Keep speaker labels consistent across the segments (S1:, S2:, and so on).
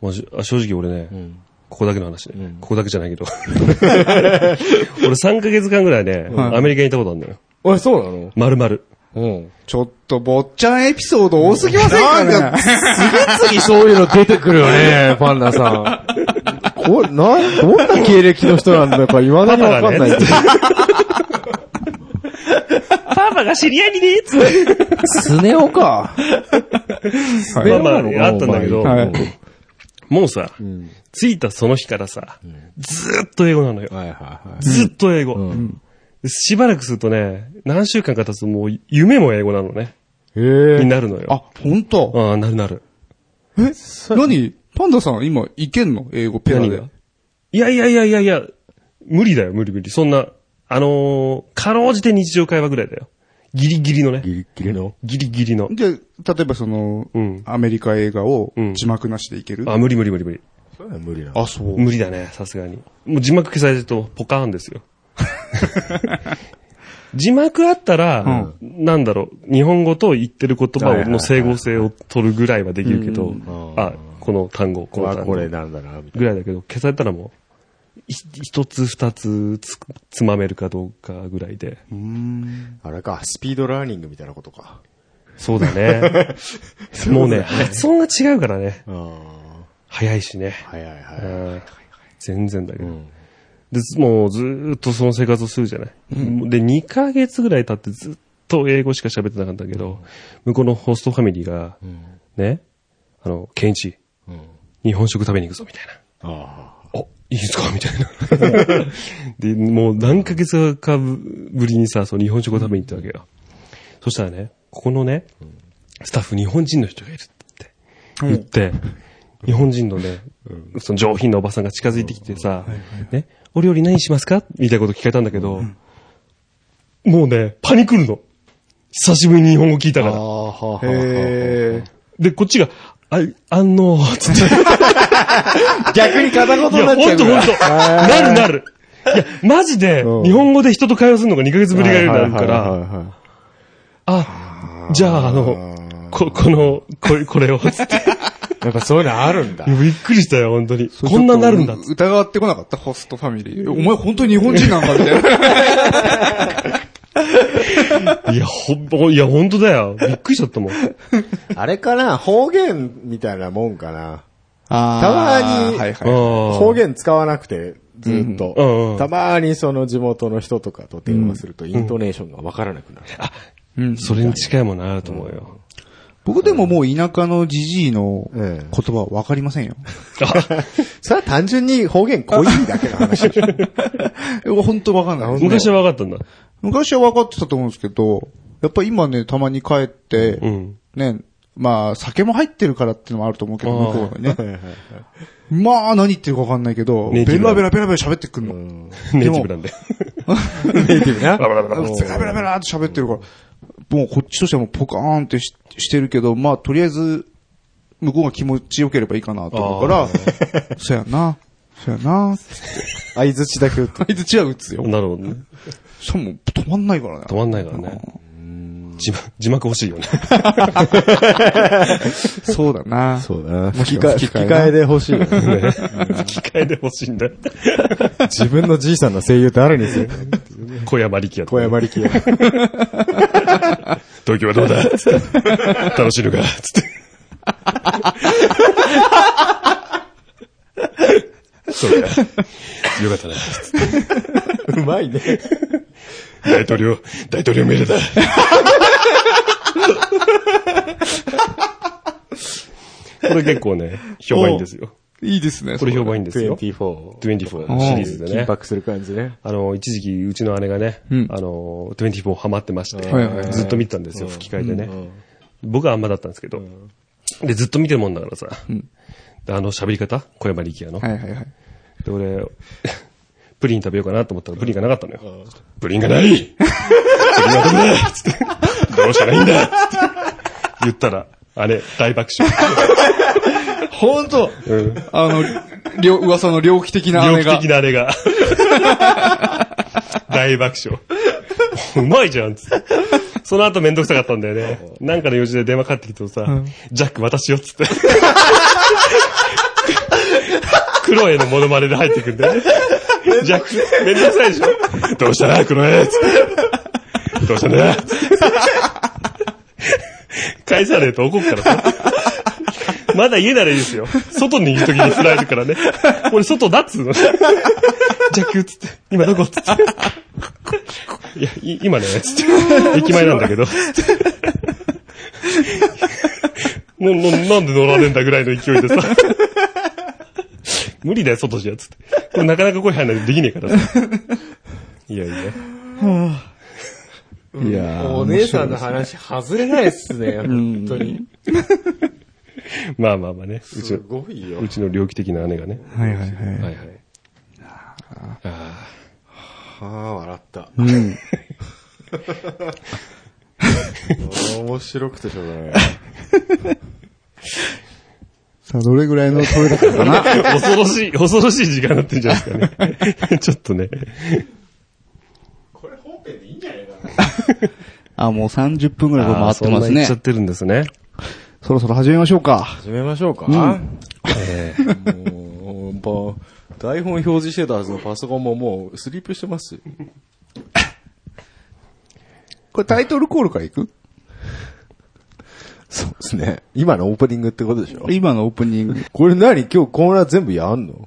S1: まあ、しあ正直俺ね、
S2: うん。
S1: ここだけの話ね、
S2: うん
S1: ここだけじゃない けど。俺3ヶ月間ぐらいね、アメリカに行ったことあるんだよ。
S2: あ、そうなの
S1: まるまる。
S2: うん。
S3: ちょっと、坊ちゃんエピソード多すぎませんかね
S2: 次々そういうの出てくるよ ね、パンダさん。こ、な、どんな経歴の人なんだか、いまだにわかんない。
S1: パパが知り合いにねっつって。
S3: スネ夫か。
S1: まあまあ、あったんだけど、
S3: はい
S1: もうさ、着いたその日からさ、ずーっと英語なのよ。
S2: はいはいは
S1: ずっと英語。しばらくするとね、何週間か経つともう夢も英語なのね。
S2: い。へ
S1: に
S2: え。
S1: なるのよ。
S3: あ、ほんと
S1: ああ、なるなる。
S3: え何パンダさん今いけんの英語ペラで
S1: 何。いやいやいやいやいや、無理だよ、無理無理。そんな、あのー、かろうじて日常会話ぐらいだよ。ギリギリのね。
S2: ギリギリの。
S1: ギリギリの。
S3: じゃあ、例えばその
S1: うん、
S3: アメリカ映画を
S1: うん
S3: 字幕なしでいける
S1: あ、無理無理無理無理。
S2: それは無理なの。
S3: あ、そう。
S1: 無理だね、さすがに。もう字幕消されるとポカーンですよ。 字幕あったら、なんだろう、日本語と言ってる言葉の整合性を取るぐらいはできるけど、あ、この単語、この
S2: あ、
S1: 単
S2: こ
S1: 語。
S2: れなんだな、みたい
S1: ぐらいだけど、消されたらもう、い一つ二つつつまめるかどうかぐらいで。
S2: な。あれか、スピードラーニングみたいなことか。
S1: そうだね。 もうね、発音が違うからね。
S2: ああ。
S1: 早いしね。
S2: はいはいは
S1: う
S2: い。
S1: ん全然だけど。
S2: ん
S1: で、もうずーっとその生活をするじゃない。で、2ヶ月ぐらい経ってずっと英語しか喋ってなかったけど、向こうのホストファミリーが、ね、あの、ケンイチ、日本食食べに行くぞ、みたいな。
S2: あ
S1: あ、いいですかみたいな。で、もう何ヶ月かぶりにさ、その日本食を食べに行ったわけよ。そしたらね、ここのね、スタッフ日本人の人がいるって言って、日本人のね、その上品なおばさんが近づいてきてさ、ね、お料理何にしますかみたいなこと聞かれたんだけど、もうね、パニクるの。久しぶりに日本語聞いた
S2: あ。
S1: か
S2: あ
S1: ら。
S2: あ、はあはあ。
S3: へ
S1: で、こっちが、あ、あのー、つって。
S3: 逆に片言
S1: いや、ほんとほんと。なるなる。いや、マジで、
S2: うん
S1: 日本語で人と会話するのが2ヶ月ぶりぐらいになるか
S2: はい
S1: ら、
S2: はいはいはい
S1: あ、じゃあ、あの、こ、この、これ、これを、つ って。
S2: やっぱそういうのあるんだ。
S1: びっくりしたよ、本当に。こんなになるんだっつって。
S3: 疑ってこなかったホストファミリー。お前本当に日本人なんかみた いな。
S1: いや、ほんと、いや、本当だよ。びっくりしちゃったもん。
S2: あれかな方言みたいなもんかな。
S3: あ
S2: たま
S3: ー
S2: に
S3: はいはい。
S2: 方
S1: 方
S2: 言使わなくて、ずっと。
S1: うんうん
S2: たまにその地元の人とかと電話すると、イントネーションがわからなくなる。
S3: うん
S1: それに近いものあると思うよ。
S3: 僕でももう田舎のじじいの
S2: ええ
S3: 言葉はわかりませんよ。
S2: それは単純に方言濃いだけの話でしょ。
S3: 本当わかんない。
S1: 昔は分かったんだ。
S3: 昔は分かってたと思うんですけど、やっぱ今ね、たまに帰って、
S1: うん。
S3: ね、まあ、酒も入ってるからっていうのもあると思うけど、
S1: あ
S3: 向
S1: あ
S3: こうがね。まあ、何言ってるか分かんないけど、
S1: ネイ
S3: ベ
S1: ティブ
S3: ラベラベラベラ喋ってくんの。
S1: ネイティブなんで。
S2: ネイティブな。
S3: 普通にベラベラって喋ってるから、もうこっちとしてはもうポカーンってししてるけど、まあ、とりあえず、向こうが気持ちよければいいかなと思うから、そやな、そやな、
S2: 相槌だけ打って。
S3: あいつチア打つよ。
S1: なるほどね。
S3: しかも、止まんないからね。
S1: 止まんないからね。字幕字幕欲しいよね。
S3: そうだな。
S2: そうだな。
S3: し
S2: 吹き
S3: くは
S2: 替え、
S3: 吹
S2: 吹
S3: き
S2: き
S3: 替えな
S2: 替えで欲しいよね。
S1: ね吹き替えで欲しいんだよ。
S2: 自分のじいさんの声優誰にする
S1: 小山力也と
S2: 小山力也。
S1: 東京はどう だつって。楽しいのかつって。そうか。よかったな。つって
S2: うまいね。
S1: 大統領、大統領命令だ。これ結構ね、評判いいんですよ。
S3: いいですね。
S1: これ評判いいんですよ。
S2: 24。
S1: 24シリーズでね
S2: 緊。迫する感じね。
S1: あの、一時期、うちの姉がね、あの、24ハマってまして、
S3: はいはい
S1: ずっと見てたんですよ、吹き替えでね。僕はあんまだったんですけど、で、ずっと見てるもんだからさ、であの喋り方小山力也の。
S3: はいはいはい。
S1: で、俺、 プリン食べようかなと思ったらプリンがなかったのよ。プリンがないプリンはダメだつって、どうしたらいいんだつって言ったら、あれ、大爆笑。
S3: 本当
S1: うん。
S3: あの、りょ噂の猟奇的な
S1: 猟
S3: 姉
S1: 奇
S3: が
S1: 的。なあれが。 大爆笑。うまいじゃんっつって。その後めんどくさかったんだよね。 なんかの用事で電話かかってきてもさ、ジャック渡しよっつって。ロエのモノマネで入ってくんだよね。ジャック、めんどくさいでしょどうしたな、黒エどうした な返さねえと怒るからさ。 まだ家ならいいですよ。外にいるときに振られるからね。俺外だっつうの。ジャックっつって、今どこっつって。いや、い今ね、つって。駅前なんだけど。な、な、なんで乗らねえんだぐらいの勢いでさ。無理だよ、外じゃ、つって。これなかなか声入らないとできねえからさ。いやいや。
S2: いやー
S4: お姉さんの話外れないっすね、本当に。
S1: まあまあまあね。うち
S4: す
S1: の、
S4: ごいよ
S1: う。ちの猟奇的な姉がね。
S3: はいはいはい。
S1: はいはい。
S4: はあ、笑った。
S3: うん。
S4: 面白くてしょうがない。
S3: さあ、どれぐらいの取れたかな
S1: 恐ろしい、恐ろしい時間になってるんじゃないですかね。ちょっとね。
S4: これ本編でいいんじゃないか
S3: あ、もう30分ぐらいこれ回ってます
S1: あーそんな言っ
S3: ね
S1: ちゃっ。てるんですね。
S3: そろそろ始めましょうか。
S4: 始めましょうか。もう、もう台本表示してたはずのパソコンももうスリープしてますよ。
S3: これタイトルコールからいく
S4: そうですね。今のオープニングってことでしょ
S3: 今のオープニング。
S4: これ何今日コーナー全部やんの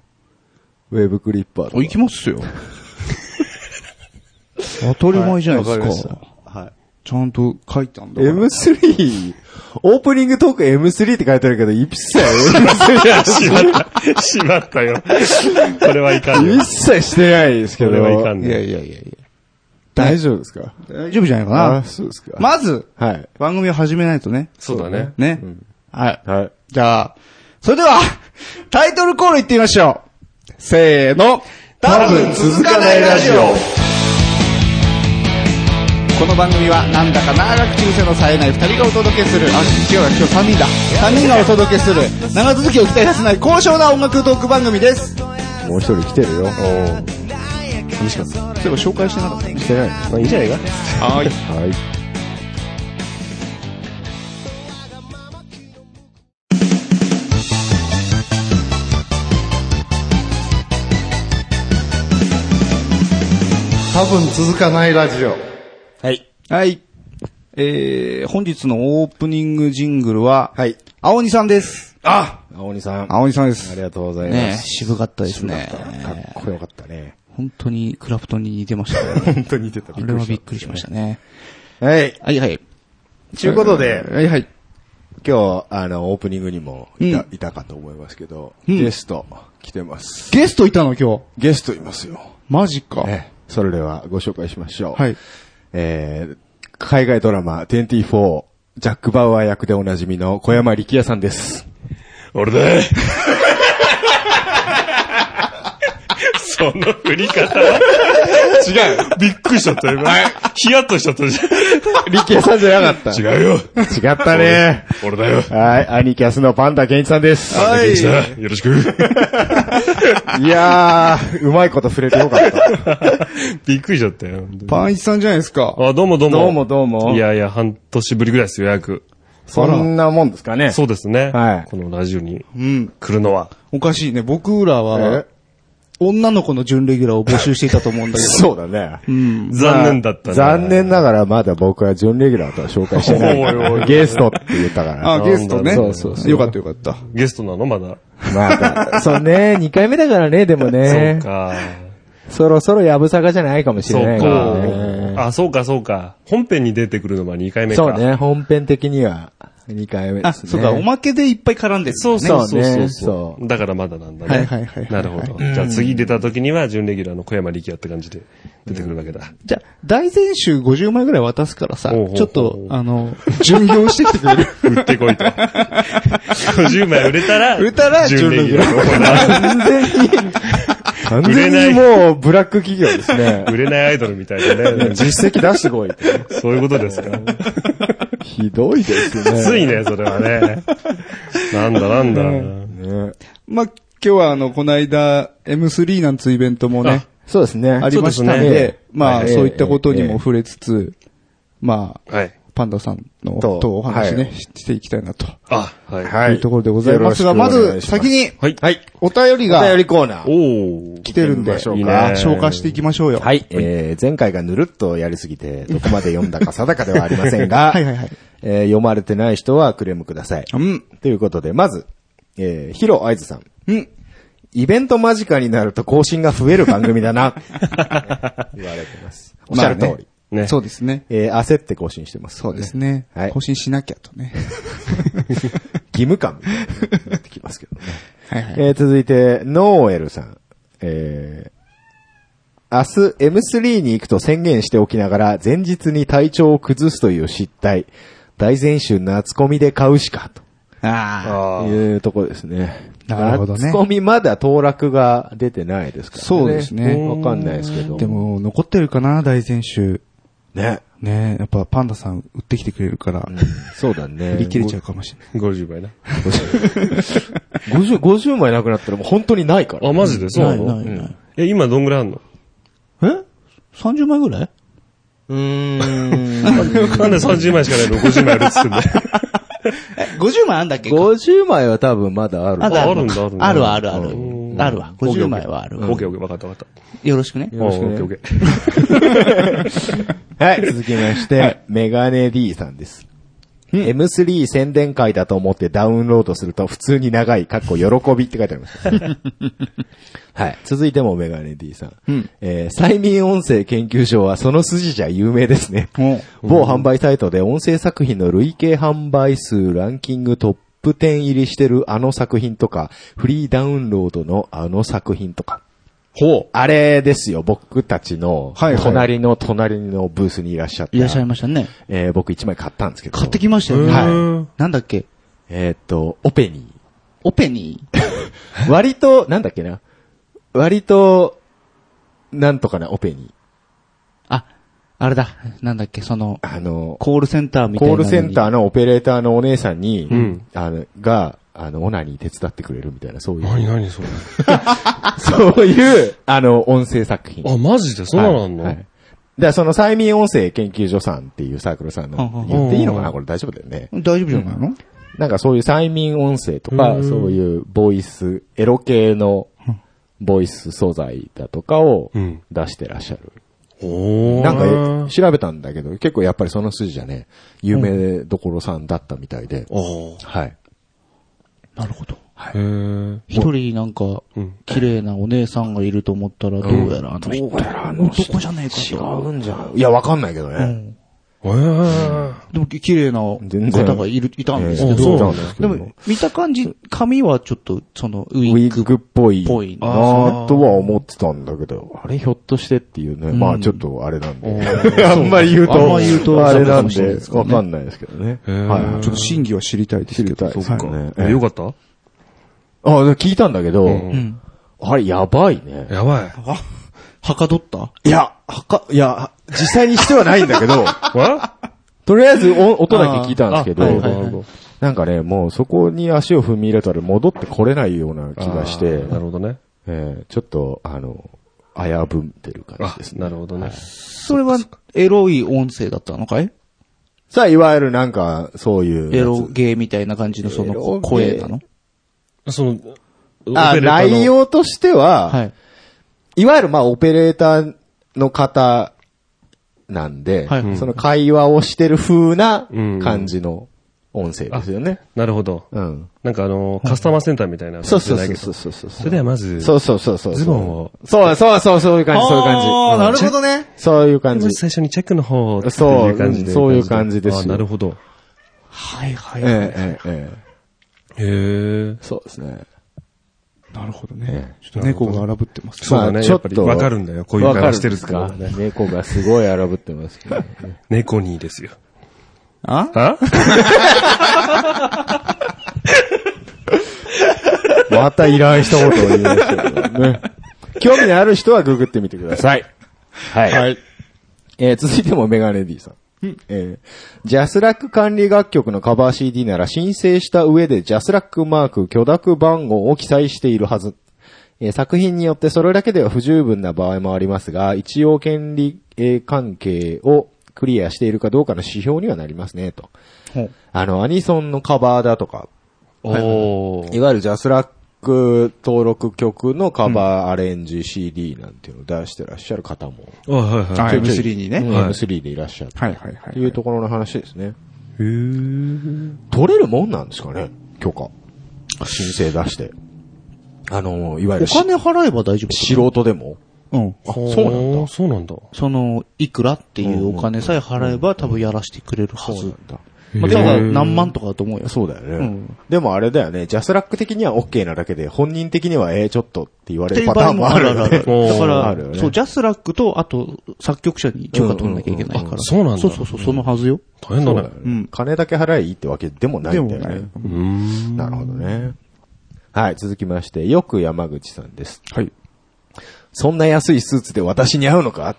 S4: ウェブクリッパーとか。
S3: 行きますよ。 当たり前じゃないです
S4: はい
S3: か。
S4: わかりましたはい。
S3: ちゃんと書いたんだから。
S4: M3、オープニングトーク M3 って書いてあるけど、一切
S1: しまった。しまったよ。これはいかんよ。
S4: 一切してないですけ
S1: こ
S4: ど。
S1: れはいかんね
S4: いやいやいやいや。大丈夫ですか
S3: 大丈夫じゃないか
S4: あ
S3: な。
S4: そうですか。
S3: まず、
S4: はい。
S3: 番組を始めないとね。
S1: そうだね。
S3: ね。はい。
S4: はい。
S3: じゃあ、それでは、 タイトルコールいってみましょう。せーの。多分続かないラジオ。この番組は、なんだか長く中世のさえない二人がお届けする、あ、違うわ、今日三人だ。三人がお届けする、長続きを期待させない高尚な音楽トーク番組です。
S4: もう一人来てるよ。お
S3: 楽しかった。そういえば紹介してなかったね。
S4: 来てない。
S1: まあいいんじゃないか。
S3: はい。
S4: はい。
S2: 多分続かないラジオ。
S4: はい。
S3: はい。えー、本日のオープニングジングルは、
S4: はい。
S3: 青鬼さんです。
S4: あ青鬼さん。あ
S3: 青鬼さんです。
S4: りがとうございま
S3: ね
S4: す。
S3: 渋かったですね。
S4: かっこよかったね。
S3: 本当にクラプトンに似てましたね。
S4: 本当に似てた。
S3: あれはびっくりしました ね。
S4: はい。
S3: はいはい。
S4: ということで、
S3: はいはい。
S4: 今日、あの、オープニングにもいた,、
S3: うん
S4: いたかと思いますけど、
S3: うん
S4: ゲスト来てます。
S3: ゲストいたの今日。
S4: ゲストいますよ。
S3: マジか。
S4: ええそれではご紹介しましょう。
S3: はい。
S4: えー、海外ドラマ24、ジャック・バウアー役でおなじみの小山力也さんです。
S1: 俺だいその振り方は違う。びっくりしちゃったよ。ヒヤッとしちゃったじ
S4: 力也さんじゃなか
S1: ゃ
S4: った。
S1: ん。違うよ。
S4: 違ったね。
S1: 俺だよ。
S4: はい、アニキャスのパンダケンイチさんです。
S3: はい
S1: 元気だよろし く。
S4: いやー、うまいこと触れてよかった。
S1: びっくりしちゃったよ。本当に
S3: パンイチさんじゃないですか。
S1: あ、どうもどうも。
S4: どうもどうも
S1: いやいや、半年ぶりぐらいですよ、約。
S4: そんなもんですかね。
S1: そうですね。
S4: はい
S1: このラジオに
S3: うん。
S1: 来るのは。
S3: おかしいね。僕らは
S4: え、
S3: 女の子の準レギュラーを募集していたと思うん だけど。
S4: そうだね。
S3: うん。
S1: 残念だったね。
S4: 残念ながらまだ僕は準レギュラーとは紹介してない。ゲストって言ったから。
S3: あ、ゲストね。
S4: そうそうそう
S3: よかったよかった。
S1: ゲストなのまだ。
S4: まだ、そうね、2回目だからね、でも
S1: そう
S4: ね。
S1: か。
S4: そろそろやぶさかじゃないかもし
S1: そ
S4: れな
S1: う
S4: いからね。
S1: か。あ、そうか、そうか。本編に出てくるのは2回目か。
S4: そうね、本編的には2回目で
S3: あ、
S4: すね。
S3: そうか、おまけでいっぱい絡んでる。そう
S4: そうね
S1: そう
S4: そ
S1: そう。だからまだなんだね。
S3: はいはいはいはい
S1: なるほど。じゃあ次出た時には、準レギュラーの小山力也って感じで出てくるわけだ。
S3: じゃあ、大全集50枚ぐらい渡すからさ
S1: ほうほうほ、う
S3: ちょっと、あ の、巡業してきてくれる
S1: 売ってこいと。50枚売れたら、
S3: 売れたら
S1: 準レギュラーの小山
S4: 完全に、完全にもうブラック企業で すね。
S1: 売れないアイドルみたいなね。
S4: 実績出してこいって。
S1: そういうことですか。
S4: ひどいですね。
S1: ついね、それはね。なんだなんだ。
S4: ね。
S3: まあ、今日はあの、この間、M3 なんつうイベントもね、
S4: そうですね。
S3: ありました
S1: そ
S3: ん
S1: うです
S3: で、まあ、
S4: はい
S3: そういったことに
S4: ええ
S3: も触れつつ、まあ、
S1: はい。
S3: パンダさんの、
S4: と
S3: とお話ね、
S4: はい
S3: していきたいなと。
S1: あ、はい。
S4: はい
S3: いうところでございますが、
S4: よろ
S3: ま
S4: しくお願
S3: ず
S4: いし
S3: 先に
S1: はい。
S4: はい。
S3: お便り
S4: お便
S3: が
S4: りコーナー。
S1: おー。
S3: 来てるんで、
S4: 行ってみましょ
S1: いいね
S4: うか
S3: 紹介していきましょうよ。
S4: はい。えー、前回がぬるっとやりすぎて、どこまで読んだか定かではありませんが、
S3: はいはいはい
S4: えー読まれてない人はクレームください。
S3: うん。
S4: ということで、まず、えー、ヒロアイズさん。
S3: うん。
S4: イベント間近になると更新が増える番組だ な。言われてます。おっしゃる通り。
S3: まあね
S1: ね
S3: そうですね。
S4: えー、焦って更新してます、
S3: そうです。ね。
S4: はい
S3: 更新しなきゃと ね。
S4: 義務感みたいになってきますけどね。
S3: はいはい。
S4: えー、続いて、ノーエルさん。えー、明日 M3 に行くと宣言しておきながら、前日に体調を崩すという失態。大全集夏コミで買うしか、
S3: ああ。
S1: あ
S4: と
S1: ー
S4: いうとこですね。
S3: なるほどね
S4: 夏コミまだ当落が出てないですからね。
S3: そうですね
S4: わかんないですけど。
S3: で、も、残ってるかな、大全集。
S4: ね。
S3: ねやっぱパンダさん売ってきてくれるから、
S4: そうだね。
S3: 売り切れちゃうかもしれない。
S1: 50倍な。
S4: 50、50枚なくなったらもう本当にないから。
S1: あ、マジでそうなの
S5: ないないない
S1: うんえ、今どんぐらいあんの
S5: え ?30 枚ぐらいう
S4: ーん。
S1: なんで30枚しかないの ?50 枚あるっつってんだよ
S5: え、50枚あんだっけ
S4: 50枚は多分まだある。
S5: あだ
S1: あるんだあるんだ
S5: あるあるある
S1: う。ん
S5: あるわ。50枚はある。
S1: オッケーオッケー、わかったわかった。
S5: よろしくね。
S1: オッケーオッケー。
S4: はい、続きまして、メガネ D さんです。M3 宣伝会だと思ってダウンロードすると普通に長い、かっこ喜びって書いてありま した。はい。続いてもメガネ D さん。えー催眠音声研究所はその筋じゃ有名ですね。某販売サイトで音声作品の累計販売数ランキングトップ10入りしてるあの作品とか、フリーダウンロードのあの作品とか。ほう。あれですよ、僕たちの、
S3: はいはい
S4: 隣の隣のブースにいらっしゃった。
S5: いらっしゃいましたね。
S4: えー僕一枚買ったんですけど。
S5: 買ってきましたよね。
S4: は
S5: なんだっけ
S4: えーっと、オペニ
S5: オペニー。
S4: ー。割と、 なんだっけな。割と、なんとかな、オペニー。
S5: あ、あれだ。なんだっけその、
S4: あの、
S5: コールセンターみたい
S4: コー
S5: なのに。
S4: ルセンターのオペレーターのお姉さんに、
S1: ん
S4: あの、が、あの、オナニー手伝ってくれるみたいな、そういう、
S1: 何何 それ。
S4: そういう、あの、音声作品。
S1: あ、マジでそんなのあんの、
S4: はいはいで、その催眠音声研究所さんっていうサークルさん
S5: うんうんう
S4: の
S5: ん、
S4: 言っていいのかなこれ大丈夫だよね。
S5: 大丈夫じゃないの
S4: なんかそういう催眠音声とか、そういうボイス、エロ系のボイス素材だとかを
S1: うん
S4: 出してらっしゃる。
S1: おー。
S4: なんか調べたんだけど、結構やっぱりその筋じゃね、有名どころさんだったみたいで。
S1: おー。
S4: はい。
S5: なるほど。
S1: へー。
S5: 一人なんか
S1: ん、
S5: 綺麗なお姉さんがいると思ったら、どうやらあの人、男じゃねえか
S4: 違
S5: と。
S4: うんじゃん。いや、わかんないけど
S5: う
S4: ね。
S5: ん
S1: えー。
S5: でも、綺麗な方
S4: 全然
S5: がいる、いたんです
S4: え
S5: け
S4: ー
S5: ど。
S1: そうなんだ
S5: でも、見た感じ、髪はちょっと、その、ウ
S4: ウ
S5: ィ
S4: ィ
S5: ッ
S4: ッ
S5: グ。
S4: グっぽい
S5: ぽい
S4: なぁとは思ってたんだけど、あれひょっとしてっていうね、まあちょっとあれなん で、あんまり言うと、
S5: あんまり言うと
S4: あれなん
S5: そうかもしれない
S4: で
S5: です、けど
S4: わ
S5: ね
S4: かんないですけどね。
S1: ー
S4: はい。
S3: ちょっと真偽は知りたいですけど。
S4: 知りたいですね
S3: は
S4: ね
S1: えよかった
S4: あ、で聞いたんだけど、
S5: うん。
S4: あれ、やばいね。
S1: やばい。
S5: はかどった
S4: いや、はか、いや、実際にしてはないんだけど、
S1: わ
S4: とりあえず音音だけ聞いたんですけ
S1: あはいはい
S4: ど、
S1: はい
S4: なんかね、もうそこに足を踏み入れたら戻ってこれないような気がして
S1: あー、なるほどね。
S4: えーちょっと、あの、危ぶんでる感
S1: あ
S4: じです、ね。
S1: なるほどね。
S5: それは、エロい音声だったのかい
S4: さあ、いわゆるなんか、そういうやつ。
S5: エロゲーみたいな感じのそ
S4: エロゲー
S5: の声なの
S1: その、
S4: あ、内
S1: を
S4: 容としては、
S5: はい。
S4: い、わゆるまあ、オペレーターの方なんで、
S5: はいうん
S4: その会話をしてる風な感じの音声ですよね。
S1: なるほど。
S4: うん。
S1: なんかあの、カスタマーセンターみたいな感
S4: そう
S1: じじ
S4: そ
S1: ゃ
S4: う
S1: ないけど。
S4: そうそうそう。
S1: それではまず、
S4: そうそうそうそう。
S1: ズボンを。
S4: そうそうそう、そういう感じ、そういう感じ。
S5: あーなる
S4: ほどね。そういう感
S1: ま
S4: じ
S1: ず。最初にチェックの方ってい
S4: そう
S1: 感じで
S4: うんそういう感じですよ
S1: あなるほど。
S5: はいは
S4: え
S5: い
S4: え
S5: はい。
S4: えええ
S1: へえ
S4: え。そうですね。
S3: いなるほど
S4: え
S3: ね。ちょっと猫が荒ぶってます。
S1: そうだ
S4: まあ
S1: ね。
S4: ち
S1: や
S4: ょっ
S1: っぱ
S4: と
S1: りわかるんだよ。こういう会話してるってこと
S4: わ
S1: は
S4: かるんで
S1: ね
S4: すか。猫がすごい荒ぶってますけどね。
S1: 猫にですよ。
S3: あ
S1: あ
S4: また依頼したことを言いましたけどね。 興味のある人はググってみてください。はい。えー続いてもメガネ D さん。えージャスラック管理楽曲のカバー CD なら申請した上でジャスラックマーク、許諾番号を記載しているはず。えー作品によってそれだけでは不十分な場合もありますが、一応権利、えー関係をクリアしているかどうかの指標にはなりますね、と
S3: ほう。
S4: あの、アニソンのカバーだとか、
S1: おー
S4: いわゆるジャスラック登録曲のカバーアレンジ CD なんていうのを出してらっしゃる方も、
S1: あはいはい。
S3: あ
S4: ちょいちょい
S3: M3 にね。
S4: うん
S1: はい
S4: M3 でいらっしゃる。
S3: はいはいはい。
S4: っていうところの話ですね。
S1: へー
S4: 取れるもんなんですかね許可。申請出して。あの、いわゆ
S5: お
S4: るし
S5: 金払えば大丈夫ですか
S4: 素人でも。
S3: うん。
S4: あ、そうなん
S1: あ
S4: だ。
S1: そうなんだ。
S5: その、いくらっていうお金さえ払えば多分やらしてくれるは
S4: そう
S5: ず
S4: な。んだ。
S5: まあ、だから
S1: へー
S5: 何万とかだと思うよ。
S4: そうだよね。
S5: うん
S4: でもあれだよね、ジャスラック的には OK なだけで、本人的には、えー、ちょっとって言わ
S5: っ
S4: れ
S5: てい
S4: る
S5: う
S4: パ
S5: 場
S4: タ
S5: 合
S4: ーン
S5: も
S4: も
S5: あ
S4: ある
S5: る
S4: よ
S5: から。
S4: ね。
S1: おー
S5: だか
S4: あるよ
S5: ら、
S4: ね
S5: そう、ジャスラックと、あと、作曲者に許可取んなきゃいけないか
S1: うんうんうん
S5: ら。
S1: あそうなんだ
S5: そうそうそう、そのはずよ。
S1: 大変だね。
S3: うん。
S4: 金だけ払えばいいってわけでもない
S3: で
S4: ん
S3: も
S4: だよね。
S3: ね。
S1: うーん。
S4: なるほどね。はい、続きまして、よく山口さんです。
S3: はい。
S4: そんな安いスーツで私に合うのか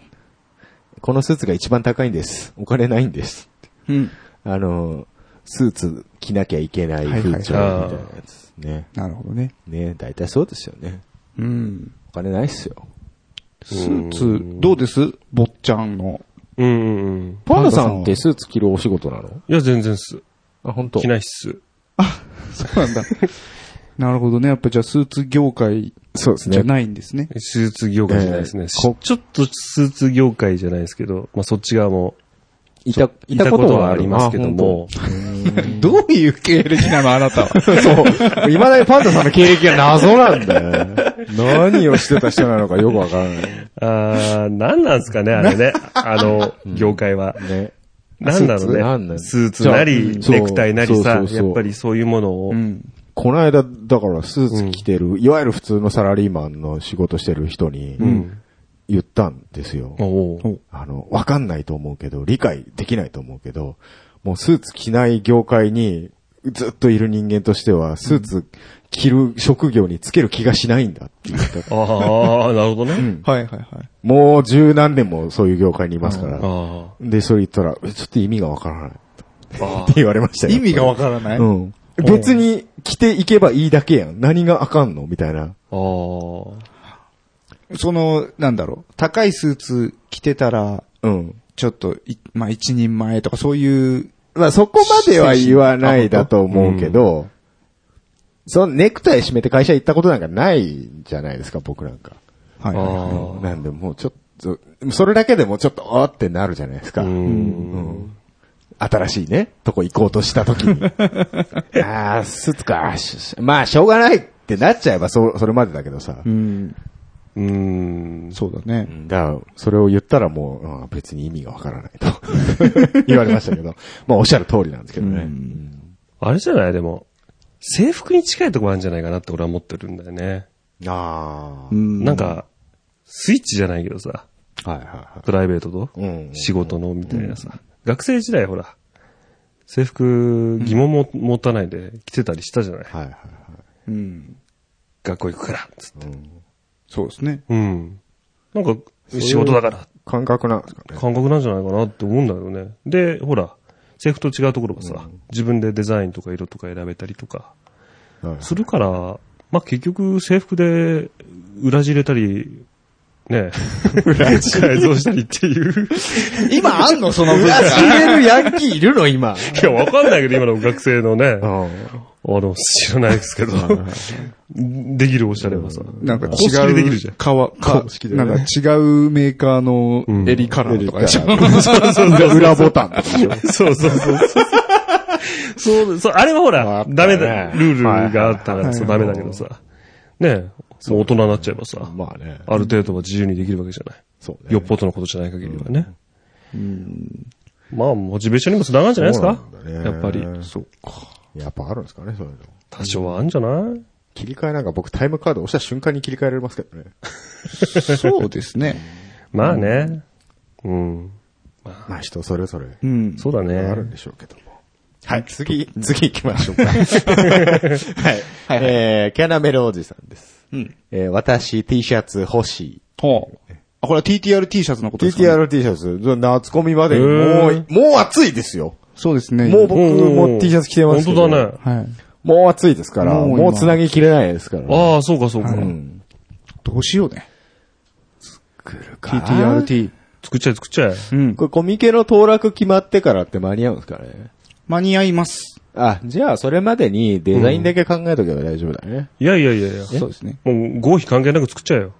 S4: このスーツが一番高いんです。お金ないんです。
S3: うん。
S4: あの、スーツ着なきゃいけない風潮みたいなやつね。
S3: なるほどね。
S4: ね、大体そうですよね。
S3: うん。
S4: お金ないっすよ。
S3: スーツ、どうです坊っちゃんの。
S1: うんうんうん。
S4: パ
S3: パ
S4: ンダ
S3: ンダ
S4: さ
S3: さ
S4: ん
S3: ん
S4: っ
S3: ってて
S4: スーツ着るお仕事なの
S1: いや、全然っす。
S4: あ、本当
S1: 着。ないっす。
S3: そうなんだ。 なるほどね。やっぱじゃあスーツ業界
S4: そうです
S3: じゃ
S4: ね。
S3: ないんですね。
S1: スーツ業界じゃないですね。
S4: えー
S1: し
S4: こ
S1: ちょっとスーツ業界じゃないですけど、まあそっち側も、
S4: いた、
S1: いたことはありますけど。も、
S3: どういう経歴なのあなた は。
S4: そう。未だにパンダさんの経歴が謎なんだよ ね。何をしてた人なのかよくわからない。
S1: あー、なんなんですかね、あれ ね。あの、業界は。
S4: ね。
S1: なんだ
S4: スーツな
S1: ろうんね。
S4: なん
S1: スーツなり、
S4: じゃあ
S1: ネクタイなりさ、
S4: そうそうそう
S1: やっぱりそういうものを
S3: う。ん。
S4: この間、だからスーツ着てる、いわゆる普通のサラリーマンの仕事してる人に、言ったんですよ。
S1: おう
S4: あの、わかんないと思うけど、理解できないと思うけど、もうスーツ着ない業界にずっといる人間としては、スーツ着る職業につける気がしないんだって 言った。
S1: ああ、なるほどね。
S3: はいはいはい。
S4: もう十何年もそういう業界にいますから。
S1: あ
S4: で、それ言ったら、えちょっと意味がわからない。って言われましたよ。
S3: 意味がわからない
S4: うん。別に着ていけばいいだけやん。何があかんのみたいな。
S1: あ、ああ。
S3: その、なんだろう。高いスーツ着てたら、
S4: うん。
S3: ちょっとい、まあ一人前とかそういう、
S4: まあそこまでは言わないだと思うけど、そのネクタイ締めて会社行ったことなんかないんじゃないですか、僕なんか。
S3: はいはいはい。
S1: あ
S4: なんでもうちょっと、それだけでもちょっと、あーってなるじゃないですか。
S1: あ。うん。
S4: 新しいね、とこ行こうとした時に。 ああ、スーツか。ししまあ、しょうがないってなっちゃえば、そ、それまでだけどさ。
S3: うん。
S1: うん。
S3: そうだね。
S4: だから、それを言ったらもう、うん別に意味がわからない と言われましたけど、まあおっしゃる通りなんですけどね。
S1: あれじゃないでも、制服に近いとこあるんじゃないかなって俺は思ってるんだよね。
S4: あ
S1: なんか、スイッチじゃないけどさ、
S4: あ、はいはいは
S1: プライベートと
S4: い。うん。
S1: 仕事のみたいなさ。学生時代ほら、制服疑問も持たないで着てたりしたじゃない。
S4: はいはいはい。
S3: うん。
S1: 学校行くから、つって。
S3: そうですね。
S1: うん。なんか、仕事だから、
S4: 感覚なんですかね。
S1: 感覚なんじゃないかなって思うんだけどね。で、ほら、制服と違うところがさ、自分でデザインとか色とか選べたりとか、
S4: はい
S1: するから、まあ、結局制服で裏地入れたり、 ね、裏地改造したりって いう。
S3: 今あんのその文化。
S4: れるヤンキーいるの今。
S1: いや、わかんないけど、今の学生のね、
S4: う
S1: あ
S4: ん。
S1: の、知らないですけど、できるおしゃれはさ、
S3: なんか違う。
S1: 公式でできるじゃん。
S3: 革、か
S4: 公式でね
S3: なんか違うメーカーの襟カラーとかでしょ。
S4: 裏ボタンとか。
S1: そうそうそうそう。そう、そう、あれはほ
S4: ああ
S1: ら、
S4: ったね
S1: ダメだ、ルールがあったからさ、ダメだけどさ。ねえ、もう大人になっちゃえばさ、
S4: まあね。
S1: ある程度は自由にできるわけじゃない。
S4: そうね。
S1: よっぽどのことじゃない限りはね。まあ、モチベーションにもつながるんじゃないですか
S4: そうなんだね
S1: やっぱり。
S4: そうか。やっぱあるんですかね、そういうの。
S1: 多少はあるんじゃない
S4: 切り替えなんか僕タイムカード押した瞬間に切り替えられますけどね。
S3: そうですね。
S1: まあね。うん。
S4: まあ人それぞれ。
S3: うん。
S1: そうだ
S4: あ
S1: ね
S4: るん。でしょうけども。はい、次、次行きましょうか。はい。えー、キャナメルおじさんです。
S3: うん。
S4: えー、私 T シャツ欲しい。
S3: ほう。あ、これは TTR T シャツのことですか、ね、
S4: TTR T シャツ、夏コミまでに
S1: へ
S4: もう
S1: ー、
S4: もう暑いですよ。
S3: そうですね。
S4: もう僕
S1: うん
S4: も T シャツ着てますけ
S1: 本
S4: ど。
S1: 当だね。
S3: はい。
S4: もう暑いですから、
S3: もう今
S4: もうつなぎきれないですから。
S1: ああ、そうかそうか。
S4: うん。
S3: どうしようね。
S4: 来るかな
S3: TTR T。
S1: 作っちゃえ、作っちゃえ。
S3: うん。
S4: これコミケの当落決まってからって間に合うんですかね
S3: 間に合います。
S4: あ、じゃあそれまでにデザインだけ考えとけば大丈夫だね。
S1: いやいやいやいや。
S3: そうですね。
S1: もう合否関係なく作っちゃえよ。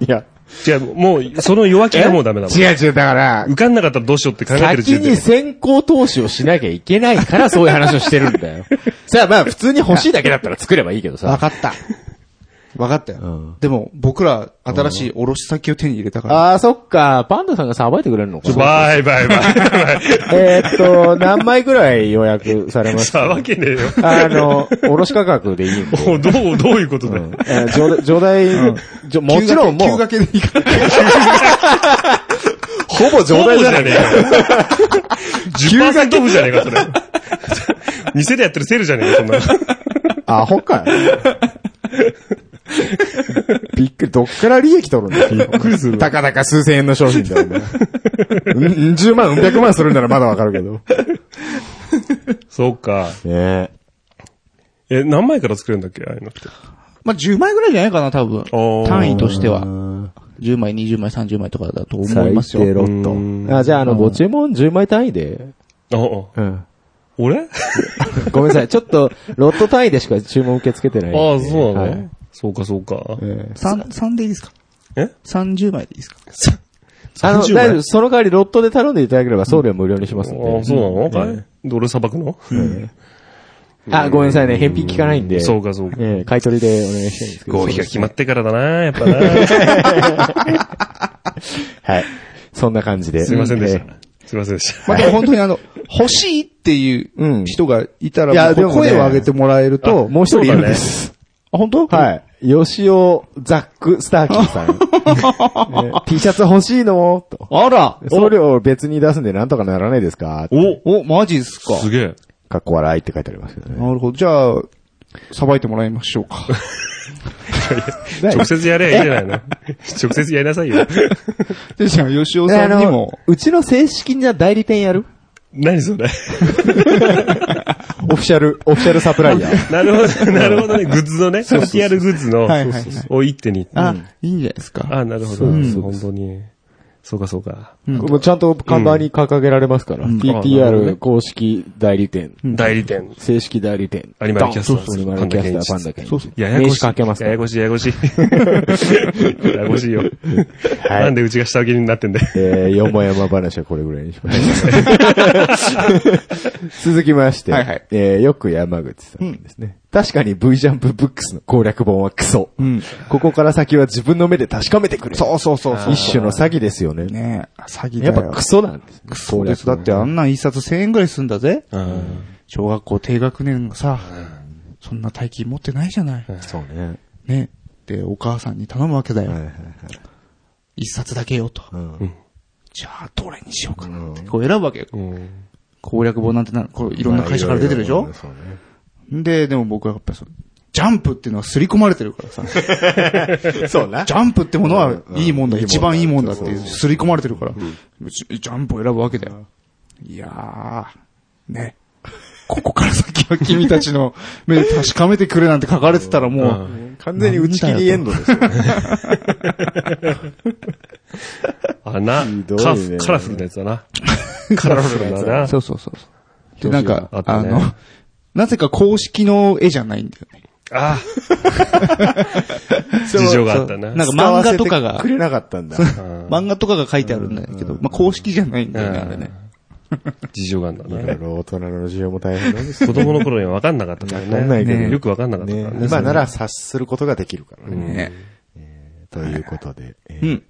S4: いや、
S1: 違う、もう、その弱気がもうダメだもん。
S4: 違う違う、だから、
S1: 受かんなかったらどうしようって考えてる時
S4: 先
S1: 点で。
S4: に先行投資をしなきゃいけないからそういう話をしてるんだよ。 さあまあ普通に欲しいだけだったら作ればいいけど
S3: わ
S4: さ。
S3: かった。わかったよ。
S4: うん
S3: でも、僕ら、新しい卸先を手に入れたから。
S4: ああ、そっか。パンダさんがさばいてくれるのかな。
S1: バイバイバ イ。
S4: えーっと、何枚ぐらい予約されまし
S1: さ
S4: た
S1: あわけねえよ。
S4: あの、卸価格でいいんで。
S1: もうどう、どういうことだよ。
S4: えー上上代、じょもちろんもう
S3: 急、がけでいいから。
S4: ほぼ上代じゃない
S1: ねえか。10%オフじゃねえか、それ。店でやってるセールじゃねえか、そんなの。
S4: アホかよ。 びっくり、どっから利益取るん だよ、たかだか数千円の商品だよ、お前。うんうん10万、うん百万するならまだわかるけど。
S1: そうか。
S4: ね
S1: え、何枚から作れるんだっけああいうのって。
S5: まあ、10枚ぐらいじゃないかな、多分。
S1: ー
S5: 単位としては。10枚、20枚、30枚とかだと思いますよ。
S4: ロッ
S1: う
S4: ト。あ、じゃあ、あの、ご注文10枚単位で。
S1: ああ、
S4: うん。
S1: 俺
S4: ごめんなさい。ちょっと、ロット単位でしか注文受け付けてないんで。
S1: ああ、そうなの、
S4: はい
S1: そうか、そうか。
S4: ええ
S5: 3、三でいいですか
S1: え
S5: ?30 枚でいいですか
S4: あの、大
S1: 30
S4: 丈
S1: 枚
S4: 夫。その代わりロットで頼んでいただければ送料無料にします
S1: あ
S4: んで
S1: あ、。そうなの、かいどれさばくの、
S4: あ、ごめんなさいね。返品聞かないんで。
S1: そうか、そうか。
S4: ええ、買い取りでお願いしたいんですけど。
S1: 合否が決まってからだな、やっぱな。
S4: はい。そんな感じで。
S1: すいませんでし
S4: え
S1: た。すいませんでした。
S3: まあ、でも本当にあの、欲しいっていう
S4: うん
S3: 人がいた
S4: いや
S3: ら、
S4: で
S3: もう
S4: もね
S3: 声を上げてもらえると、
S4: ーもう一人いるんです。
S5: あ、本当
S4: はい。吉尾ザック・スターキー さん。えー T シャツ欲しいのと。
S3: あら
S4: 送料別に出すんでなんとかならないですか
S1: お
S3: お、マジっすか。
S1: すげえ。
S4: かっこ笑いって書いてありますけどね。
S3: なるほど。じゃあ、さばいてもらいましょ うか。
S1: 直接やればいいじゃないの。 直接やりなさいよ。
S3: で、じゃあ、吉尾
S4: ね
S3: さ
S4: あ
S3: んにも
S4: の、、うちの正式な代理店やる
S1: 何それ。
S4: オフィシャル、オフィシャルサプライヤー。
S1: なる ほど、なるほどね。グッズのね、オフィシャルグッズの
S3: はいはいはい、
S1: を一手に。
S5: あ、
S1: うん
S5: いいんじゃないですか。
S1: あ、なるほど。本当に。そうか、そうか。
S4: もうちゃんと看板に掲げられますから。
S1: あなるほど
S4: TTR 公式代理店。
S1: 代理店。
S4: 正式代理店。
S1: アニマルキャスター
S4: ドンそうそうアニマルキャスター、パンダケンイチ。
S1: やや
S4: 名
S1: こ
S4: 刺
S1: しい。
S4: かけますか
S1: やや
S4: ら。
S1: こしい、ややこしい。ややこしいよ。なんでうちが下請けになってんだよ。
S4: えー、よもやま話はこれぐらいにしま しょう続きまして、
S3: はいはい
S4: えー、よく山口さんですね。確かに V ジャンプブックスの攻略本はクソ。
S3: うん。
S4: ここから先は自分の目で確かめてくれ。
S3: そうそうそうそう。
S4: 一種の詐欺ですよね。
S3: ねえ、詐欺だ
S4: や
S3: よ。
S4: っぱクソなんです、ね。ク
S3: そうです。だってあんなん一冊1000円ぐらいすんだぜ。小学校低学年がさ、そんな大金持ってないじゃない。
S4: そうね。
S3: ね。で、お母さんに頼むわけだよ
S4: はい。はいはい
S3: 一冊だけよと。
S4: うん
S3: じゃあ、どれにしようかなって。こう選ぶわけよ。
S1: うん
S3: 攻略本なんてな、こういろんな会社から出てるでしょ
S4: そうね
S3: で、でも僕はやっぱりそのジャンプっていうのは刷り込まれてるからさ。
S4: そうな
S3: ジ。ャンプってものはいいもんだ、
S4: うん
S3: 一番いいもんだっていう
S4: そう
S3: 刷り込まれてるから、ジジャンプを選ぶわけだよ。いやー、ね。ここから先は君たち の目で確かめてくれなんて書かれてたらもう、
S4: 完全に打ち切りエンドですよ。
S1: あ、な
S4: ひど、いね
S1: カフカラフルなやつだな。カラフルだな。
S3: そうそうそうそう。で、なんか、
S1: 表紙があった
S3: あ
S1: ね
S3: の、なぜか公式の絵じゃないんだよね。
S1: あ事情があった
S5: な
S1: な。
S5: んか漫画とかが
S4: く、れなかったんだ。
S5: 漫画とかが書いてあるんだけど、まあ、公式じゃないんだよね、あれね。
S1: 事情があった
S4: い
S1: な。
S4: ろいろ大人の事情も大変なんですよ
S1: 子供の頃には分かんなかったから
S4: わかんないけど
S1: ね。よく分かんなかったから
S4: ね
S1: ね。。
S4: 今なら察することができるからね。
S3: ね。
S4: ということで、え
S3: う
S4: ー
S3: ん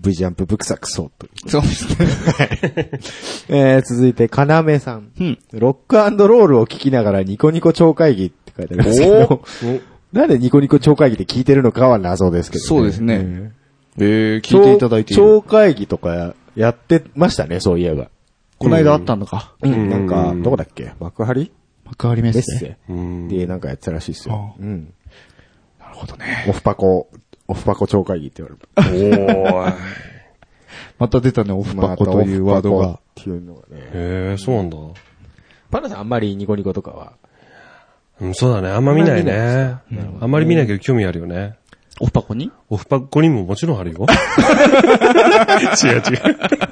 S4: V ジャンプブクサクソという。
S3: そうですね。
S4: えー、続いて、かなめさん。
S5: うん
S4: ロックアンドロールを聞きながらニコニコ超会議って書いてありますけど、 なんでニコニコ超会議って聞いてるのかは謎ですけど、
S3: そうですね。えー、
S4: 超。
S3: 聞いていただいている。
S4: 超会議とかやってましたね、そういえば。
S5: この間あったのか。
S4: うん、なんか、どこだっけ幕張
S5: 幕張メッ
S4: メッ
S5: セ。
S4: セ
S1: うん
S4: で、なんかやってたらしいですよ。うん。
S3: なるほどね。
S4: オフパコ、オフパコ超会議って言われる。
S1: おー。
S3: また出たね、オフパコというワード
S4: まあ
S3: が。。
S4: オフパコっていうのがね。
S1: へえ、そうなんだ。
S4: パナさんあんまりニコニコとかは
S1: うん、そうだね。あんま見ないね。あんまり見ないけど興味あるよね。
S5: オフパコに
S1: オフパコにももちろんあ るよ。違う違う。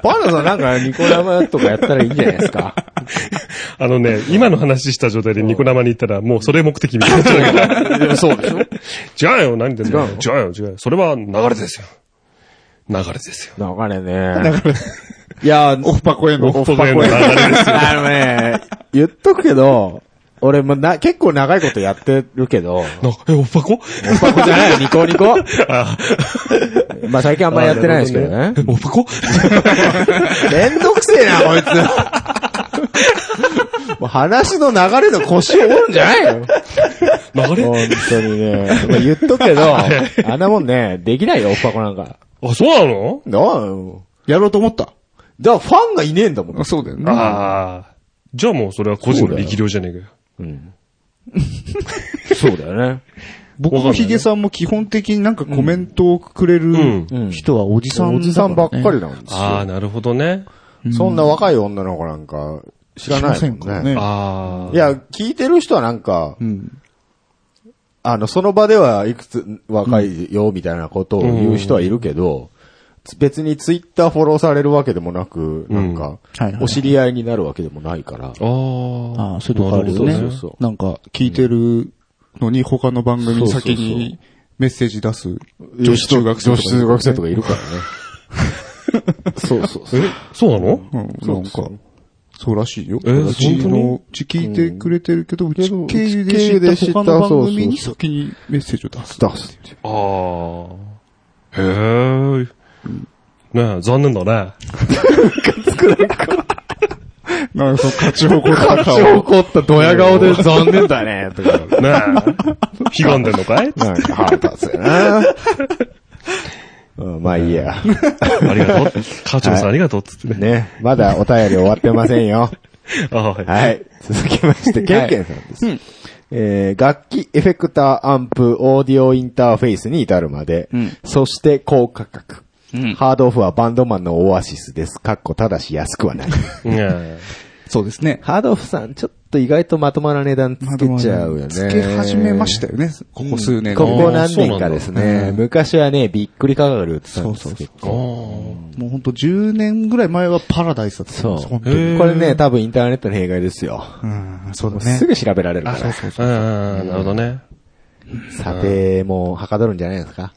S4: パンダさんなんかニコ生とかやったらいいんじゃないです か。
S1: あのね、今の話した状態でニコ生に行ったら、もうそれ目的みたいになっちゃうから。
S4: でもそうでしょ
S1: 違うよ、何言ってんの違うよ、違うよ。それは流れですよ。流れですよ。
S4: 流れね。
S2: いやー、
S5: オフパコへの。
S1: オフパコへの流れですよ。
S4: あのね、言っとくけど、俺もな、結構長いことやってるけど、
S1: なえ、オフパコ
S4: オフパコじゃないよ、ニコニコ。
S1: あ
S4: まあ最近あんまやってないですけどね。
S1: オフパコ
S4: めんどくせえな、こいつ。もう話の流れの腰を折るんじゃないよ。
S1: 流れ
S4: 本当にね。 まあ、言っとくけど、あんなもんね、できないよ、オフパコなんか。
S1: あ、そうなの
S4: なあ
S3: やろうと思った。
S4: だからファンがいねえんだもん。
S3: あそうだよね。
S1: ああ。じゃあもうそれは個人の力量じゃねえかよ。
S4: そうだよね。
S3: 僕もヒゲさんも基本的になんかコメントをくれ
S1: う
S3: る
S1: ん。
S5: 人はおじさんだ
S4: おじさんばっか
S5: り。
S4: りなんですよ。
S1: ああ、なるほどね。
S4: そんな若い女の子なんか知らない
S3: せ
S4: も
S3: ん
S4: ん
S3: から
S4: ね。
S3: ね。
S1: ああ。
S4: いや、聞いてる人はなんか、
S3: うん
S4: あの、その場ではいくつ若いよみたいなことを言う人はいるけど、つ別にツイッターフォローされるわけでもなく、なんか
S5: はい、はい
S4: お知り合いになるわけでもないから。
S1: あー
S5: ああ、そういうとこあるよね
S1: なるほど
S4: そうそう。
S5: なんか、
S3: 聞いてるのに他の番組に先
S4: そうそうそ
S3: にメッセージ出す女子中学生と
S4: 女
S3: か
S4: 子中学生とかいるからね。そうそうそう。
S1: そうなの
S3: うん、なんか、そうらしいよ。
S1: えー
S3: うちの、うち聞いてくれてるけど、うち経由で
S4: うち経
S3: 知っ
S4: 由で知ったた
S3: 他の番組に先にメッセージを出す。
S4: 出すっていう。
S1: ああ。へえ。ねえ、残念だね。
S3: なんかその勝ち誇 った顔。
S4: 怒ったドヤ顔で残念だね、とか。
S1: ねえ。悲願でんのかい
S4: なんか腹立つよな。うんまあいいや。
S1: ありがとう。課長さんありがとうっつってね。
S4: ね。まだお便り終わってませんよ。
S1: ああはい。
S4: はい。続きまして、ケンケンさんです。えー楽器、エフェクター、アンプ、オーディオインターフェースに至るまで、
S5: うん
S4: そして高価格。
S5: うん
S4: ハードオフはバンドマンのオアシスです。かっこただし安くはない。
S1: ねえ。
S3: そうですね。
S4: ハードオフさん、ちょっと意外とまともな値段つけちゃうよね。
S3: つけ始めましたよね、ここ数年で
S4: こ
S3: ね
S4: こ何年かですね。昔はね、びっくり価格で売ってたんですけど。
S1: ああ。
S3: もうほんと10年ぐらい前はパラダイスだった
S4: そう。
S3: 本
S4: こ
S3: 当に
S1: へー
S4: れね、多分インターネットの弊害ですよ。
S3: うん、そうだ
S4: す
S3: ね。
S4: ぐ調べられるから。
S1: うん、なるほどね。
S4: 査定もはかどるんじゃないですか。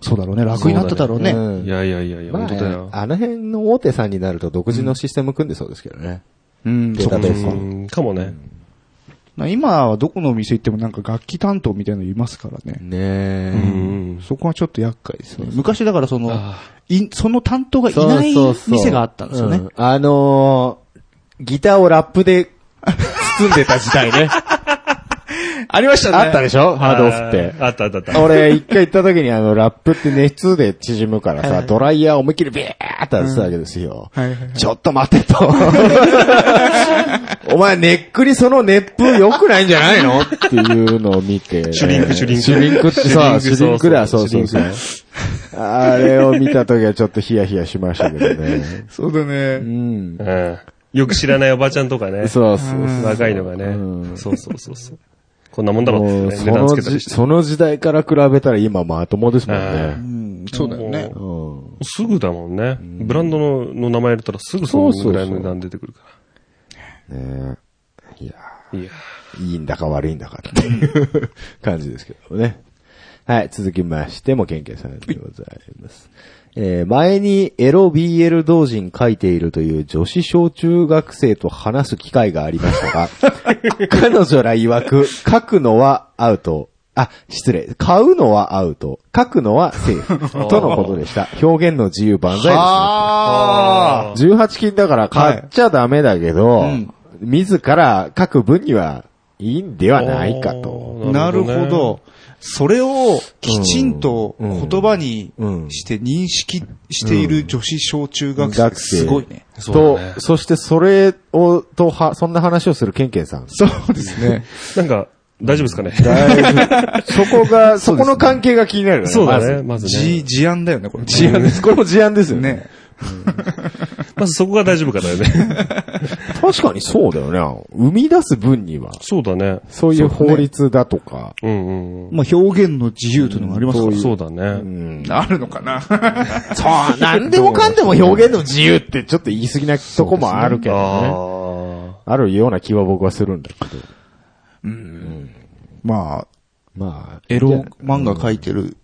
S3: そうだろうね、楽に
S5: 楽に
S3: な
S5: な
S3: っ
S5: ったた
S3: だ
S5: だ
S3: ろ
S5: ろ
S3: う
S5: う
S3: ね。
S5: ね
S4: うん
S1: いやいやいやいや、
S4: ま
S1: 本
S4: あ
S1: 当だよ
S4: ね、。あの辺の大手さんになると独自のシステム組んでそうですけどね。
S3: うん、
S4: データベース
S1: う
S4: は
S1: ん、かもね。
S3: な今はどこのお店行ってもなんか楽器担当みたいなのいますからね。
S1: う
S4: ねえ。
S1: ん。
S3: そこはちょっと厄介ですよね。
S5: 昔だからその、
S1: あ
S5: いその担当がいない
S4: そうそうそう
S5: 店があったんですよ
S4: う
S5: ね。
S4: あのー、ギターをラップで包んでた時代ね。
S5: ありました
S4: あったでしょハードオフって。
S1: あったあったあった。
S4: 俺、一回行った時にあの、ラップって熱で縮むからさ、ドライヤー思いっきりビーって当てたわけですよ。
S3: はいはいはい
S4: ちょっと待てと。 お前、ネックにその熱風良くないんじゃないのっていうのを見て、
S1: シュリンクシュリンク
S4: シュリンクってさ、シ
S1: シュリンク
S4: ュリンクだ、
S1: そ
S4: そうう
S1: そ
S4: そうう
S1: シュ
S4: そう
S1: リン。
S4: あれを見た時はちょっとヒヤヒヤしましたけどね。
S3: そうだ
S4: う
S3: ね。
S4: ん。
S1: うん。よく知らないおばちゃんとかね。
S4: そうそうそう。
S1: 若いのが
S4: う
S1: ね。
S4: ん
S1: そうそうそうそう。こんなもんだろ
S4: も
S1: うっ
S4: う
S1: てね
S4: そ
S1: 値段つ
S4: の
S1: けたり
S4: じ
S1: して。
S4: その時代から比べたら今まともですもんね。
S3: うん、そうだよね。
S1: も
S4: うん
S1: う。すぐだもんね。ブランドのの名前入れたらすぐそのぐらいの値段出てくるか
S4: ねえ。いや
S1: ら。いや。
S4: ー、いいんだか悪いんだかっていう感じですけどもね。はい、続きましても、ケンケンさんでございます。えー前にエロ BL 同人書いているという女子小中学生と話す機会がありましたが、 彼女ら曰く、書くのはアウト。あ、失礼。買うのはアウト。書くのはセー フ。とのことでした。表現の自由万歳ですね。
S1: あ
S4: 18金だから買っちゃダメだけど、自ら書く分にはいいんではないかと。
S3: なるほど。それをきちんと言葉に
S4: うん
S3: して認識している女子小中学生。
S4: 学生
S3: すごいね。
S1: そう
S4: と
S1: だね、
S4: そしてそれを、とは、そんな話をするケンケンさん。
S3: そうですね。
S1: なんか、大丈夫ですかね。
S4: だいぶそこが、そこの関係が気になるよね。
S1: そうだ
S4: ま
S1: ね、
S4: ず。
S1: まずね。
S3: 事、事案だよね、これ。
S4: 事案です。これも事案ですよね。
S3: ね。
S1: まずそこが大丈夫かだよね。
S4: 確かにそうだよね。生み出す分には、
S1: そうだね。
S4: そういう法律だとか、
S1: うんうんうん。
S3: まあ、表現の自由というのがありますから。
S1: そうだね。
S4: うん。
S3: あるのか な
S4: そう、なんでもかんでも表現の自由ってちょっと言い過ぎなとこもあるけどね。
S1: あ
S4: あるような気は僕はするんだけど。
S3: まあ、
S4: まあ、
S3: エロ漫画描いてる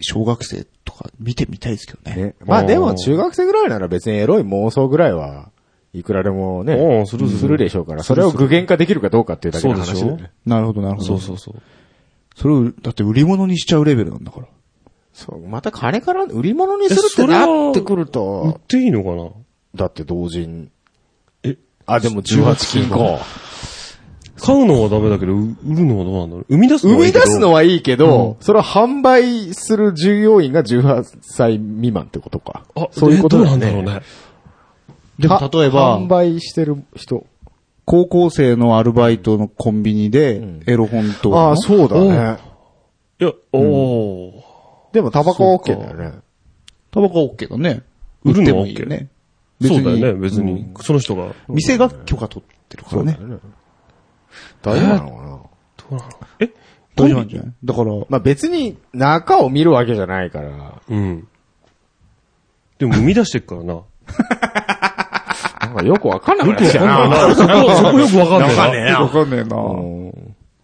S3: 小学生とか見てみたいですけどね。
S4: ね。まあでも中学生ぐらいなら別にエロい妄想ぐらいはいくらでも
S1: う
S4: ね、
S1: んするする
S4: でしょうから、それを具現化できるかどうかっていう
S1: あ。
S4: だけ
S1: そ
S4: の
S1: うで
S4: 話
S1: し
S4: だ
S1: ょ
S4: よね。
S3: なるほど、なるほ
S1: そ
S3: ど。
S1: うそうそう。
S3: それを、だって売り物にしちゃうレベルなんだから。
S4: そう、また金から売り物にするっ
S1: え
S4: て
S1: それは
S4: なってくる
S1: 売っ
S4: と、
S1: ていいのかな
S4: だって同人。
S1: え
S4: あ、でも18金か。
S1: 買うのはダメだけど、う売るのはどうなんだろう生み出すの
S4: 生
S1: はい
S4: み
S1: いけ
S4: 出
S1: ど
S4: すのはいいけど、それを販売する従業員が18歳未満ってことか。
S1: あ、
S4: そういうこと
S1: え
S4: だ
S1: どうな
S4: よ
S1: ん
S4: ね
S1: だろうね。
S3: でも
S4: は
S3: 例えば
S4: 販、売してる人。
S3: 高校生のアルバイトのコンビニで
S4: ん、
S3: エロ本とか、
S4: ああ、そうだね。
S1: いや、おー。
S4: でもタバコは OK だよね。
S3: タバコは OK だね。
S1: 売る
S3: って
S1: の
S3: も
S1: はい
S3: い
S1: OK
S3: よね。
S1: そうだよね、別に。その人が。
S3: 店が許可取ってるからね。
S4: 大丈夫なのかな
S1: え
S3: 大丈夫なんじゃないだから、
S4: まあ別に中を見るわけじゃないから、
S1: うん。でも生み出してっからな。よ
S4: なんかよくわかんな
S1: く
S4: く
S1: わ
S4: なってきた
S1: かん
S4: な。
S1: ないな。 そこ、そこよくわかんないな。
S3: わかんねえな
S4: うん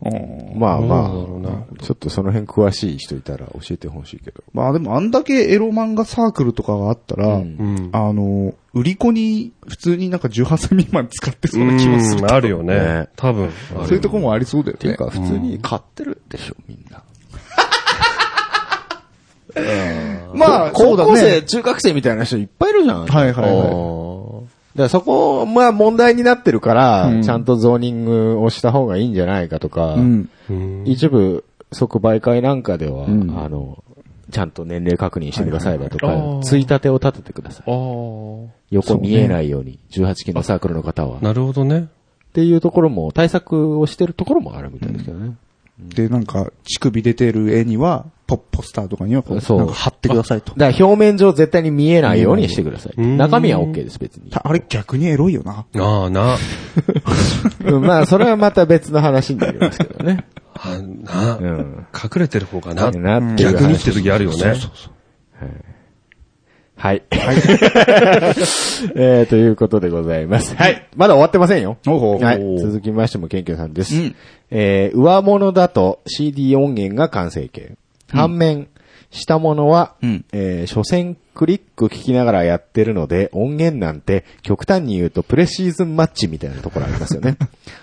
S3: うん
S4: まあま
S1: どうなんだろ
S4: あ、ちょっとその辺詳しい人いたら教えてほしいけど。
S3: まあでもあんだけエロ漫画サークルとかがあったら、
S1: うん。
S3: あの、売り子に普通になんか18歳未満使ってそうな気もする
S1: うん。あるよ
S4: ね
S1: ね。多分。あ
S3: そうい
S1: る
S3: うとこもありそうだよ
S4: てい
S3: ね
S4: う。か普通に買ってるでしょ、みんな。
S3: まあ、そうだ
S4: 高校生、
S3: ね。
S4: 中学生みたいな人いっぱいいるじゃん。
S3: はいはいはい
S4: はい。だからそこ、まあ問題になってるから、
S3: うん
S4: ちゃんとゾーニングをした方がいいんじゃないかとか、
S3: うん。
S1: うん
S4: 一部即売会なんかでは、
S3: ん
S4: あの、ちゃんと年齢確認してくださいだとか
S1: はいはいはいあ、ー
S4: ついたてを立ててください。
S1: ああ。
S4: 横見えないように、18金のサークルの方は。っ
S1: なるほどね。
S4: ていうところも、対策をしてるところもあるみたいですけどね。
S3: で、なんか、乳首出てる絵には、ポポスターとかにはこう、
S4: そう
S3: なんか貼ってくださいと。
S4: だから表面上絶対に見えないようにしてください。
S1: うん
S4: 中身は OK です、別に。
S3: たあれ逆にエロいよな。
S1: ああな。
S4: うんまあ、それはまた別の話になりますけどね。
S1: あな
S4: う。ん。
S1: 隠れてる方がな。
S4: なっていう
S1: 逆にっ
S4: 話
S1: て時あるよね。
S4: はい。 えー、ということでございます。はい。まだ終わってませんよ。
S3: おう
S4: はい。続きましても、ケンキョさんです。
S3: うん
S4: えー、上物だと CD 音源が完成形。反面、下物は、
S3: うん
S4: えー、所詮クリック聞きながらやってるので、音源なんて極端に言うとプレシーズンマッチみたいなところありますよ ね。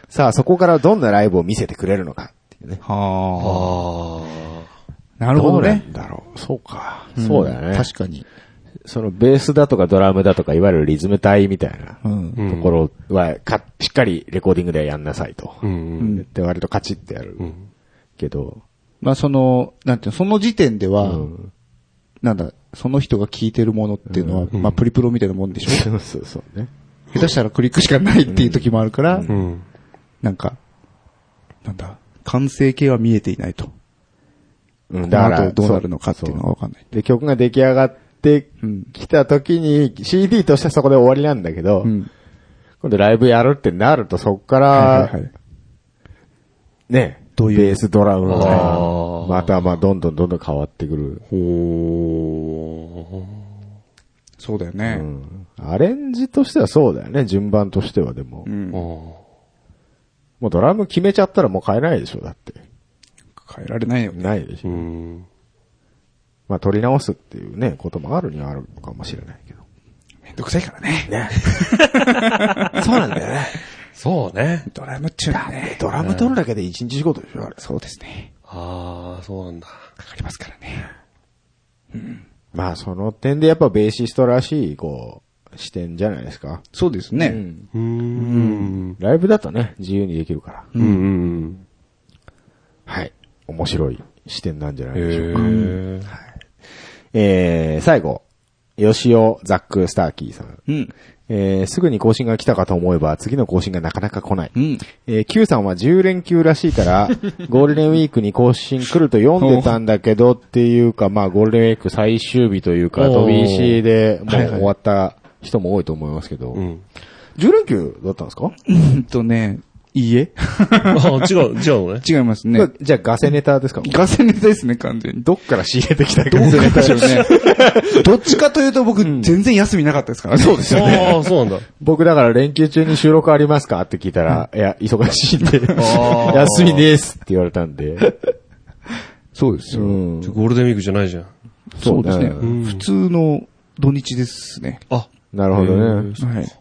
S4: さあ、そこからどんなライブを見せてくれるのかっていうね。
S3: は
S1: あ
S3: あ。なるほどね。
S4: うなんだろう。そうか。そうだよね。
S3: 確かに。
S4: そのベースだとかドラムだとか、いわゆるリズム体みたいな
S3: うん。
S1: うん
S4: ところはか、しっかりレコーディングではやんなさいと。
S1: あ。うん。
S4: で、割とカチッてやる。けど、
S3: まあ、その、なんていうの、その時点で
S4: う
S3: は、
S4: ん
S3: なんだ、その人が聞いてるものっていうのは、
S1: ん
S3: まあ、プリプロみたいなもんでしょ
S4: そう そうそうね。
S3: 下手したらクリックしかないっていう時もあるから、
S1: うん。
S3: なんか、なんだ、完成形は見えていないと。
S4: うん、だか
S3: だか
S4: らら、
S3: どうなるのかっていうのが
S4: そ
S3: わかんない。
S4: うで、曲が出来上がって
S3: うん
S4: きた時に、CD としてはそこで終わりなんだけど、
S3: うん。
S4: 今度ライブやるってなると、そこから、
S3: はいはいはい。
S4: ね、
S3: どういう
S4: ベースドラムのね
S1: あー
S4: またまあ、どんどんどんどん変わってくる。
S1: ほ
S3: そうだよ
S4: う
S3: ね。
S4: んアレンジとしてはそうだよね、順番としてはでも。
S3: うん
S1: ー。あ
S4: もうドラム決めちゃったらもう変えないでしょ、だって。
S3: 変えられないよね。
S4: ないでし
S1: あ。う
S4: ょ。
S1: ん。
S4: まあ、取り直すっていうね、こともあるにはあるのかもしれないけど。
S3: めんどくさいからね。
S4: そうなんだよね。
S1: そうね。
S3: ドラムっちゅうのはね。
S4: ドラム取るだけで一日仕事でしょ、あれ。
S3: そうですね。
S1: ああ、そうなんだ。
S3: かかりますからね。
S4: まあ、その点でやっぱベーシストらしい、こう、視点じゃないですか。
S3: そうです
S4: う
S3: ね。
S4: ん。
S1: うーん。
S4: ライブだとね、自由にできるから。
S1: うんうん
S4: はい。面白い視点なんじゃない
S1: うん。
S4: でしょうか。
S1: へえ。
S4: えー、最後。吉尾ザック・スターキーさん。
S3: うん。
S4: えー、すぐに更新が来たかと思えば、次の更新がなかなか来ない。
S3: うん。
S4: えー、Q さんは10連休らしいから、ゴールデンウィークに更新来ると読んでたんだけど、っていうか、まあ、ゴールデンウィーク最終日というか、
S1: おー
S4: 飛び石でもう
S3: はいはい
S4: 終わった人も多いと思いますけど、
S1: うん。
S4: 10連休だったんですか、
S3: うんとね、いいえ。
S1: ああ、違う、違う のね。
S3: 違います
S4: ま
S3: ね
S4: あ。じゃあガセネタですか
S3: ガセネタですね、完全に。
S4: どっから仕入れてきたか
S3: どうかしらね。どっちかというと僕、全然休みなかったですからね。そうです。
S1: ああ、そうなんだ。
S4: 僕だから連休中に収録ありますかって聞いたら、いや、忙しいんで、休みですって言われたんで。
S3: そうです
S4: う
S3: よ。
S4: ん。
S1: ゴールデンウィークじゃないじゃん。
S3: そうですね。
S4: そう
S1: ね
S3: 普通の土日ですね。
S1: あ、
S4: なるほどね。
S3: はい。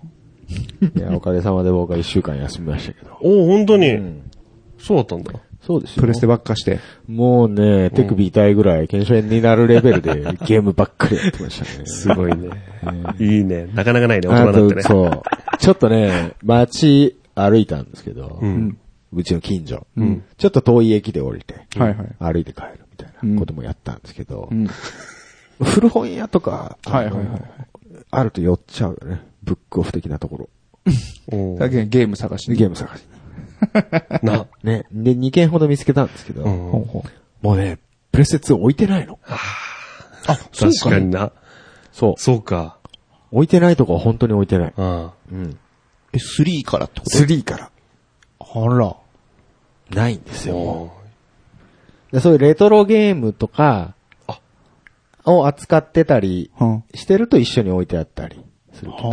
S4: いや、おかげさまで僕は一週間休みましたけど。
S1: おお、本当に、
S4: ん
S1: そうだったんだ。
S4: そうです
S3: プレステばっかして。
S4: もうね、手首痛いぐらい、検証炎になるレベルでゲームばっかりやってましたね。
S1: すごいね。いいね。なかなかないね、大
S4: あ
S1: 人になって
S4: と、
S1: ね。
S4: そう。ちょっとね、街歩いたんですけど、
S1: ん
S4: うちの近所、ちょっと遠い駅で降りて、
S3: はいはい。
S4: 歩いて帰るみたいなこともやったんですけど、古本屋とか、
S3: はい
S4: あの
S3: はいはい
S4: あると寄っちゃうよね。ブックオフ的なところ。
S1: おー
S3: だけどゲーム探し
S4: で
S3: に。
S4: ゲーム探し
S1: な。
S4: に。ね。で、2件ほど見つけたんですけど、
S1: うん
S3: ほうほう
S4: もうね、プレステ2置いてないの。
S1: 確かにな。
S4: そう。
S1: そうか。
S4: 置いてないとこは本当に置いてない。
S1: うん。
S4: うん。
S5: え、3からってこと
S4: 3から。
S5: あら。
S4: ないんですよ。も
S1: お
S4: うでそういうレトロゲームとか、を扱ってたり
S3: うん
S4: してると一緒に置いてあったりするけど。
S1: ーああ、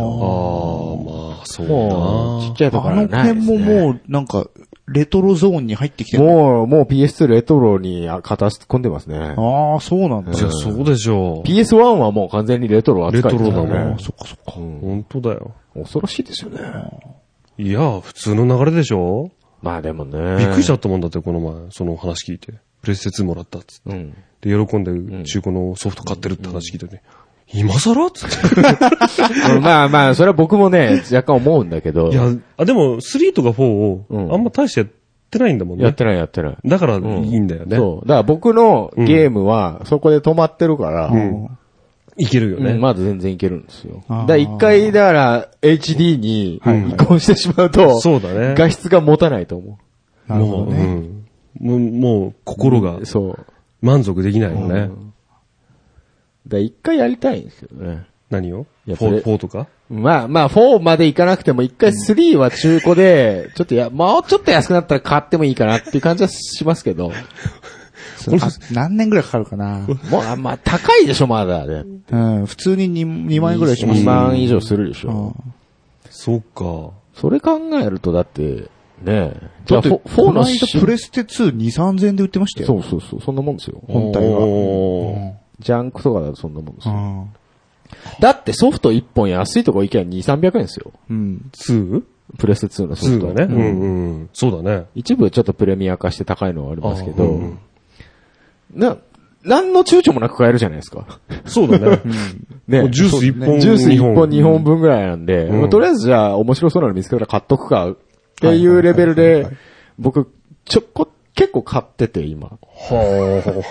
S1: まあ、そうだな。
S4: もう、ちっちゃいとこ
S5: あ
S4: ろは
S5: の
S4: ない
S5: 辺
S4: です、ね。
S5: ももう、なんか、レトロゾーンに入ってきてる。
S4: もう、もう PS2 レトロにあ片足突っ込んでますね。
S5: ああ、そうなんだ。
S1: じゃあそうでしょう。
S4: PS1 はもう完全にレトロ扱いですから
S1: レトロだも
S4: ね
S1: ん。
S5: そっかそっか。
S1: 本当だよ。
S4: 恐ろしいですよね。
S1: いや、普通の流れでしょ
S4: まあでもね。
S1: びっくりしちゃったもんだって、この前、その話聞いて。プレステ2もらったっつって。
S4: うん。
S1: で、喜んで中古のソフト買ってるって話聞いてね。今更っつって。
S4: まあまあ、それは僕もね、若干思うんだけど。
S1: いや、あ、でも、3とか4
S4: うん
S1: を、あんま大してやってないんだもん
S4: やっ
S1: ね。
S4: てないやってない。
S1: だから、いいんだよね。
S4: そう。だから僕のゲームは、そこで止まってるから、
S1: いけるよ
S4: う
S1: ね。
S4: んまだ全然いけるんですよ。だ
S3: あー
S4: から一回、だから HD に移行してしまうと、
S1: そうだね。
S4: 画質が持たないと思
S3: なるほどね。
S1: もう、うん、もう、もう心が
S4: う。そう。
S1: 満足できないよね。
S4: だから一回やりたいんですけどね。
S1: 何を
S4: いや
S1: ?4、
S4: プレ
S1: 4とか
S4: まあまあ、4までいかなくても、一回3は中古で、ちょっとや、もうちょっと安くなったら買ってもいいかなっていう感じはしますけど、
S3: そうあ何年ぐらいかかるかな。
S4: もうあんま高いでしょ、まだ。で
S3: うん、普通に 2, 2万円ぐらいします
S4: 2。万以上するでし
S3: うん
S4: ょ。
S1: そうか。
S4: それ考えると、だって、ねえ。
S3: だって、
S4: じゃあフォ
S3: こ
S4: ーの
S3: の間
S4: 新
S3: プレステ2、2、3000円で売ってましたよ。
S4: そうそうそう、そんなもんですよ。
S3: 本体は
S1: おー
S4: ジャンクとかだとそんなもんです
S3: う
S4: よ。
S3: ん。
S4: だってソフト1本安いとこ行けば2、300円ですよ。
S3: うん。
S1: 2?2
S4: プレステ2のソフト。
S1: がね。
S4: う
S1: うんんうん。そうだね。
S4: 一部ちょっとプレミア化して高いのはありますけ
S1: あー
S4: ど
S1: うんうん、
S4: な、何の躊躇もなく買えるじゃないですか。
S1: そうだね。
S4: ね。
S1: もうジュース1本、
S4: ジュース
S1: 二
S4: 1本2本分ぐらいなんで、
S1: ん
S4: まあとりあえずじゃあ面白そうなの見つけたら買っとくかっていうレベルで、僕、ちょこ、結構買ってて今。
S1: は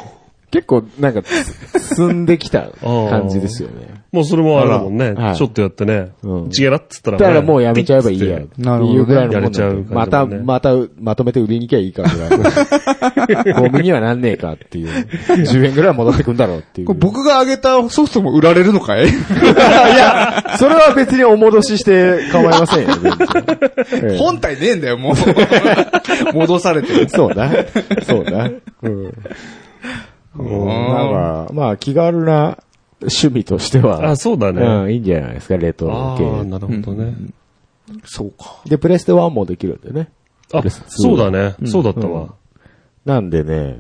S4: 結構なんかつ、進んできた感じですよね。
S1: あ。もうそれもあれだもんね
S4: あらはい。
S1: ちょっとやってね
S4: うん。
S1: チゲラっつったら。
S4: だからもうやめちゃえばいいや。っ
S1: ピッつって
S4: いうぐらいのもん
S1: なるほどね
S4: また、また、まとめて売りに行きゃいいかぐらい。ゴミにはなんねえかっていう。10円ぐらい戻ってくんだろうっていう。
S3: これ僕があげたソフトも売られるのかい
S4: それは別にお戻しして構いませんよ、全然ええ
S3: 本体ねえんだよ、もう。戻されて る。
S4: そうだ。そうだ。うん。なんか、まあ気軽な趣味としては。
S1: あ、そうだ
S4: う
S1: ね。
S4: ん、いいんじゃないですか、レト
S1: あ
S4: ロ
S1: あ、
S4: 系。
S1: なるほどね。
S3: そうか。
S4: で、プレステ1もできるんでね。
S1: あ
S4: プレス、テ
S1: そうだ
S4: ね。
S1: ね。そうだった
S4: うん
S1: わ。
S4: なんでね、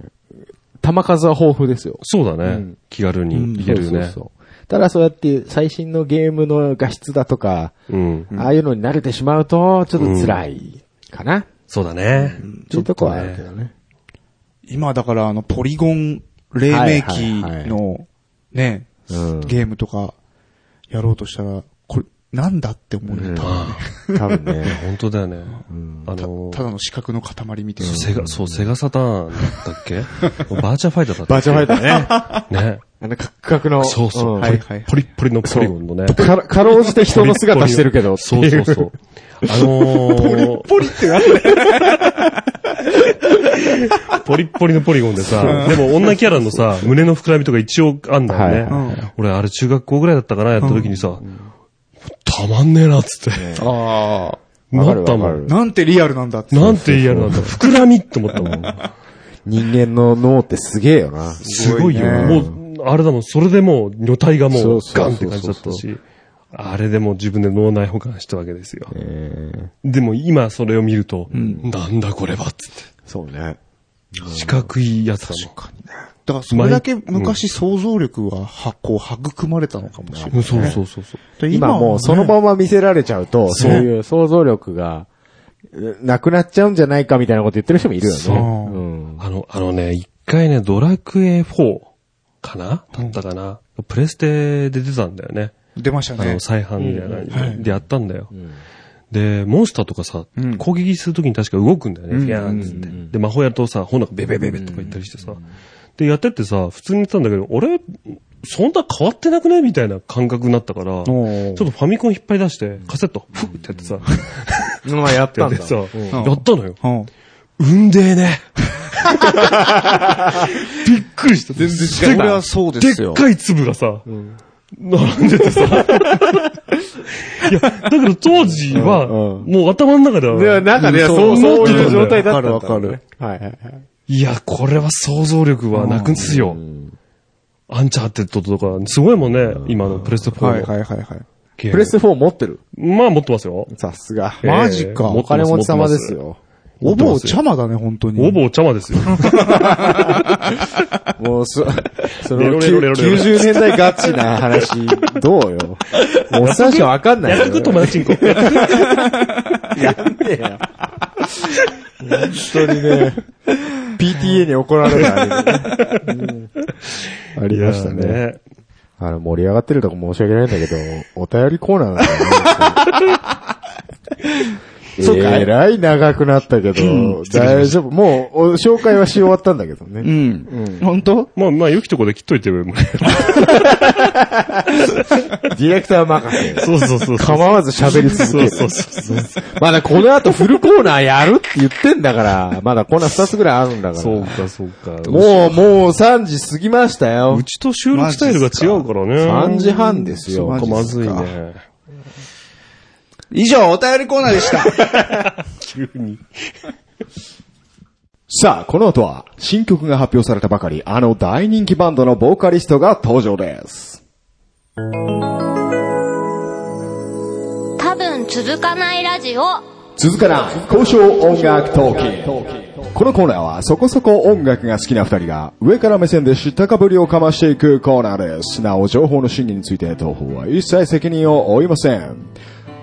S4: 弾数は豊富ですよ。
S1: そうだ
S4: うん
S1: ね。気軽にいけるよ
S4: そう
S1: ね
S4: そう。そうただそうやって最新のゲームの画質だとか、
S1: うん。
S4: ああいうのに慣れてしまうと、ちょっと辛いかな。
S1: そうだね。
S4: ちょっとこはあるけどね。
S3: 今だからあの、ポリゴン黎明期
S4: はいはい
S3: の、ね、
S4: うん
S3: ゲームとか、やろうとしたら、これ、なんだって思うよ、多分ね。
S4: 多分ね。
S1: 本当だよね。あのー
S3: ただの四角の塊みたいな。
S1: セガ、そう、セガサターンだったっ けバーチャファイターだった
S4: バ
S1: っ
S4: ーチャファイターね。
S1: けね。
S4: あの、カクカク の。
S1: そうそう。
S4: ん
S1: ポ
S3: はい
S1: リ
S3: はい
S1: ポリッポリのポリゴンのね。
S4: かかろうじて人の姿してるけど。
S1: そうそうそう。あのー、
S3: ポリってなんだよ。
S1: ポリッポリのポリゴンでさ、でも女キャラのさ、胸の膨らみとか一応あんだよね。俺、あれ中学校ぐらいだったかな、やった時にさ、たまんねえな、つって。
S2: あ
S4: わ
S1: な
S4: かる
S1: ったも
S4: わかる
S1: ん。
S3: なんてリアルなんだって。
S1: なんて嫌なんだ。膨らみって思ったもん。
S4: 人間の脳ってすげえよな。
S1: すごいよ。もう、あれだもん、それでもう、女体がも
S4: そうう、そう
S1: ガンって感じだったし。あれでもう自分で脳内保管したわけですよ。でも今それを見ると、なんだこれは、つっ
S4: そうね。
S1: て。四角いやつだもん。
S3: だからそれだけ昔想像力は、は、こう、育まれたのかもしれ
S1: う
S3: ない。
S1: んそうそうそうそう。
S3: で
S4: 今もうその
S3: はね
S4: まま見せられちゃうと、そういう想像力が、うなくなっちゃうんじゃないかみたいなこと言ってる人もいるよね。
S3: そう
S4: うん。
S1: あの、あのね、一回ね、ドラクエ4かなだったかな、プレステで出たんだよね。
S3: 出ました
S1: あ
S3: ね
S1: の、。再販みたいな、でやったんだよ、
S4: ん
S1: で、モンスターとかさ、
S3: うん
S1: 攻撃するときに確か動くんだよね。
S3: うん
S1: ビャーンっつって。で、魔法やるとさ、炎がベベベベとか言ったりしてさ。で、やってってさ、普通に言ってたんだけど、俺、そんな変わってなくねみたいな感覚になったから、ちょ
S3: お
S1: っ
S3: ー
S1: とファミコン引っ張り出して、カセット、ふってやってさ、
S4: まあや
S1: や
S4: った
S1: っ
S4: ん
S1: て
S4: だ。
S1: さ、
S4: うん
S1: やったのよ。
S3: うん。
S1: うんでえね。びっくりした。全
S3: 然違う俺はそうですよ
S1: でっかい粒がさ、並んでてさ。いや、だけど当時は、
S4: うんうん
S1: もう頭の中では、
S4: で、なんかね、そ
S1: そう
S4: う、そう
S1: そう
S4: い
S1: いう
S4: う
S1: 状
S4: 状
S1: 態
S4: 態
S1: だ
S4: だ
S1: っ
S4: ったた。
S1: んだ
S4: わかるわかる。はいはいはい。
S1: いや、これは想像力はなくんすよ。アンチャーテッドとか、すごいもんね、今のプレステ4の、
S3: はいはいはいはい。
S1: ゲーム
S4: プレステ4持ってる。
S1: まあ持ってますよ。
S4: さすが。
S1: マジか
S4: お金持ち様ですよ。
S1: 持
S3: お
S1: ってます
S3: 坊ちゃまだね、本当に。
S1: おぼお茶まですよ。
S4: も う、そ、そ
S1: レ
S4: の、
S1: ロ
S4: き
S1: レ
S4: ゅ
S1: ロレロレロ
S4: 90年代ガチな話、どうよ。もうおっさんしかわかんないよ。
S1: ヤクルトマダチンコ。
S4: ねえよ。本当にね、PTA に怒られるあれねうんありました
S1: いや
S4: ね。
S1: ー。
S4: あの、盛り上がってるとこ申し訳ないんだけど、お便りコーナーなんだよね。そうか。えらい長くなったけど、大丈夫。もう、お紹介はし終わったんだけど
S3: う
S4: ね。
S3: ん。本当
S1: まあまあ、良きとこで切っといてよ、もう
S4: ディレクター任せ。
S1: そうそうそうそう。
S4: 構わず喋り続ける。
S1: そうそうそう。
S4: まだこの後フルコーナーやるって言ってんだから、まだコーナー2つぐらいあるんだから。
S1: そうか、そうか。
S4: もう、もう3時過ぎましたよ
S1: う。ちと収録スタイルが違うからね。
S4: 3時半ですよ。
S1: なんかまずい
S4: マジっす
S1: ね。
S3: 以上、お便りコーナーでした。
S4: か。さあ、この後は、新曲が発表されたばかり、あの大人気バンドのボーカリストが登場です。
S6: 多分続かないラジオ
S4: 続かない、交渉音楽トーキン。このコーナーは、そこそこ音楽が好きな二人が、上から目線で知ったかぶりをかましていくコーナーです。なお、情報の真偽について、東方は一切責任を負いません。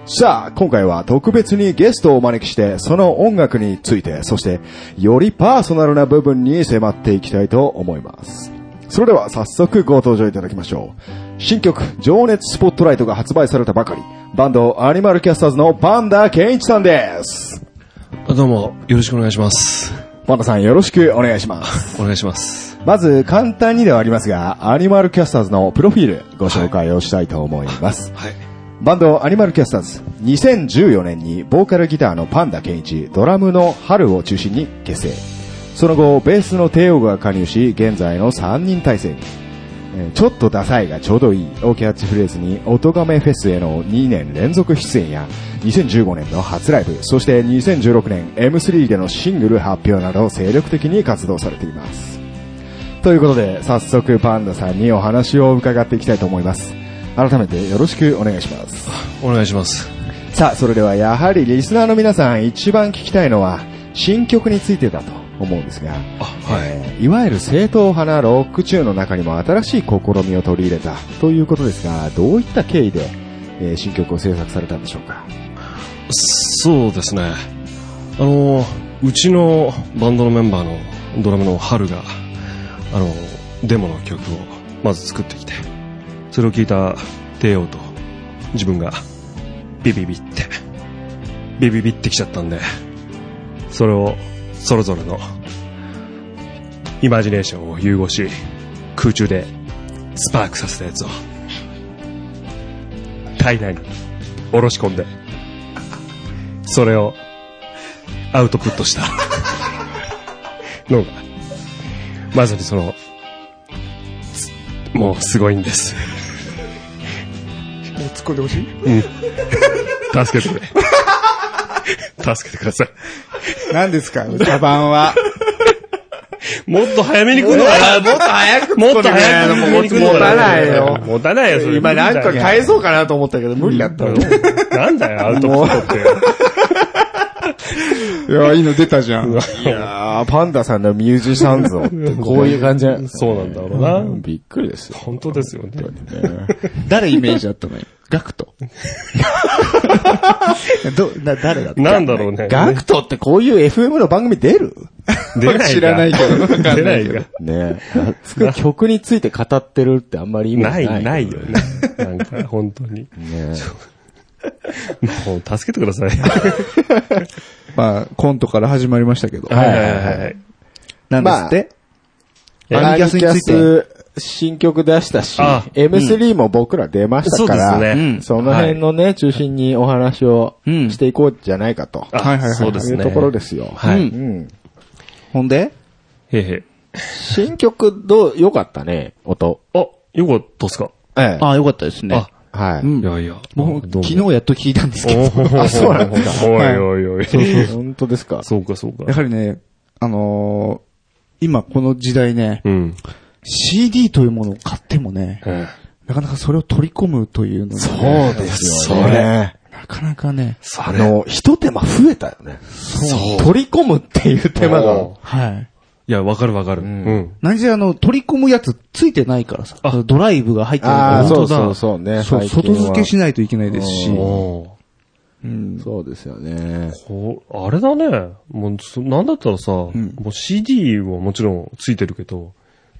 S4: さあ、今回は特別にゲストをお招きして、その音楽について、そして、よりパーソナルな部分に迫っていきたいと思います。それでは早速ご登場いただきましょう。新曲、情熱スポットライトが発売されたばかり、バンドアニマルキャスターズのバンダーケンイチさんです。
S1: どうも、よろしくお願いします。
S4: バンダさんよろしくお願いします。
S1: お願いします。
S4: まず簡単にではありますが、アニマルキャスターズのプロフィールご紹介をしたいと思います。
S1: はい。
S4: バンドアニマルキャスターズ2014年にボーカルギターのパンダケンイチドラムの春を中心に結成その後ベースの帝王が加入し現在の3人体制にえーちょっとダサいがちょうどいいをキャッチフレーズに音亀フェスへの2年連続出演や2015年の初ライブそして2016年 M3 でのシングル発表など精力的に活動されていますということで早速パンダさんにお話を伺っていきたいと思います改めてよろしくお願いします
S1: お願いします。
S4: さあ、それではやはりリスナーの皆さん一番聞きたいのは新曲についてだと思うんですが、
S1: あ、はい。
S4: えーいわゆる正統派なロックチューンの中にも新しい試みを取り入れたということですが、どういった経緯で、えー新曲を制作されたんでしょうか
S1: そうですね。あの、うちのバンドのメンバーのドラムの春が、あの、デモの曲をまず作ってきて、それを聞いた帝王と自分がビビビって、ビビビってきちゃったんで、それをそれぞれのイマジネーションを融合し、空中でスパークさせたやつを、体内に下ろし込んで、それをアウトプットした のが、まさにその、すもうすごいんです。
S3: 突っ込んでほしい
S1: 助けてく れ。助けてください。
S3: 何ですか茶番 は。
S1: もっと早めに来るのかなもっと早くもっと早く
S2: もっと持たないよ
S1: 持たないよ、それ。
S2: 今なんか返そうかなと思ったけど、無理だったの。
S1: なんだよ、アウトプットって。
S3: いや、いいの出たじゃん。
S4: いやー、パンダさんのミュージシャン像ってこういう感じなんです
S1: そうなんだろうな。
S4: ねびっくりですよ。
S1: 本当ですよね。
S5: 誰イメージだったのよ。ガ クト。ど、な、誰だった
S1: なんだろうね。
S4: ガクトってこういう FM の番組出る
S1: 出ないか
S3: 知らないけどわかんない
S1: 出
S3: けど
S1: ないが。
S4: ねえ。作る曲について語ってるってあんまり意味
S1: な、
S4: ないい。
S1: ないよね。なんか、本当に。
S4: ね
S1: もう、助けてください。
S3: まあ、コントから始まりましたけど。
S1: はいはいはいはい。
S3: なんですって、
S4: え。
S3: ア
S4: ア
S3: ニ
S4: ニ
S3: キ
S4: キ
S3: ャ
S4: ャ
S3: ス
S4: ス
S3: について
S4: 新曲出したし、
S1: あ
S4: M3 も僕ら出ましたから、
S1: そうですね
S4: んその辺のね、中心にお話をしていこうじゃないかと。
S1: あ
S3: はいはいはい
S1: そうです
S4: い
S1: ね。
S4: うところですよ。
S1: はい
S4: うん。
S3: ほんで
S1: へいへい。
S4: 新曲どう、良かったね、音。
S1: あ、よかったっすか
S4: え
S5: ああ、よかったですね。
S4: え。はいい。
S1: いやいや。
S5: 僕、昨日やっと聞いたんですけど。
S1: あ、そうなんですか。おいおいおい。
S4: 本当ですか。
S1: そうかそうか
S3: や。はりね、あのー今この時代ね、
S1: うん。
S3: CD というものを買ってもね、
S1: うん
S3: なかなかそれを取り込むというのがね、
S4: そうですよね。
S3: なかなかね、
S4: あの、一手間増えたよね。そう。取り込むっていう手間が。
S3: はい。
S1: いや、わかるわかる。うん。
S3: 何せあの、取り込むやつついてないからさ、ドライブが入ってる
S4: あ
S3: か
S4: あ、
S3: ら、
S4: そうそうそうね。
S3: そう
S4: 最近
S3: 外
S4: は
S3: 付けしないといけないですし、
S1: おー
S4: そうですよね。
S1: こう、あれだね。もうそ、なんだったらさ、もう CD はもちろんついてるけど、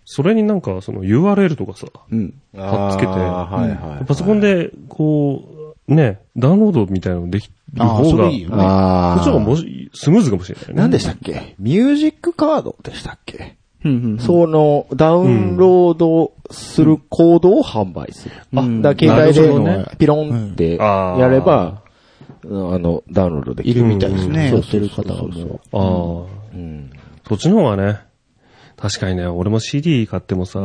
S1: それになんかその URL とかさ、貼っつけて、
S4: あーはいはいはい
S1: パソコンで、こう、ね、ダウンロードみたいなのできる
S5: ああ、
S1: 方
S5: そ
S1: が、
S5: れ
S1: こ
S5: いいよね。
S4: ああ。
S1: っちの方がもしスムーズかもしれないね。
S4: 何でしたっけミュージックカードでしたっけ
S3: うんうん
S4: その、ダウンロードするコードを販売する。あ、だか
S1: な
S4: ら携
S1: るほ
S4: 帯
S1: どね
S4: でピロンってやれば、うんあの、ダウンロードでき
S5: い
S4: る
S5: る。みたいですね。
S4: うん
S5: やってる方がも
S1: ああ、そっちの方がね、確かにね、俺も CD 買ってもさ、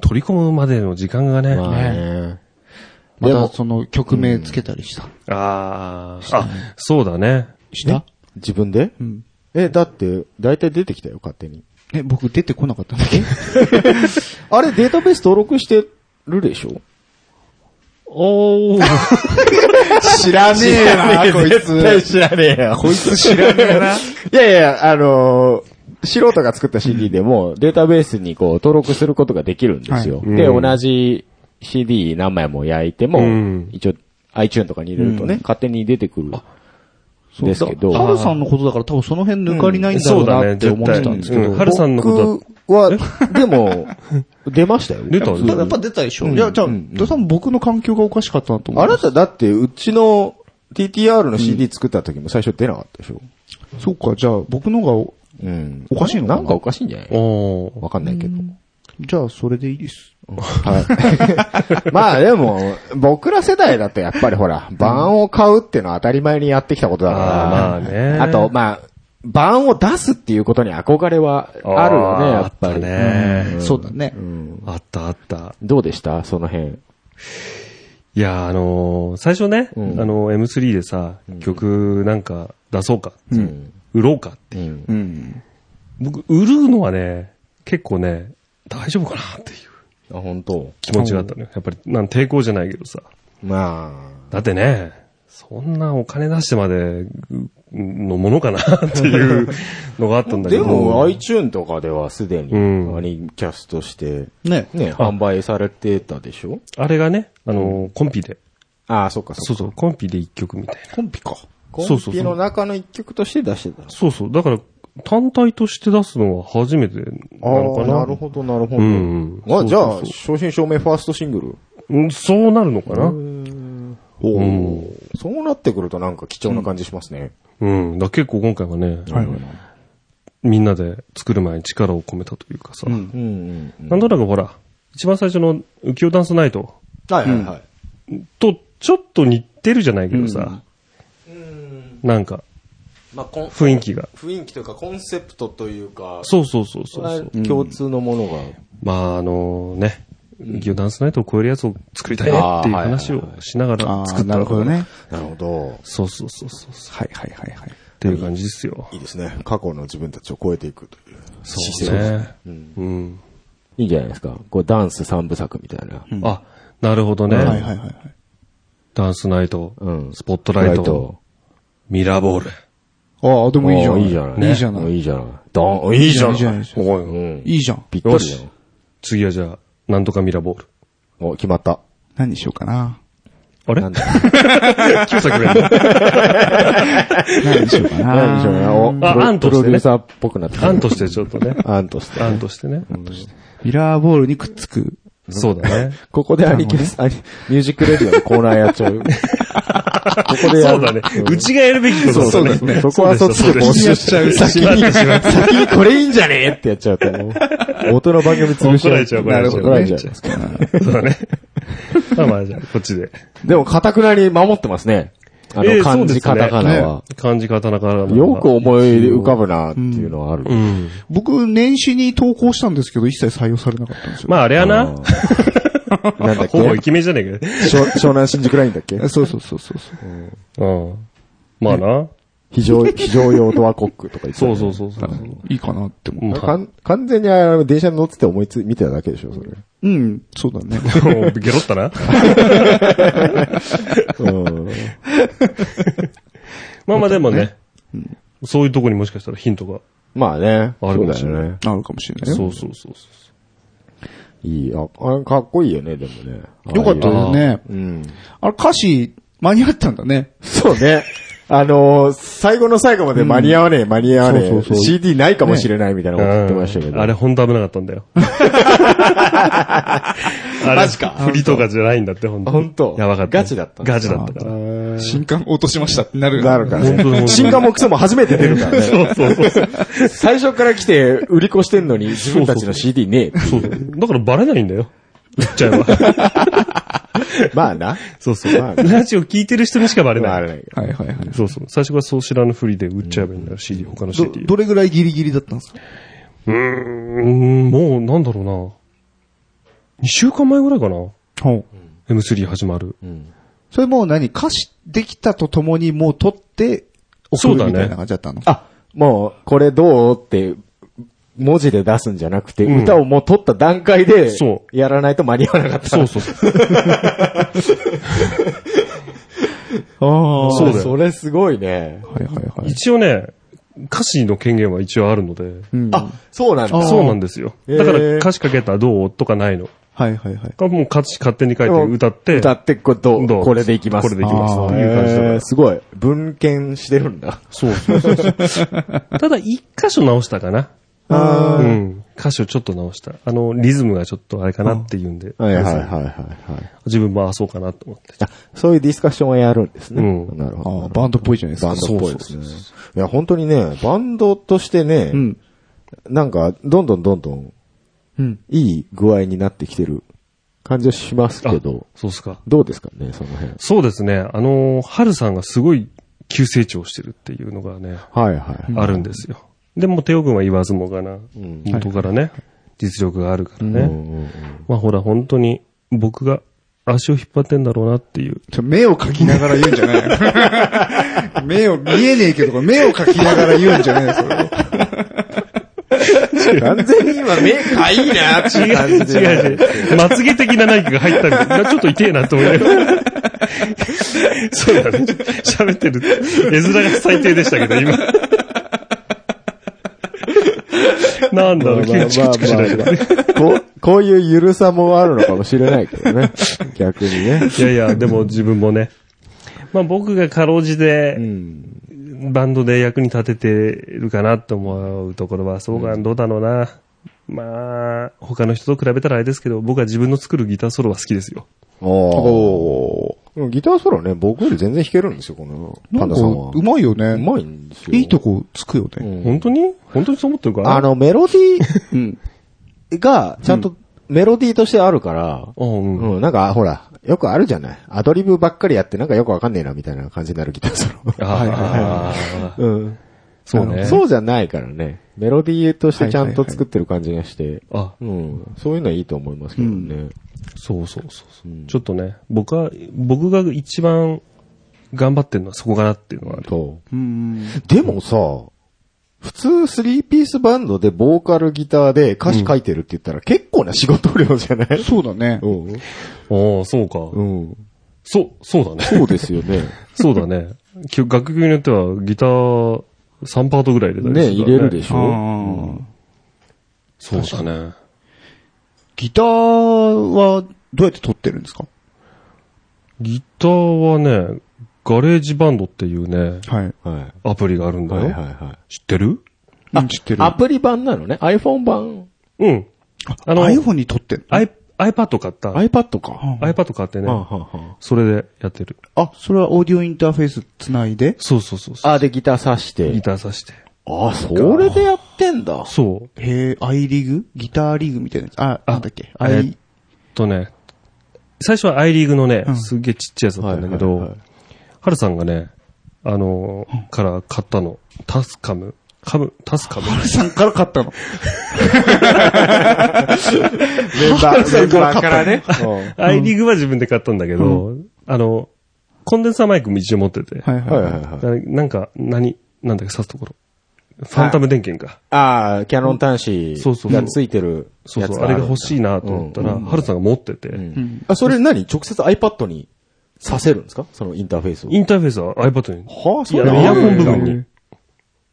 S1: 取り込むまでの時間がね、
S4: まあね。
S5: う。ま
S4: でも
S5: たその曲名つけたりした。
S1: ああ、あ、そうだね。
S5: した
S4: 自分でえ、だって、だいたい出てきたよ、勝手に。
S3: え、僕出てこなかったんだっけ
S4: あれ、データベース登録してるでしょ
S1: おお、
S3: 知らねえな、こい
S4: 絶対知らねえよ。こいつ知らねえ な。いやいや、あのー素人が作った CD でも、データベースにこう、登録することができるんですよ。で、
S1: うん
S4: 同じ CD 何枚も焼いて
S1: う
S4: も
S1: ん、
S4: 一応、iTune とかに入れるとね、勝手に出てくる。ですけど。
S5: ハルさんのことだから多分その辺抜かりないんだろ
S1: そううだ
S5: な
S1: ね、
S5: って思
S1: 絶
S5: って
S1: 対。
S5: たんですけど。
S1: うん、春さんのこと
S4: 僕は、でも、出ましたよ。
S1: 出た
S5: だからやっぱ出たでしょいや、じゃあ、多分僕の環境がおかしかったなと思う。
S4: あなただって、うちの TTR の CD 作った時も最初出なかったでしょ
S3: そうか、じゃあ僕のがお、
S4: うん。
S3: おかしいの
S4: なんかおかしいんじゃない
S1: おー
S4: わかんないけど。
S3: じゃあそれでいいです。
S4: はい。 まあでも、僕ら世代だとやっぱりほら、版を買うっていうのは当たり前にやってきたことだ
S1: あ
S4: か
S1: ー
S4: ら、
S1: ね
S4: あと、まあ、版を出すっていうことに憧れはあるよね、やっぱり。
S1: ね、
S3: そうだね。
S1: あったあった。
S4: どうでしたその辺。
S1: いや、あのー最初ね、
S4: うん
S1: あの M3 でさ、曲なんか出そうか、
S4: うん。
S1: 売ろうかって。
S4: うん
S3: うん。
S1: 僕、売るのはね、結構ね、大丈夫かなっていう
S4: あ、本当。
S1: 気持ちがあったのよ。やっぱり、なん抵抗じゃないけどさ。
S4: ま
S1: だってね、そんなお金出してまでうのものかなっていうのがあったん
S4: あ。
S1: だけ
S4: で
S1: ど。
S4: も、iTune とかではすで
S1: う
S4: に、
S1: ん
S4: アニキャスとして、
S5: ね。
S4: ね、販売されてたでしょ
S1: あれがね、あのーコンピで。
S4: ああ、そっかそ
S1: そ
S4: っか。
S1: うそう、コンピで一曲みたいな。
S5: コンピか。
S4: コ
S1: そうそうそ
S4: ンピ
S1: う
S4: の中の一曲として出してたの。
S1: そうそう。だから、単体として出すのは初めてなのかな。
S4: あーなるほど、なるほど。
S1: うん
S4: まあ、じゃあ
S1: そうそうそう、
S4: 正真正銘ファーストシングル。
S1: うんそうなるのかな。
S4: お
S1: ん
S4: そうなってくるとなんか貴重な感じしますね。
S1: うん。だ結構今回はね、みんなで作る前に力を込めたというかさ、
S4: うんうんうん。
S1: なんとなくほら、一番最初の浮世ダンスナイト
S4: はいはいはい。
S1: とちょっと似てるじゃないけどさ、なんか
S4: まあ、こん
S1: 雰囲気が。
S4: 雰囲気というかコンセプトというか、
S1: そうそうそうそうそう。
S4: 共通のものが。
S1: まああのね、企業ダンスナイトを超えるやつを作りたいねっていう話をしなが
S3: あ
S1: ら
S3: ー
S1: 作った
S3: なるほど。ね。
S4: なるほど。
S1: そうそうそうそう。っ
S3: はいはいはいはい。
S1: ていう感じですよ。
S4: いいですね。過去の自分たちを超えていくという。
S1: そうね。うん。
S4: いいんじゃないですか。こうダンス三部作みたいな。
S1: あ、なるほど
S3: はいはいは
S1: ね。
S3: いはい。
S1: ダンスナイト
S4: うん、
S1: スポットライ
S4: ライ
S1: ト
S4: ト、
S1: ミラーボール。
S3: ああ、でもいいじゃん。
S4: いいじゃない。
S3: いいじゃない。
S4: いいじゃない。どん、いいじゃない
S3: いいじゃないいいじゃ
S4: おいうん
S3: いいじゃん。
S4: ぴったりじ
S1: よ
S4: ゃ
S1: し
S4: ん。
S1: 次はじゃあ、なんとかミラーボール。
S4: お、決まった。
S3: 何にしようかな。
S1: あれ
S4: なんだ
S1: ?9 作連打。
S3: 何にしようかな。
S4: 何でしょうね。お、
S1: あ
S4: プロ
S1: 案としてね
S4: プロデューサーっぽくなってきた
S1: 案としてちょっとね。
S4: 案として。
S1: 案としてね。
S3: ミラーボールにくっつく。
S1: そうだね。
S4: ここでアニキャス、アニミュージックレディオのコーナーやっちゃう。ここでや
S1: そうだね。うちがやるべきことだね。
S4: そうですね。そこはそっちで募集しちゃう。先に、先にこれいいんじゃねえってやっちゃうと思う。 元の番組潰し
S1: 怒られちゃう怒られちゃう
S4: 怒られちゃう。
S1: そうだね。 まあまあじゃあ、こっちで。
S4: でも、カタクナに守ってますね。あ
S1: ええ
S4: の、漢字カタカナは。
S1: 漢字刀からの。
S4: よく思い浮かぶなっていうのはある。
S1: うん。
S3: 僕、年始に投稿したんですけど、一切採用されなかったんですよ。
S1: まああれはな、
S4: うんなんだっけ
S1: ほぼイケメンじゃねえ
S4: 湘湘南新宿ラインだっけ
S3: あそうそうそうそうそう。
S1: かよ。うん。まあな。
S4: 非常、非常用ドアコックとか言ってた
S1: そ
S4: ね
S1: うそうそうそう。
S3: いいかなって思
S1: もう
S4: かん完全にあの電車に乗ってて思いつ、見てただけでしょ、それ。
S3: う。うん、そうだね。
S1: もうゲロったな。
S4: うん。
S1: まあまあでもね、そういうとこにもしかしたらヒントが。
S4: まあね。
S1: ある
S4: そう
S1: かも
S4: だ
S1: しれない
S4: よね。
S3: あるかもしれ ないよ。
S1: そうそうそうそ
S4: いい。あ、あかっこいいよね、でもね。
S3: よかった
S4: ああいう
S3: ですね。
S4: うん。
S3: あれ、歌詞、間に合ったんだね。
S4: そうね。あのー最後の最後まで間に合わねえ、間に合わね
S3: そうそうそ
S4: え。
S3: う
S4: CD ないかもしれないみたいな
S1: う。
S4: こと言ってましたけ
S1: うん
S4: ど。
S1: あれほんと危なかったんだ よ。あれ、マジか。振りとかじゃないんだって、ほんと。
S4: ほんと
S1: やばかった。
S4: ガチだったんだ
S1: ガチだったから。
S3: 新刊落としましたってなる。
S4: なるから
S1: 本当に本当
S4: ね。
S1: に
S4: 新刊もクソも初めて出る からね。
S1: そうそうそう。
S4: 最初から来て売り越してんのに自分たちの CD ねえっていう
S1: そう。だからバレないんだよ。言っちゃえば。
S4: まあな。
S1: そうそう。
S4: まあ
S1: ラジオ聞いてる人にしかバレ
S4: まああ
S1: ない。
S4: れだけど
S3: はいはいはい。
S1: そうそう。最初からそう知らぬふりで売っちゃえばいいんだよ、CD、他の
S3: ど
S1: CD、。
S3: どれぐらいギリギリだったんですか
S1: うーん、もうなんだろうな。2週間前ぐらいかな。
S3: ほ
S1: M3 始まる。
S3: それもう何歌詞できたとともにもう撮って、送るみたいな感じだったの
S4: あ、もう、これどうって、文字で出すんじゃなくて、
S1: うん
S4: 歌をもう取った段階で
S1: そ、
S4: やらないと間に合わなかった。
S1: そうそうそう。
S4: ああ
S1: そうだよ
S4: それすごいね。
S3: はいはいはい。
S1: 一応ね、歌詞の権限は一応あるので、
S4: あ、そうなんだ。
S1: そうなんですよ。
S4: へー
S1: だから歌詞かけたらどうとかないの。
S3: はいはいはい。
S1: かもう歌詞勝手に書いて歌って、
S4: 歌ってこと、
S1: どう
S4: これでいきま
S1: こ
S4: す。
S1: れでいきます
S4: あー
S1: という感じだから
S4: へーすごい。文献してるんだ。
S1: そうそうそう そう。ただ一箇所直したかな。
S4: あ
S1: うん。歌詞をちょっと直した。あの、リズムがちょっとあれかなっていうんで。
S4: はいはいはいはいはい。
S1: 自分回そうかなと思って。
S4: あ、そういうディスカッションはやるんですね。
S1: うん
S4: なるほど。
S3: ああ、バンドっぽいじゃないです
S4: バ
S3: か。
S4: ンドっぽいですね。いや、本当にね、バンドとしてね、
S3: ん
S4: なんか、どんどんどんどん、
S3: うん
S4: いい具合になってきてる感じはしますけど、
S1: そうっすか。
S4: どうですかね、その辺。
S1: そうですね。あのー、春さんがすごい急成長してるっていうのがね、
S4: はいはい。
S1: あるんですよ。でも、テオ君は言わずもがな、
S4: ん
S1: 元からね、実力があるから
S4: うん
S1: ね。
S4: うんうん
S1: まあほら、本当に僕が足を引っ張ってんだろうなっていう。
S3: ちょ目を描きながら言うんじゃない 目を、見えねえけど、目を描きながら言うんじゃないそれを
S4: 完全に今目かいいなっていう感じで。
S1: 違う違う。まつげ的な何かが入ったりな、ちょっと痛えなと思いながら。そうだね。喋ってる。絵面が最低でしたけど、今。なんだろう、急にチクチクしないで。
S4: こう、こういうゆるさもあるのかもしれないけど ね。逆にね。
S1: いやいや、でも自分もね。まあ僕がかろうじ
S4: う
S1: て、
S4: ん。
S1: バンドで役に立ててるかなと思うところは、そうか、どうだろうな。まあ、他の人と比べたらあれですけど、僕は自分の作るギターソロは好きですよ。
S4: おーギターソロね、僕より全然弾けるんですよ、この
S3: な
S4: パ
S3: ん
S4: ン
S3: か
S4: ダさんは。
S3: うまいよね。
S4: うまいんですよ。
S3: いいとこつくよね。
S1: 本当に本当にそう思ってるか
S4: あの、メロディーが、ちゃんとメロディーとしてあるから、
S1: あうん。
S4: うん、なんか、ほら、よくあるじゃない。アドリブばっかりやって、なんかよくわかんねえな、みたいな感じになるギターソロ。
S1: はいはいは
S4: うん。
S1: い。そうね。
S4: そうじゃないからね。メロディーとしてちゃんと作ってる感じがして、
S1: あ、
S4: うん。そういうのはいいと思いますけどね。
S1: そうそうそうそう、ちょっとね、僕は、僕が一番頑張ってるのはそこかなっていうのがある。
S4: と。
S3: うん。
S4: でもさ、普通スリーピースバンドでボーカルギターで歌詞書いてるって言ったら結構な仕事量じゃない
S3: そうだね。
S4: うん。
S1: ああ、そうか。
S4: うん。
S1: そう、そうだね。
S4: そうですよね。
S1: そうだね。きゅ楽曲によってはギター3パートぐらい入れたり
S4: ね、
S1: する
S4: 入
S1: から
S4: れるでし
S3: う
S4: ょ
S3: ん。
S1: そうだね。
S3: ギターはどうやって撮ってるんですか
S1: ギターはね、ガレージバンドっていうね、
S3: はい。
S4: は
S1: アプリがあるん
S4: い。
S1: だよ。
S4: はいはいは
S1: 知ってる
S3: うん知って
S4: い。
S3: る。
S4: アプリ版なのね。iPhone 版。
S1: うん。あの、
S3: iPhone に撮ってんの
S1: i、iPad 買った。
S4: iPad か。
S1: iPad 買ってね、それでやってる。
S3: あ、それはオーディオインターフェースつないで
S1: そうそうそうそう。
S4: あ、でギター挿し
S1: ギ
S4: て。
S1: ターさして。
S4: あ、それでやって んだ。
S1: そう。
S3: へえ、アイリグギターリグみたいなやつ。あ、なんだっけ
S1: あ
S3: ア
S1: え
S3: イ
S1: っ、とね、最初はアイリーグのね
S3: う、ん
S1: すげえちっちゃいやつだったんだけど、
S4: はいはいはい
S1: ハルさんがね、あのーから買ったの。タスカム。カム、タスカム。
S3: さんから買ったの。
S4: メ ンバー、メンバーからね。
S1: アイリーグは自分で買ったんだけど、あの、コンデンサーマイクも一応持ってて、
S3: はい
S4: うんはい
S3: は。
S4: はいいはい。
S1: だなんか、何、なんだっけ、刺すところ。ファンタム電源か。
S4: ああ、キャノン端子
S1: そうそうそう
S4: がついてる
S1: そう
S4: や
S1: そう、
S4: つ
S1: あれが欲しい
S4: な。
S1: なと思ったら、ハルさんが持ってて、
S4: うんあ、それ何直接 iPad にさせるんですかそのインターフェースを。
S1: インターフェースは iPad に。
S4: はあ、
S1: い
S4: そ
S1: や、
S4: うなんだ
S1: イヤホン部分に。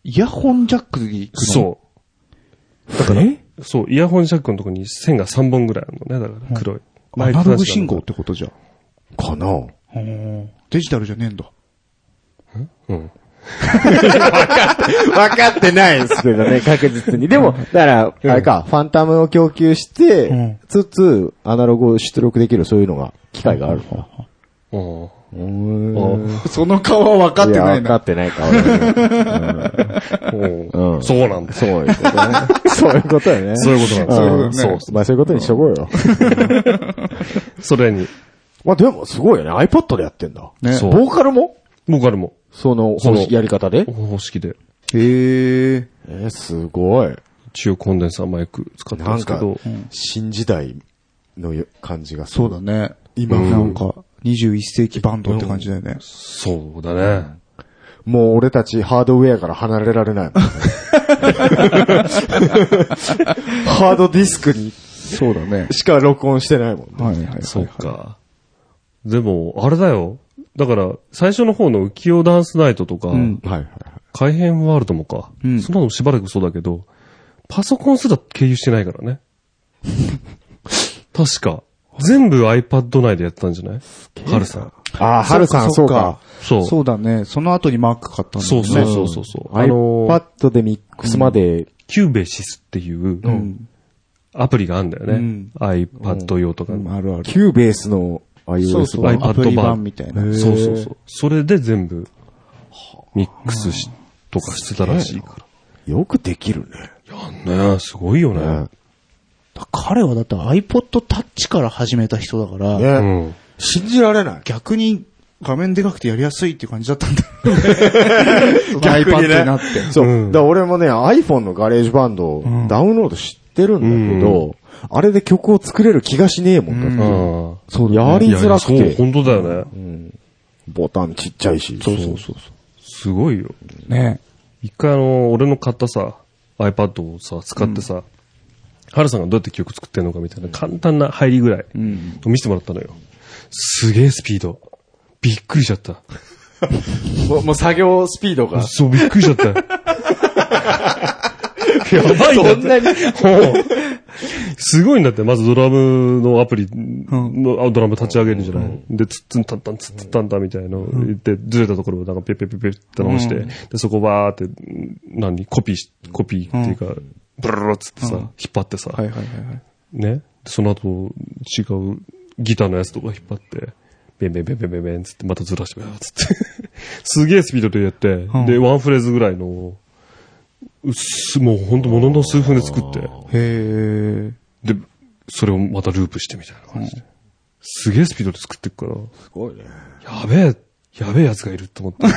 S3: イヤホンジャックに行くの
S1: そう。だから、そう、イヤホンジャックのとこに線が3本ぐらいあるのね、だから黒い。
S3: アナログ信
S1: 信
S3: 号
S1: 号
S3: ってことじゃん。
S4: かな
S3: デジタルじゃねえんだ。
S1: うん。
S4: わかってないですけ どね、確実に。でも、だから、あれか、ファンタムを供給し
S3: う
S4: て
S3: ん、
S4: つつ、アナログを出力できる、そういうのが、機械があるのか。
S1: うん。
S4: うーん
S1: あ
S3: その顔は分かってない
S4: やわか
S3: な。
S4: ってないか、俺
S1: う
S4: うんん
S1: そうなんだ。
S4: そういうことね。そういうことよね。
S1: そういうことなんですよ
S4: う
S1: そういうこと
S4: ん
S1: ね
S4: そう。まあそういうことにしとこうよ。
S1: それに、
S4: まあでも、すごいよね。iPad でやってんだ。
S3: ね
S1: そう
S4: ボーカルも
S1: 僕からも、
S4: その、
S1: そ
S4: そ
S1: の
S4: のやり方で
S1: 方式で、
S3: へえ。
S4: えー、すごい。
S1: 一応コンデンサーマイク使ってますけど、
S4: 新時代のよ感じがす
S3: そ
S4: る
S3: うだね。
S4: 今
S3: なんか、21世紀バンドって感じだよね。
S1: そうだね。
S4: もう俺たちハードウェアから離れられないもんね、ハードディスクに
S3: そうだね。
S4: しか録音してないもんね。
S3: はいはいはい。
S1: そうか。でも、あれだよ。だから、最初の方の浮世ダンスナイトとか、
S3: ん
S4: はいはい
S1: 改変ワールドもか、
S3: うん
S1: そんなのしばらくそうだけど、パソコンすら経由してないからね。 確か。全部 iPad 内でやってたんじゃないハルさん。
S4: ああ、はるさん、そうか。。
S1: そう。
S3: そうだね。その後にマーク買ったんだ
S1: そ
S3: よ
S1: う
S3: ね。
S1: そうそうそうそう。あのー、
S4: iPad でミックスまで、
S1: キューベシスっていうアプリがあるんだよね。
S3: うん
S1: iPad 用とか、
S3: うんあるある。
S4: キューベースの iOS
S3: そうそう。
S1: iPad 版
S3: アプリ版みたいな。
S1: そうそうそう。それで全部ミックスし、とかしてたらしいか
S4: よくできるね。
S1: ら。ねえすごいよね。
S5: 彼はだって iPod Touch から始めた人だから、
S1: う
S4: ね
S1: ん。
S4: 信じられない。
S3: 逆に、画面でかくてやりやすいっていう感じだったんだ。
S4: 逆に
S3: iPad
S4: ね
S3: になって。
S4: そう。だから俺もね、iPhone のガレージバンドをダウンロード知ってるんだけど、あれで曲を作れる気がしねえもんだって。
S1: ああ。
S4: そうやりづらく
S1: いやいやそ
S4: て。
S1: う、本当だよね。
S4: ボタンちっちゃいし。そうそうそう。
S1: すごいよ。
S3: ね
S1: 一回あの、俺の買ったさ、iPad をさ、使ってさ、ハルさんがどうやって曲作ってんのかみたいな簡単な入りぐらい、見せてもらったのよ。すげえスピード。びっくりしちゃった。
S4: もうもう作業スピードが。
S1: そう、びっくりしちゃった。 やばいんだって。ほうすごいんだって、まずドラムのアプリの、あドラム立ち上げるんじゃないで、ツッツンタンタン、ツッツンタンタンみたいの言って、ずれたところをなんかピュッピュッピュッピュッって直して、で、そこバーって、ん何、コピーし、コピーっていうか、ブルルルっつってさ、引っ張ってさ
S3: は、いはいはいはい。
S1: ね。でその後、違うギターのやつとか引っ張って、ベンベンベンベンベンベンつって、またずらして、つって。 すげえスピードでやって、で、ワンフレーズぐらいの、うっす、もうほんとものの数分で作って、
S3: へえ。
S1: で、それをまたループしてみたいな感じで。すげえスピードで作ってくから、
S4: すごいね。
S1: やべえ、やべえやつがいると思って、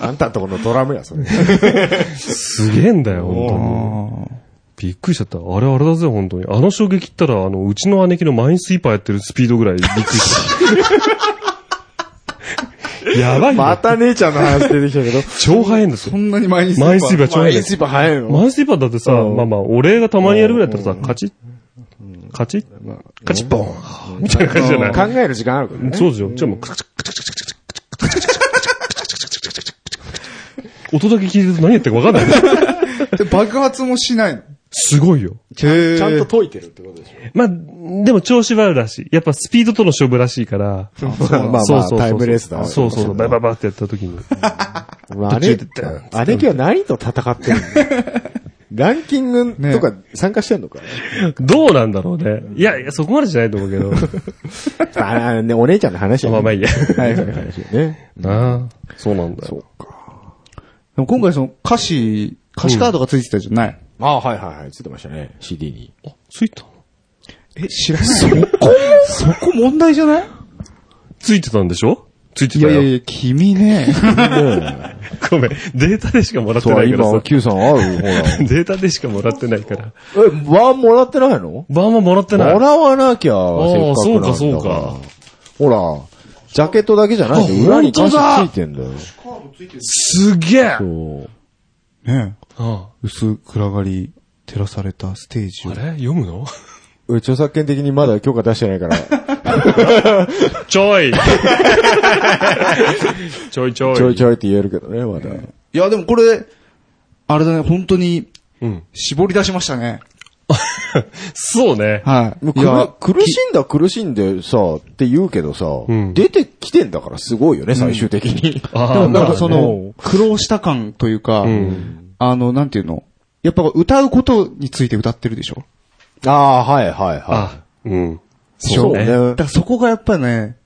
S4: あんたんとこのドラムや、それ。
S1: すげえんだよ、
S3: あ
S1: 本
S3: あ。
S1: びっくりしちゃった。あれあれだぜ、本当に。あの衝撃ったら、あの、うちの姉貴のマインスイーパーやってるスピードぐらいびっくりした。やばい
S2: ま
S1: よ。
S2: た姉ちゃんの話出てきたけ ど。
S1: 超速いんですよ
S3: そ。んなに毎日
S1: マインスイーパー超速い
S2: マインスイーパー早いの
S1: マインスイーパーだってさ、まあまあ、お礼がたまにやるぐらいだったらさ、カチッ、カチッ、カチッポンみたいな感じじゃない
S2: 考える時間あるからね。
S1: そうですよ。じゃあもう、音だけ聞いてると何やってるか分かんない。
S3: で爆発もしないの。
S1: すごいよ。
S3: ちゃ
S4: ちゃんと解いてるってことでしょ。
S1: まあ、でも調子はあるらしい。やっぱスピードとの勝負らしいから。
S4: まあまあ
S1: そうそうそうそう
S4: タイムレースだ
S1: そうそうそう。バババってやった時に。
S4: あれ、あれ今日何と戦ってるの ランキングとか参加してんのか、
S1: どうなんだろうね。いやいや、そこまでじゃないと思う けど。
S4: ああ、ね、お姉ちゃんの話
S1: あま
S4: は
S1: あまあいいや。
S4: はいはいはい。ね。
S1: なあ。そうなんだよ。
S3: でも今回その歌詞、歌詞カードがついてたじゃない。
S4: ああ、はいはいはい。ついてましたね。CD に。
S1: ついた
S3: え、知らない。そこそこ問題じゃない
S1: ついてたんでしょついて
S3: い
S1: た
S3: やいや
S1: よ。
S3: いや、君ね。
S1: ごめん。データでしかもらってないからさ。
S2: Q さんある ほら。
S1: データでしかもらってないから。
S4: え、ワンもらってないの
S1: バーももらって
S4: も
S1: ない。
S4: らわなきゃ、
S1: ー
S4: せっ
S1: そ
S4: かくなんだから。
S1: うかそうか。
S4: ほら、ジャケットだけじゃないんだよ裏に歌詞ついてんだよ。
S1: すげえ
S4: そう。
S3: ね
S1: あ
S3: 薄暗がり、照らされたステージ
S1: あ
S3: を
S1: れ。読むの
S4: 俺著作権的にまだ許可出してないから、
S1: ちょ いちょいちょい。
S4: ちょいちょいって言えるけどね、まだ。
S3: いや、でもこれ、あれだね、本当に、
S1: うん。
S3: 絞り出しましたね。
S1: そうね。
S3: はい。
S4: もう
S3: いや
S4: 苦苦しんだ苦しんでさ、って言うけどさ、
S1: ん
S4: 出てきてんだからすごいよね、最終的に。
S1: あ
S3: でも
S1: ー
S3: なんかそ
S4: まあ
S3: の
S4: ね、
S3: 苦労した感というか、
S1: ん
S3: あの、なんていうのやっぱ歌うことについて歌ってるでしょ
S4: ああ、はいはいは
S1: あ、うん。
S4: い。そうね。
S3: だからそこがやっぱね、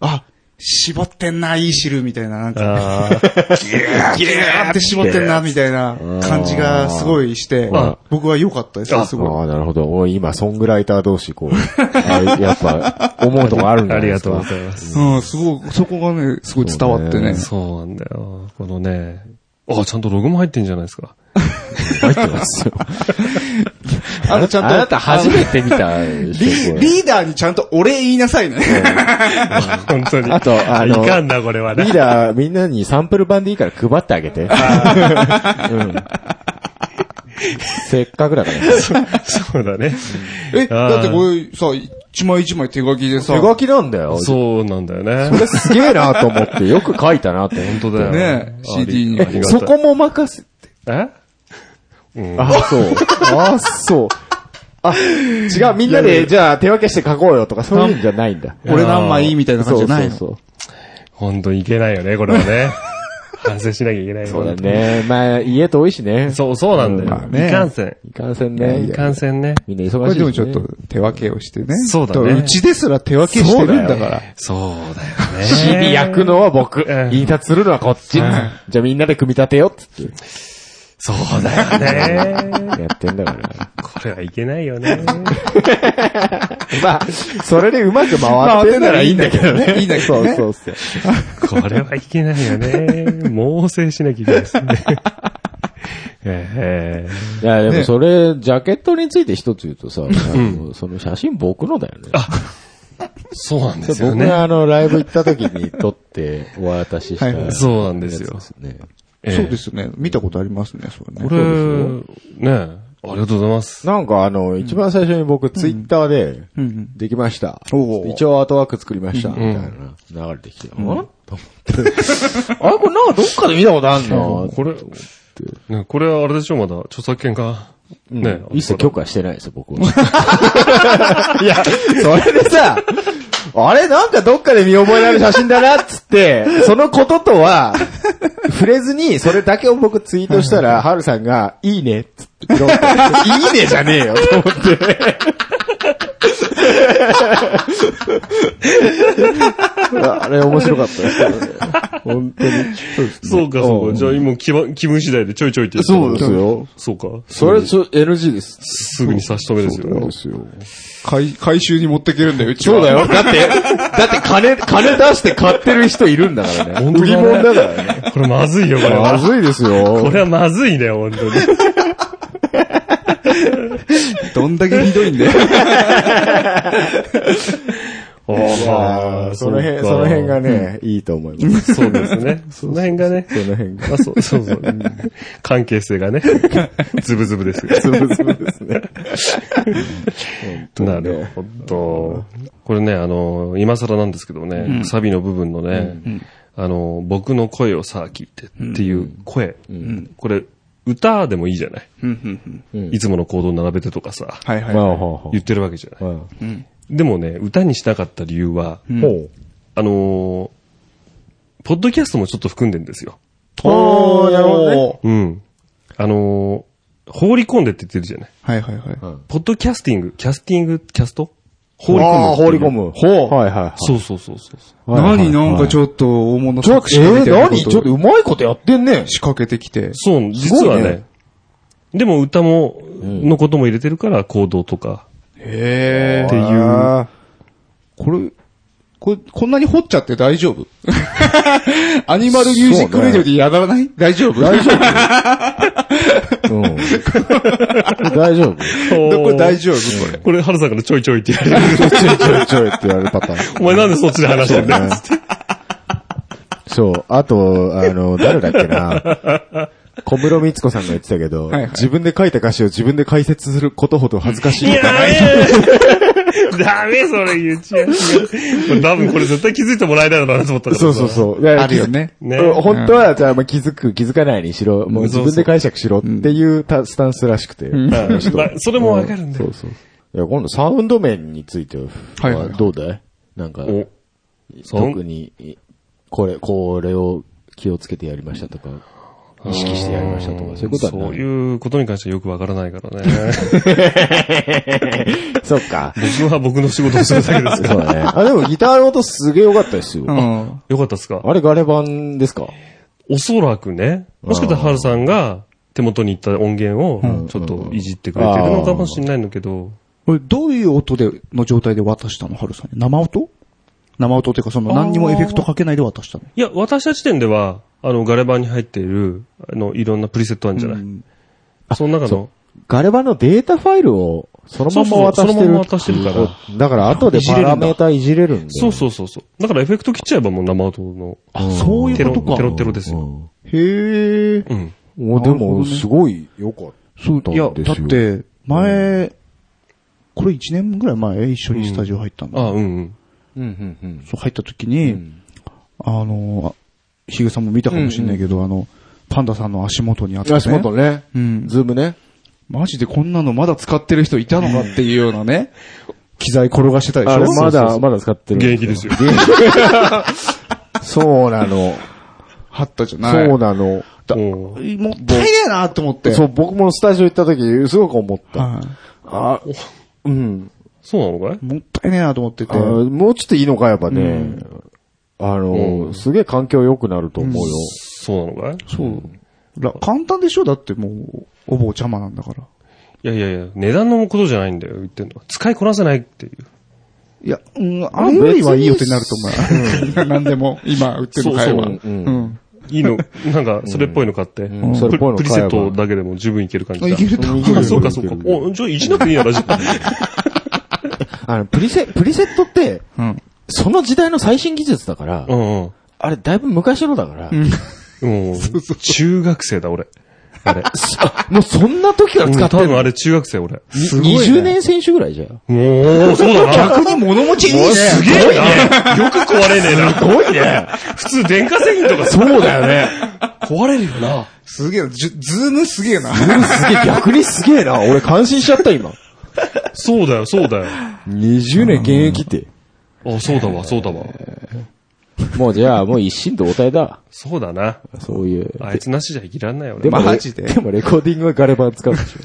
S3: あ、絞ってんな、いい汁みたいな、なんか、
S1: あー
S3: ギューって絞ってんな、みたいな感じがすごいして
S1: あ、
S3: 僕は良かったですよ、す
S4: あ
S3: ごい。
S4: あ、なるほど。おい今、ソングライター同士、こう、あやっぱ、思うとこあるんだ
S1: ありがとうございます。
S3: うん、すごい、そこがね、すごい伝わってね。
S1: そうなんだよ。このね、あ、ちゃんとログも入ってんじゃないですか。
S4: 入ってます よ。
S3: あの、ちゃんと、
S4: あなた初めて見 たリ
S3: リリーダーにちゃんとお礼言いなさいね。
S1: 本当に。
S4: あとあの
S1: いかんな、これはね。
S4: ーダー、みんなにサンプル版でいいから配ってあげて。 うんせっかくだから。
S1: そうだね。
S3: え、
S1: あー
S3: だってこれさ、一枚一枚手書きでさ、
S4: 手書きなんだよ。
S1: そうなんだよ
S4: こ
S1: ね。
S4: れすげえなと思って、よく書いたなって。
S1: 本当だよ。
S3: ね
S1: あり
S3: CD に
S1: ありがたい
S4: そこも任せ、
S1: え
S4: あ、そう。あ、そう。あ、違う、みんなで、じゃあ手分けして書こうよとか、そういうんじゃないんだ。
S3: 俺何枚いいみたいな感じ
S4: そ
S3: じゃ
S4: う
S3: な
S4: そ
S3: いうの。
S4: そう。
S1: 本当にいけないよね、これはね。 反省しなきゃいけないよ
S4: そうだ。ね。まあ、家遠いしね。
S1: そう、そうなんだよ。
S3: まあね
S1: いかんせん。
S4: いかんせんね。
S1: いかんせんね。
S4: みんな忙
S3: これ
S4: しいし、ね。
S3: でもちょっと手分けをしてね。
S1: そうだね
S3: うちですら手分けしてるんだから。
S1: そうだよね。
S4: CD 焼くのは僕
S1: うん。
S4: 印刷するのはこっち。じゃあみんなで組み立てようっつって。
S1: そうだよね。
S4: やってん だから。
S1: これはいけないよね。
S4: まあ、それでうまく回ってんなら いいんだけどね。
S3: いいんだけどね
S4: そうそうそう。
S1: これはいけないよね。猛省しなきゃいけない ですね。え
S4: いや、でもそれ、ジャケットについて一つ言うとさ、あのその写真僕のだよね。
S1: そうなんですよ
S4: 僕
S1: ね。
S4: があの、ライブ行った時に撮ってお渡しした
S3: は
S4: やつで
S3: いはい
S4: す
S1: そうなんですよ。
S4: ね。
S1: ええ
S3: そうですよね。見たことありますね、それね。
S1: これ、ねえありがとうございます。
S4: なんかあの、一番最初に僕ツイッターで、
S3: ん
S4: できました。
S3: おー
S4: 一応アートワーク作りました。みたいな流れてきて、あんと思って。 あれこれなんかどっかで見たことあんの
S1: これ、ね、これはあれでしょ、まだ、著作権が。ね、
S4: 一切許可してないですよ、 僕は。いや、それでさ、あれなんかどっかで見覚えのある写真だなっつって、そのこととは、触れずに、それだけを僕ツイートしたら、ハルさんが、いいねっつって、いいねじゃねえよ、と 思って。あれ面白かったですよね。本当に。
S1: そうか、そうか。じゃあ今、気分気分次第でちょいちょいって言って
S4: そうですよ。
S1: そうか。
S4: それ、そ NG です。
S1: すぐに差し止めですよ。
S4: すよ。
S3: 回、回収に持ってけるんだよ、うちは
S4: そうだよ。 だって、だって金、金出して買ってる人いるんだからね。
S1: 本当
S4: 売
S1: だね
S4: り物だからね。
S1: これまずいよ、これ
S4: ま
S1: は。
S4: ずいですよ。
S1: これはまずいね、本当に。
S3: どんだけひどいんだよ。
S1: ああ、
S4: その辺、その辺がね、いいと思い ます。
S1: そうですね。 その辺がね。
S4: その辺が。
S1: あそうそう そう。うん関係性 がね、ズブズブです。
S4: つぶつぶですね。
S1: なるほど。これね、あの、今更なんですけどね、サビの部分のね、あの、僕の声をさあ聞いてっていう声、これ、歌でもいいじゃない、いつもの行動並べてとかさ、
S3: はいはい。
S4: まあ、ほ
S1: 言ってるわけじゃ
S4: う
S1: ない、
S4: ほう。
S1: でもね、歌にしなかった理由は、
S4: ほう。
S1: あのーポッドキャストもちょっと含んでんですよ。
S4: おー、なるほどね。
S1: うん。あのー放り込んでって言ってるじゃない
S3: はいはいはい。
S1: ポッドキャスティング、キャスティング、キャスト放り込む。
S4: あー放り込。む。ほう。はいはい。
S1: そうそうそうそう。
S3: 何なんかち
S4: ょっ
S3: ょっと大物
S4: ちょっ
S3: 作
S4: と、
S3: 詞み
S4: え
S3: た
S4: ー、
S3: いな
S4: 何
S3: こ
S4: ちょっと
S3: と
S4: うまいことやってんね。
S3: 仕掛けてきて。
S1: そう、
S4: すごい
S1: 実
S4: ね
S1: はね。でも歌も、のことも入れてるから、行動と か。
S3: へ
S1: っていう
S4: あ
S3: これ、これ、こんなに掘っちゃって 大丈夫アニマルミュージックレディオでやらない大丈夫大丈夫
S4: ーうん。 大丈夫
S3: これ大丈夫これ。
S1: これ、春さんからちょいちょいって言われる。
S4: ちょいちょいちょいって言われるパターン。
S1: お前なんでそっちで話してんだよ。
S4: そう。あと、あの、誰だっけな。小室光子さんが言ってたけど、
S3: はいはい
S4: 自分で書いた歌詞を自分で解説することほど恥ずかしい
S1: い
S4: こ
S1: や
S4: とはない。
S1: ー ダメそれ言っちゃう。これ多分これ絶対気づいてもらえないだろうなと思ったからさ
S4: そうそうそう。
S3: あるよね。
S1: ね。
S4: うん本当は、じゃあ、まあ、気づく、気づかないにしろ、もう自分で解釈しろっていうたスタンスらしくて。
S1: まあそれもわかるんだ
S4: そ
S1: よ
S4: う。そう。いや、今度サウンド面については
S3: はいはいはい
S4: どうだいなんか、
S1: おそう
S4: 特に、いこれ、これを気をつけてやりましたとか、意識してやりましたとか、そういうことはない。
S1: そういうことに関してはよくわからないからね。
S4: そっか。
S1: 僕は僕の仕事をするだけ です
S4: そうだね。あ、でもギターの音すげえ良かったですよ。
S3: うん。
S1: よかったですか
S4: あれガレ版ですか
S1: おそらくね、もしかしたらハルさんが手元に行った音源をちょっといじってくれてるのかもしれないんだけど、
S3: これどういう音で、の状態で渡したのハルさんに。生音生音っていうか、その何にもエフェクトかけないで渡したの。
S1: いや、私た時点では、あの、ガレ版に入っている、あの、いろんなプリセットあるんじゃない、
S3: うん
S1: その中の、
S4: ガレ版のデータファイルをそのまま渡して
S1: そうそ
S4: る。
S1: うそのまま渡してるから
S4: そう。だから後でパラメーターいじれるんで。
S1: そうそうそうそう。だからエフェクト切っちゃえばもう生音の、
S4: うん。
S3: そうい
S1: テ
S3: う
S1: ロ、
S3: こと
S1: テ
S3: か。
S1: ロテロですよ。
S3: へえ。
S1: うん。
S4: もうでも、すごい良かっ
S3: そう、いや、
S4: です
S3: だ
S4: よ
S3: って、前、これ1年ぐらい前、一緒にスタジオ入ったんだ
S1: ああうんうん。
S4: た。うんうんうん。
S3: そう入った時に、あの、あヒゲさんも見たかもしれないけど、あの、パンダさんの足元にあった、ね。
S4: 足元ね。
S3: うん。
S4: ズームね。
S3: マジでこんなのまだ使ってる人いたのかっていうようなね、機材転がしてたでし
S4: あ
S3: ょ
S4: れまだ、まだ使ってる。
S1: 現役ですよ。
S4: そうなの。
S3: 貼ったじゃない。
S4: そうなの。
S1: うん
S3: もったいねえなって思って。
S4: そう、僕もスタジオ行った時、すごく思った。
S3: は
S4: あ、うん。
S1: そうなのかい
S3: いもったいねえなと思ってて
S4: あ。もうちょっといいのか、やっぱね。あの、すげえ環境良くなると思うよ。
S1: そうなのかい
S3: そう。ら簡単でしょだってもう、お坊ちゃまなんだから。
S1: いやいやいや、値段のことじゃないんだよ、言ってんのは。使いこなせないっていう。
S3: いや、うん、あれよりはいいよってなると思う。何でも、今売ってる会
S1: そう
S3: 話。
S4: う。
S3: うんん。
S1: いいの、なんか、それっぽいの買って。
S4: んそれっぽいの
S1: プリプ
S4: 買
S1: リ
S4: え
S1: セ
S4: ば
S1: ットだけでも十分いける感じ
S3: い
S1: だ
S3: け。ると思う。
S1: あそうかそうか。お、じゃあいじなくていいなら、じゃあ。
S4: あの、プリセ、プリセットって、
S3: うん。
S4: その時代の最新技術だから
S1: う、んうん。
S4: あれだいぶ昔のだから、
S1: もう、中学生だ、俺。あれ。
S4: もうそんな時から使
S1: 多
S4: ってる
S1: 分あれ中学生、俺。
S4: 20年選手ぐらいじゃん。
S1: もう、そうだな。
S3: 逆に物持ちいいね。
S1: すげえな。よく壊れねえな。すごいね。普通、電化製品とかそうだよね。壊れるよな。
S3: すげえな。じゅズームすげえな。
S4: すげえ、逆にすげえな。俺感心しちゃった、今。
S1: そうだよ、そうだよ。
S4: 20年現役って。
S1: あ、そうだわ、そうだわ。
S4: もうじゃあ、もう一心同体だ。
S1: そうだな。
S4: そういう。
S1: あいつなしじゃ生きらんないよ、
S4: で
S1: 俺。
S4: も、
S3: マジで
S4: でもレコーディングはガレ版使うでし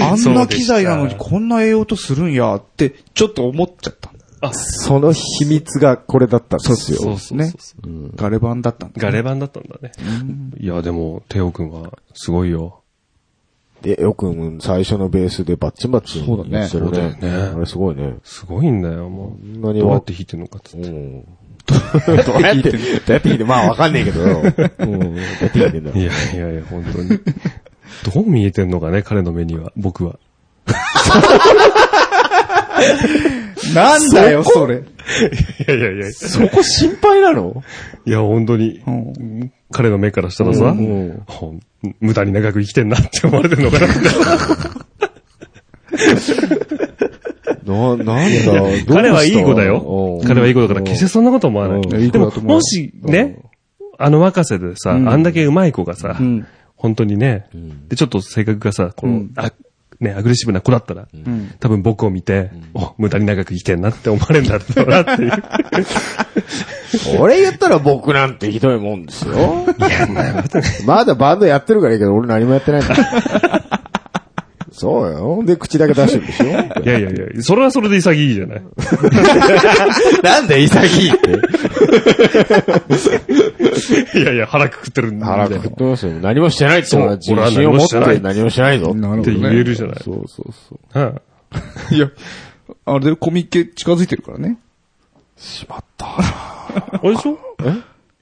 S4: ょ。
S3: あんな機材なのに
S1: そうでし
S3: こんな栄養とするんやって、ちょっと思っちゃったんだ。
S4: その秘密がこれだったんです
S1: た。そ
S4: よ。
S1: うそうそうそう。
S3: ガレ版だったんだ。
S1: ガレ版だったんだね。いや、でも、テオくんは、すごいよ。
S4: で、よくん最初のベースでバッチンバッチン。
S3: そうだね
S4: やってる
S1: そうだよね
S4: あれすごいね。
S1: すごいんだよ、もう。
S4: 何
S1: どうや
S4: は
S1: っ。て弾いてんのかっつっ
S4: う
S1: て。
S4: ん。どうやって、どうやって弾いてまあわかんねえけど、うん、どうやって弾いてんだろう
S1: いやいやいや、本当 に。どう見えてんのかね、彼の目には、僕は。
S3: なんだよ、それ。
S1: いやいやいや。
S4: そこ心配なの
S1: いや、本当に。彼の目からしたらさ、ほん無駄に長く生きてんなって思われてるのかなって。
S2: な、なんだ、
S1: 彼はいい子だよ。彼はいい子だから、決してそんなこと思わ
S2: う
S1: なん
S2: い
S1: い。
S2: い
S1: で
S2: 子だ
S1: も
S2: と、思う
S1: もしね、あの若さでさ、あんだけ上手い子がさ、本当にね、で、ちょっと性格がさ、この、あね、アグレッシブな子だったら、多分僕を見て、お、無駄に長く生きてんなって思われるんだろうなっていう。
S4: 俺言ったら僕なんてひどいもんですよ。まだバンドやってるからいいけど、俺何もやってないんだ。そうよ。で、口だけ出してるでし ょ
S1: いやいやいや、それはそれで潔いじゃない。
S4: なんで潔いって。
S1: いやいや、腹くくってるんだ
S4: 腹くくってますよ。何もしてないって俺は
S1: そう俺
S4: 自
S1: は何
S4: 信を
S1: も
S4: 持っ
S1: してない
S4: て何もしてないぞ。
S3: なるほ
S1: って
S3: ど
S1: 言
S3: ね。
S1: えるじゃない。
S4: そうそうそう。
S1: うん
S3: いや、あれでコミケ近づいてるからね。
S1: あれでしょ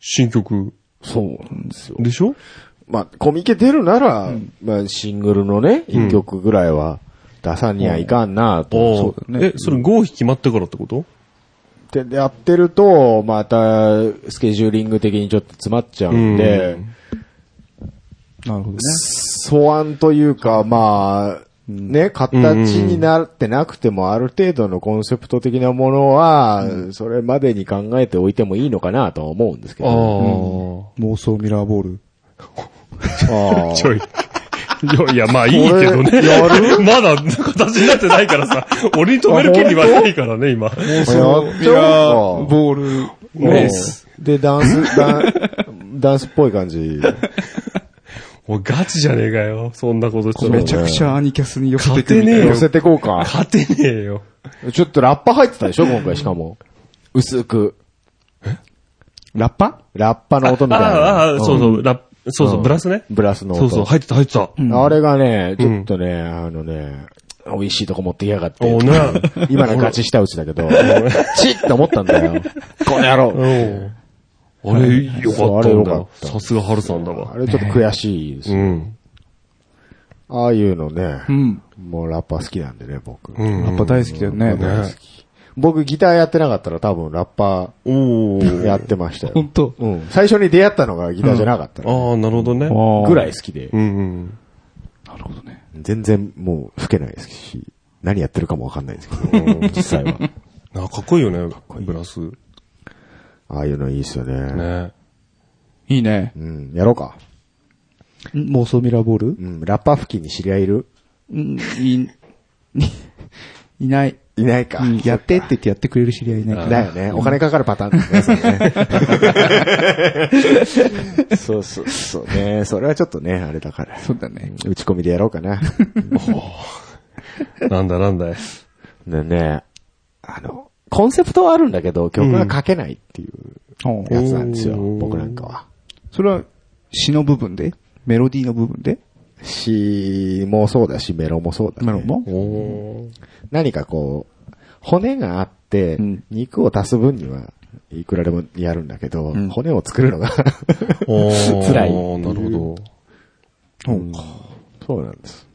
S1: 新曲
S4: そうなんですよ。
S1: でしょ
S4: まあ、コミケ出るなら、まあ、シングルのね、一曲ぐらいは出さにはいかんなと。そう
S3: だね
S1: え、それ合否決まってからってこと
S4: で、でやってると、また、スケジューリング的にちょっと詰まっちゃうんで、
S3: なるほどね。
S4: 素案というか、まあ、ね、形になってなくても、ある程度のコンセプト的なものは、それまでに考えておいてもいいのかなとは思うんですけど。
S1: あ
S3: 妄想ミラーボール。
S1: あ。ちょい。い や、いや、まあいいけどね。 まだ形になってないからさ、俺に止める権利はないからね、今。
S4: やっち
S3: ミ
S4: ゃ
S3: ラ
S4: お
S3: ー
S4: うか
S3: ボール。
S1: ね
S4: うんで、ダンス、ダン、 ダンスっぽい感じ。
S1: もうガチじゃねえかよ。そんなことしたら
S3: め。ちゃくちゃアニキャスに寄せてく
S1: 勝てねえよ
S4: 寄せてこうか。
S1: 勝てねえよ。
S4: ちょっとラッパ入ってたでしょ今回しかも。薄く。
S3: ラッパ
S4: ラッパの音み
S1: あ
S4: たいな。
S1: あ、ああ、そうそう、ラップ、そうそう、ブラスね。
S4: ブラスの
S1: そ
S4: 音。
S1: うそう、入ってた、入ってた。
S4: あれがね、ちょっとね、あのね、美味しいとこ持ってきやがって
S1: お。ーね。
S4: 今のガチ下打ちだけど、チッって思ったん だよ。この野郎。
S1: あれ、よかった
S4: そうあれ
S1: ん
S4: よ
S1: だ
S4: か
S1: よ
S4: っ。た
S1: さすがハルさんだ
S4: あ
S1: わ。
S4: れちょっと悔しいです
S1: う
S4: よ。
S1: ん。
S4: ああいうのね、
S3: うん。
S4: もうラッパ好きなんでね、僕。
S1: うん。
S3: ラッパ大好きだよね。
S1: ね。
S4: 僕ギターやってなかったら多分ラッパ
S1: おー。
S4: やってましたよ。
S3: 本当。
S4: うん最初に出会ったのがギターじゃなかったの
S1: ああ、なるほどね。
S4: ぐらい好きで
S1: う、んうん。
S3: なるほどね。
S4: 全然もう吹けないですし、何やってるかもわかんないですけど、実際は。
S1: なんかかっこいいよね、ブラス。
S4: ああいうのいいっすよね。
S1: ね。
S3: いいね。
S4: うん、やろうか。
S3: 妄想ミラーボール
S4: うん、ラッパ付近に知り合いいる
S3: うん、い、 いない。
S4: いないか。
S3: うんやってって言ってやってくれる知り合いいないから。
S4: だよね。お金かかるパターンですね。 それねそうそうそうね。それはちょっとね、あれだから。
S3: そうだね。
S4: 打ち込みでやろうかな。
S1: なんだなんだい。
S4: でね、あの、コンセプトはあるんだけど、曲は書けないっていう
S3: おう
S4: やつなんですよ。
S1: うん
S4: 僕なんかは。
S3: それは、詩の部分でメロディーの部分で
S4: 詩もそうだし、メロもそうだ、ね。
S3: メロも
S1: お
S4: 何かこう、骨があって
S3: うん、
S4: 肉を足す分には、いくらでもやるんだけど、
S3: ん
S4: 骨を作るのが、
S1: お
S4: 辛
S1: なる
S4: い
S1: ほど。
S4: そうなんです。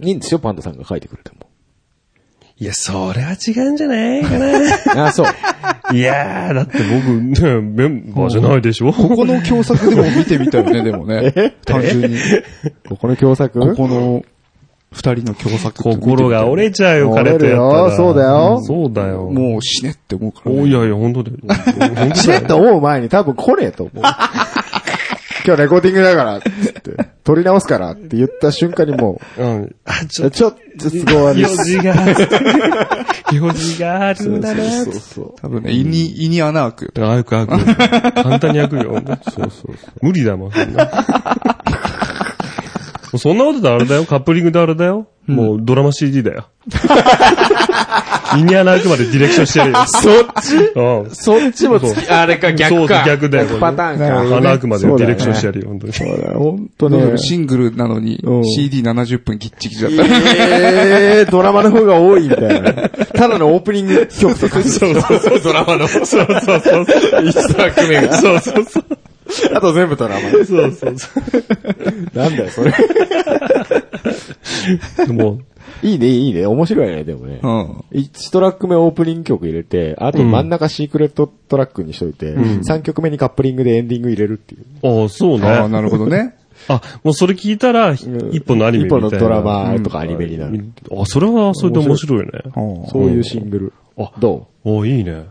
S4: いいんですよ、パンダさんが書いてくれても。
S1: いや、それは違うんじゃないかな。
S4: あ、そう。
S1: いやー、だって僕、ね、メンバーじゃないでしょ
S3: ここの共作でも見てみたよね、でもね。単純に。
S4: ここの共作
S3: ここの、二人の共作って見てみたい
S1: 心が折れちゃうよ、彼とやった
S4: 折れる
S1: ら。
S4: よそうだよ
S1: んそうだよ。も
S3: もう死ねって思うから
S1: う、
S3: ね。
S1: いやいや、本当だよ。 本当
S4: し
S1: だ
S4: れ
S1: よ
S4: っと思う前に多分来ねえと思う。今日レコーディングだから、つって、撮り直すからって言った瞬間にも
S1: うん。あ、ちょっ
S4: う、ちょっと都合
S1: と、
S4: 悪い
S1: 用
S4: っす。
S1: 事がある。用事があるんだな。
S4: そうそう。
S3: 多分ね、胃に、胃に穴開くよ。
S1: あ、開く開く。簡単に開くよ。そうそう無理だもん、そんな。 もうそんなことであれだよ。カップリングであれだよ。もうドラマ CD だよ。イニアナあくまでディレクションしてやるよ。そっち
S2: そっちもつき、あれか
S1: うん。そう
S2: 逆か。
S1: 逆だよ。
S2: 逆パターン
S1: こ
S2: か。
S1: れね穴あくまでディレクションしてやるよ、本当に。
S2: 本当ね。
S3: シングルなのに
S2: うん
S3: CD70 分ギッチギチだった。
S2: えー、ドラマの方が多いみたいな。ただのオープニング曲とか。
S1: そうそうそう。ドラマの。そうそうそう。
S2: 一作目が。
S1: そうそうそう。
S2: あと全部ドラマ。
S1: そうそうそ
S2: なんだよ、 それ。
S1: う。でも、
S4: いいね、いいね。面白いね、でもね。
S3: うん。
S4: 1トラック目オープニング曲入れて、あと真ん中シークレットトラックにしといて、3曲目にカップリングでエンディング入れるっていう。
S1: ああ、そうね。
S3: ああ、なるほどね。
S1: あ、もうそれ聞いたら、一本のアニメみ
S4: 一
S1: たい
S4: 本
S1: な。
S4: のドラ。マとかアニメになる。
S1: あ、それはそれで面白いね。
S3: うん
S4: そういうシングル。あ、ど
S1: ああ、いいね。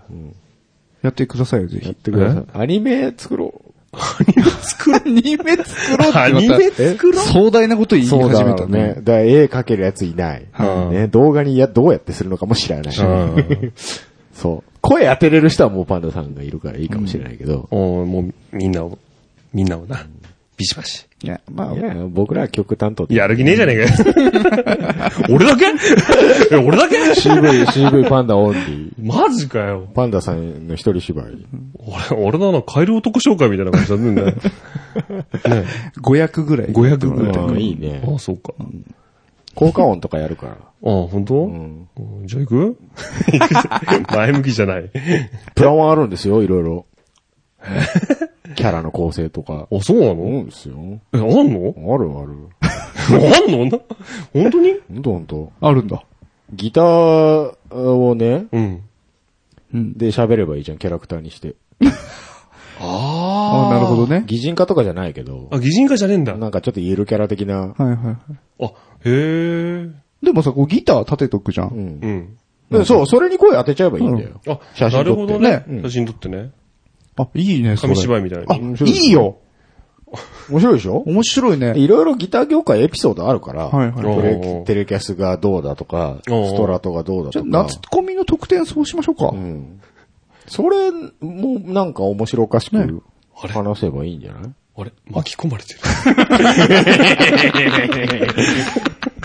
S3: やってくださいよ、ぜ
S4: うやっ
S3: ひ。
S4: てください。アニメ作ろう。
S3: アニメ作ろうってまた
S1: アニメ
S3: 作ろう壮大なこと言い
S4: そう
S3: 始
S4: だ
S3: め
S4: ろ
S3: た
S4: うね。
S3: ね
S4: だ。から絵描けるやついない。
S1: はい
S4: ね、動画にや、どうやってするのかも知らない。 そう。声当てれる人はもうパンダさんがいるからいいかもしれないけど。
S1: おもう、みんなを、みんなをな、ビシバシ。
S3: いや、まあ
S4: い、や、僕らは曲担当で
S1: やる気ねえじゃねえかよ。 俺だけ え俺だけ
S4: CV、CV パンダオンリー。
S1: マジかよ。
S4: パンダさんの一人芝居。
S1: 俺、俺なの、カエル男紹介みたいな感じだんだよ。
S3: 500ぐらい。
S1: 500ぐらい。
S4: うんいいね。
S1: ああ、そうか。あ
S4: 効果音とかやるから。
S1: あ、本当？うんじゃあ行 く前向きじゃない。
S4: プランはあるんですよ、いろいろ。 キャラの構成とか。
S1: あ、そうな
S4: う
S1: の
S4: んですよ。
S1: え、あんの
S4: あるある。
S1: あんのな本当に
S4: ほんとほんと。
S3: あるんだ。
S4: ギターをね、
S1: うん。
S4: で喋ればいいじゃん、キャラクターにして。
S3: ああ、なるほどね。
S4: 擬人化とかじゃないけど、
S1: あ、擬人化じゃねえんだ。
S4: なんかちょっとゆるキャラ的な。
S3: はいはいは
S1: あ、へえ。
S3: い。でもさ、こうギター立てとくじゃ。
S4: うんん
S1: う。ん。
S4: でそう、それに声当てちゃえばいいんだよ。
S1: あ、
S4: 写真撮
S1: なる
S4: って
S1: ほどね
S4: ね。
S1: 写真撮ってね。
S3: あ、いいね、それ
S1: 紙。芝居みたい
S3: あ、
S1: に。
S3: いいよ
S4: 面白いでしょ
S3: 面白いね。
S4: いろいろギター業界エピソードあるから、
S3: はいはい
S4: テレ
S1: おうおう
S4: テレキャスがどうだとか、
S1: おう
S4: ストラトがどうだ
S3: じゃ
S4: と
S3: あ、
S4: か。
S3: 夏コミの特典そうしましょうか。
S4: うん。それ、もうなんか面白おかしく話せばいいんじゃない
S1: あれ巻き込まれてる。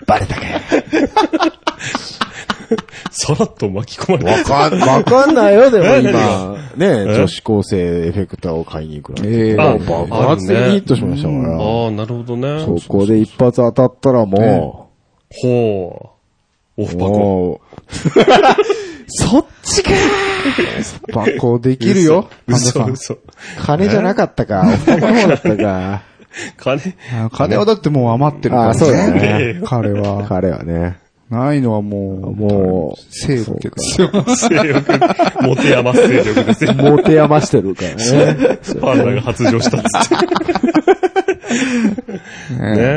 S4: バレたかよ。
S1: さらっと巻き込まれて
S4: わ
S1: る。
S4: か ん、わかんないよ、でも
S1: 何
S4: 今。ね女子高生エフェクターを買いに行くなんて。
S2: ええ
S4: もう爆発的にヒットしましたから。
S1: ああ、なるほどね。
S4: そこで一発当たったらも
S1: ほう。オ
S4: う、
S1: フパコ。
S4: もう、
S3: そっち かバコできるよ。
S1: 嘘
S3: 神田さん
S1: 嘘。
S4: 金じゃなかったか、お金の方だった か。
S1: 金、
S3: あ金はだってもう余ってるから
S4: あそう だね。
S3: 彼は。
S4: 彼はね、
S3: ないのはもう、
S4: もう、
S3: 生だ けど。
S1: 勢力、持て余す勢力です よ。
S4: 持て余してる からね。
S1: パンダが発情したっつっ て。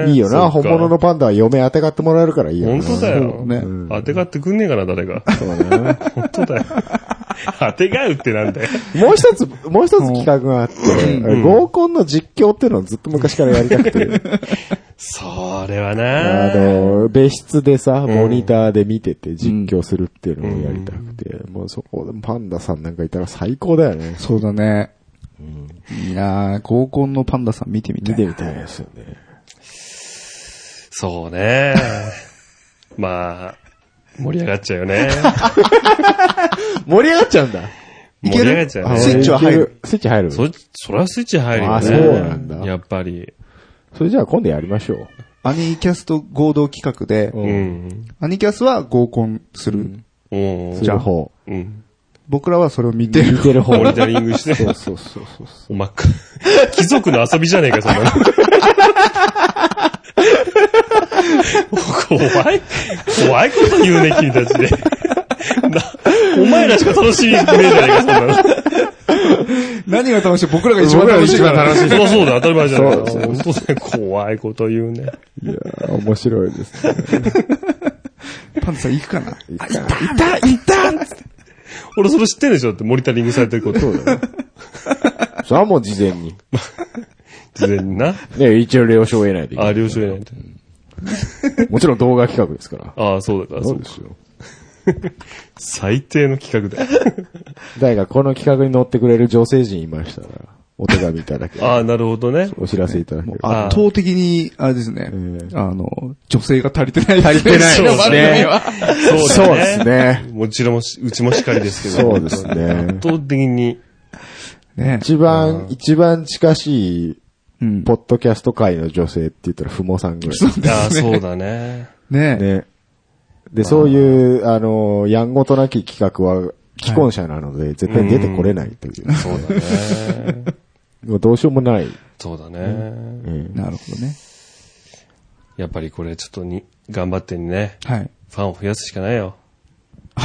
S4: いいよな、
S1: そう
S4: 本
S1: か
S4: 物の。パンダは嫁当てがってもらえるからいいよな。
S1: 本当だよ。
S3: ね
S1: 当てがってくんねえかな、誰が。
S4: そうだね
S1: 本当だよ。当てがうってなんだよ。
S4: もう一 つ、もう一つ企画があって、合コンの実況っていうのをずっと昔からやりたくて、
S1: それは
S4: あ
S1: な
S4: の、別室でさ、モニターで見てて実況するっていうのをやりたくて、もうそこでパンダさんなんかいたら最高だよね。
S3: そうだね。いやー、合コンのパンダさん見てみ
S4: 見
S3: たい
S4: て
S3: な。
S4: みたいですよね。
S1: そうねまあ、盛り上がっちゃうよ ね。
S4: 盛り上がっちゃうんだ。
S1: 盛り上がっちゃう
S4: ス
S1: ね。
S4: イッチは入る。スイッチ入る。
S1: そ、そらスイッチ入るよね。
S4: あそうなんだ
S1: やっぱり。
S4: それじゃあ今度やりましょう。
S3: アニキャスと合同企画で、
S1: うん。
S3: アニキャスは合コンする。
S1: うん。
S4: じゃあ方。
S1: うん。
S3: 僕らはそれを見てる
S4: 見。てる方。
S1: モニタリングして。
S4: そうそうそうそう。
S1: おまっか。 貴族の遊びじゃねえか、そんなの。 怖い、怖いこと言うね、君たちで。なお前らしか楽しみねえじゃねえか、そんなの。
S3: 何が楽しい僕らが一番楽しいから。
S1: しい。そうそうだ、当たり前じゃないか。
S4: そう
S1: 本当だよ怖いこと言うね。
S4: いやー面白いです ね。
S3: パンダさん行くかない
S4: いかな
S1: 俺それ知ってんでしょって、モニタリングされてること。
S4: そうだね。それはもう事前に。
S1: 事前にな。
S4: ね、一応了承を得ないといけな
S1: あ、
S4: い。
S1: 了承得ないんだ
S4: もちろん動画企画ですから。
S1: ああ、そうだから、そうだ
S4: すよ。
S1: 最低の企画だよ。
S4: 誰かこの企画に乗ってくれる女性陣いましたら、お手紙いただけ、
S1: ああ、なるほどね。
S4: お知らせいただけ。
S1: あ
S3: 圧倒的に、あれですね
S4: え、
S3: あの、女性が足りてない。足り
S4: て ない
S3: ですね。
S1: そ
S4: そううです。ね。
S1: もちろんもし、うちもしかりですけど。
S4: そうですね
S1: 圧。倒的に。
S3: ね。
S4: 一番、一番近しい、
S3: うん
S4: ポッドキャスト界の女性って言ったら、ふもさんぐらい。
S1: ああ、そう だね。
S3: ね。
S4: ね。で、そういう、あの、やんごとなき企画は、既婚者なので、絶対出てこれないという。
S1: そうだね。
S4: もう どうしようもない。
S1: そうだね。
S4: うん
S3: なるほどね。
S1: やっぱりこれちょっとに、頑張ってね。
S3: はい。
S1: ファンを増やすしかないよ。
S3: フ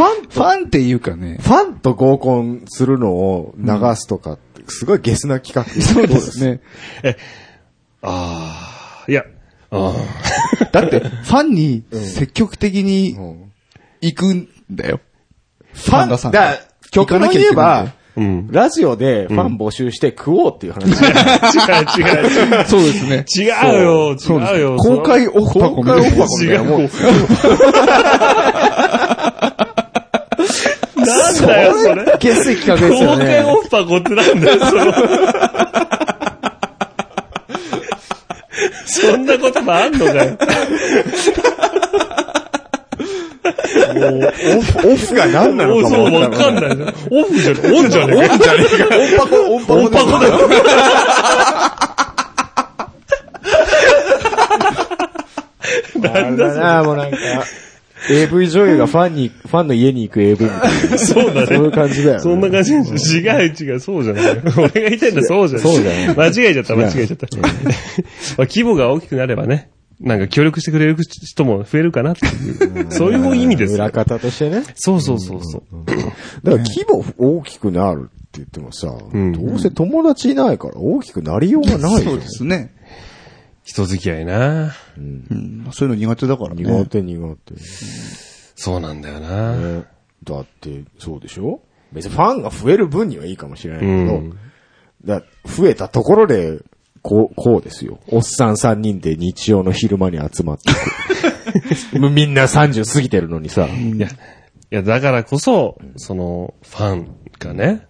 S3: ァン、ファンっていうかね。
S4: ファンと合コンするのを流すとかって、すごいゲスな企画。
S3: そうですね。
S1: ああ、いや、あ
S3: だって、ファンに積極的に行くんだよ。ファンがさん。
S4: だから極論言えば、
S1: あ、うん。
S4: ラジオでファン募集して食おうっていう話。
S1: 違う違う。
S3: そうですね。
S1: 違うよ、違うよ。
S3: 公開オフパコみたいな。
S1: 違う。もう なんだよ、それ。
S2: ゲスい企画です
S1: 公
S2: よ
S1: 開
S2: ね。
S1: オフパコってなんだよ、 その。そんな言葉あんのかよ。
S4: オフ、オフが何なの
S1: お
S4: か
S1: そ
S4: も
S1: う、わかんない。オフじゃねえ、オンじゃねえか。
S4: オンパコ、オ
S1: オ
S4: ン
S1: ン
S4: パ
S1: パ
S4: コ
S1: コだ
S4: で
S1: よ。
S4: なんだな、もうなんか。AV 女優がファンに、ファンの家に行く AV みたいな。
S1: そうだ
S4: そうい
S1: ね。
S4: う感じだよね。
S1: そんな感じ違う違う、そうじゃない。俺が言いたいんだ、そうじゃない。
S4: そうじゃない
S1: 間違えちゃった、間違えちゃった。 まあ規模が大きくなればね、なんか協力してくれる人も増えるかなっていう、そういう意味です。
S4: 裏方としてね。
S1: そうそうそうそう。
S4: だから規模大きくなるって言ってもさ、
S1: ん
S4: どうせ友達いないから大きくなりようがない
S3: そ
S4: よ
S3: う。ですね。
S1: 人付き合いな
S3: うんそういうの苦手だから
S4: 苦
S3: ね。
S4: 手苦手。
S1: そうなんだよな、
S4: ねだって、そうでしょ別にファンが増える分にはいいかもしれないけど、
S1: うん
S4: だ増えたところで、こう、こうですよ。おっさん3人で日曜の昼間に集まって。もうみんな30過ぎてるのにさ。
S1: いや、いや、だからこそ、その、ファンがね、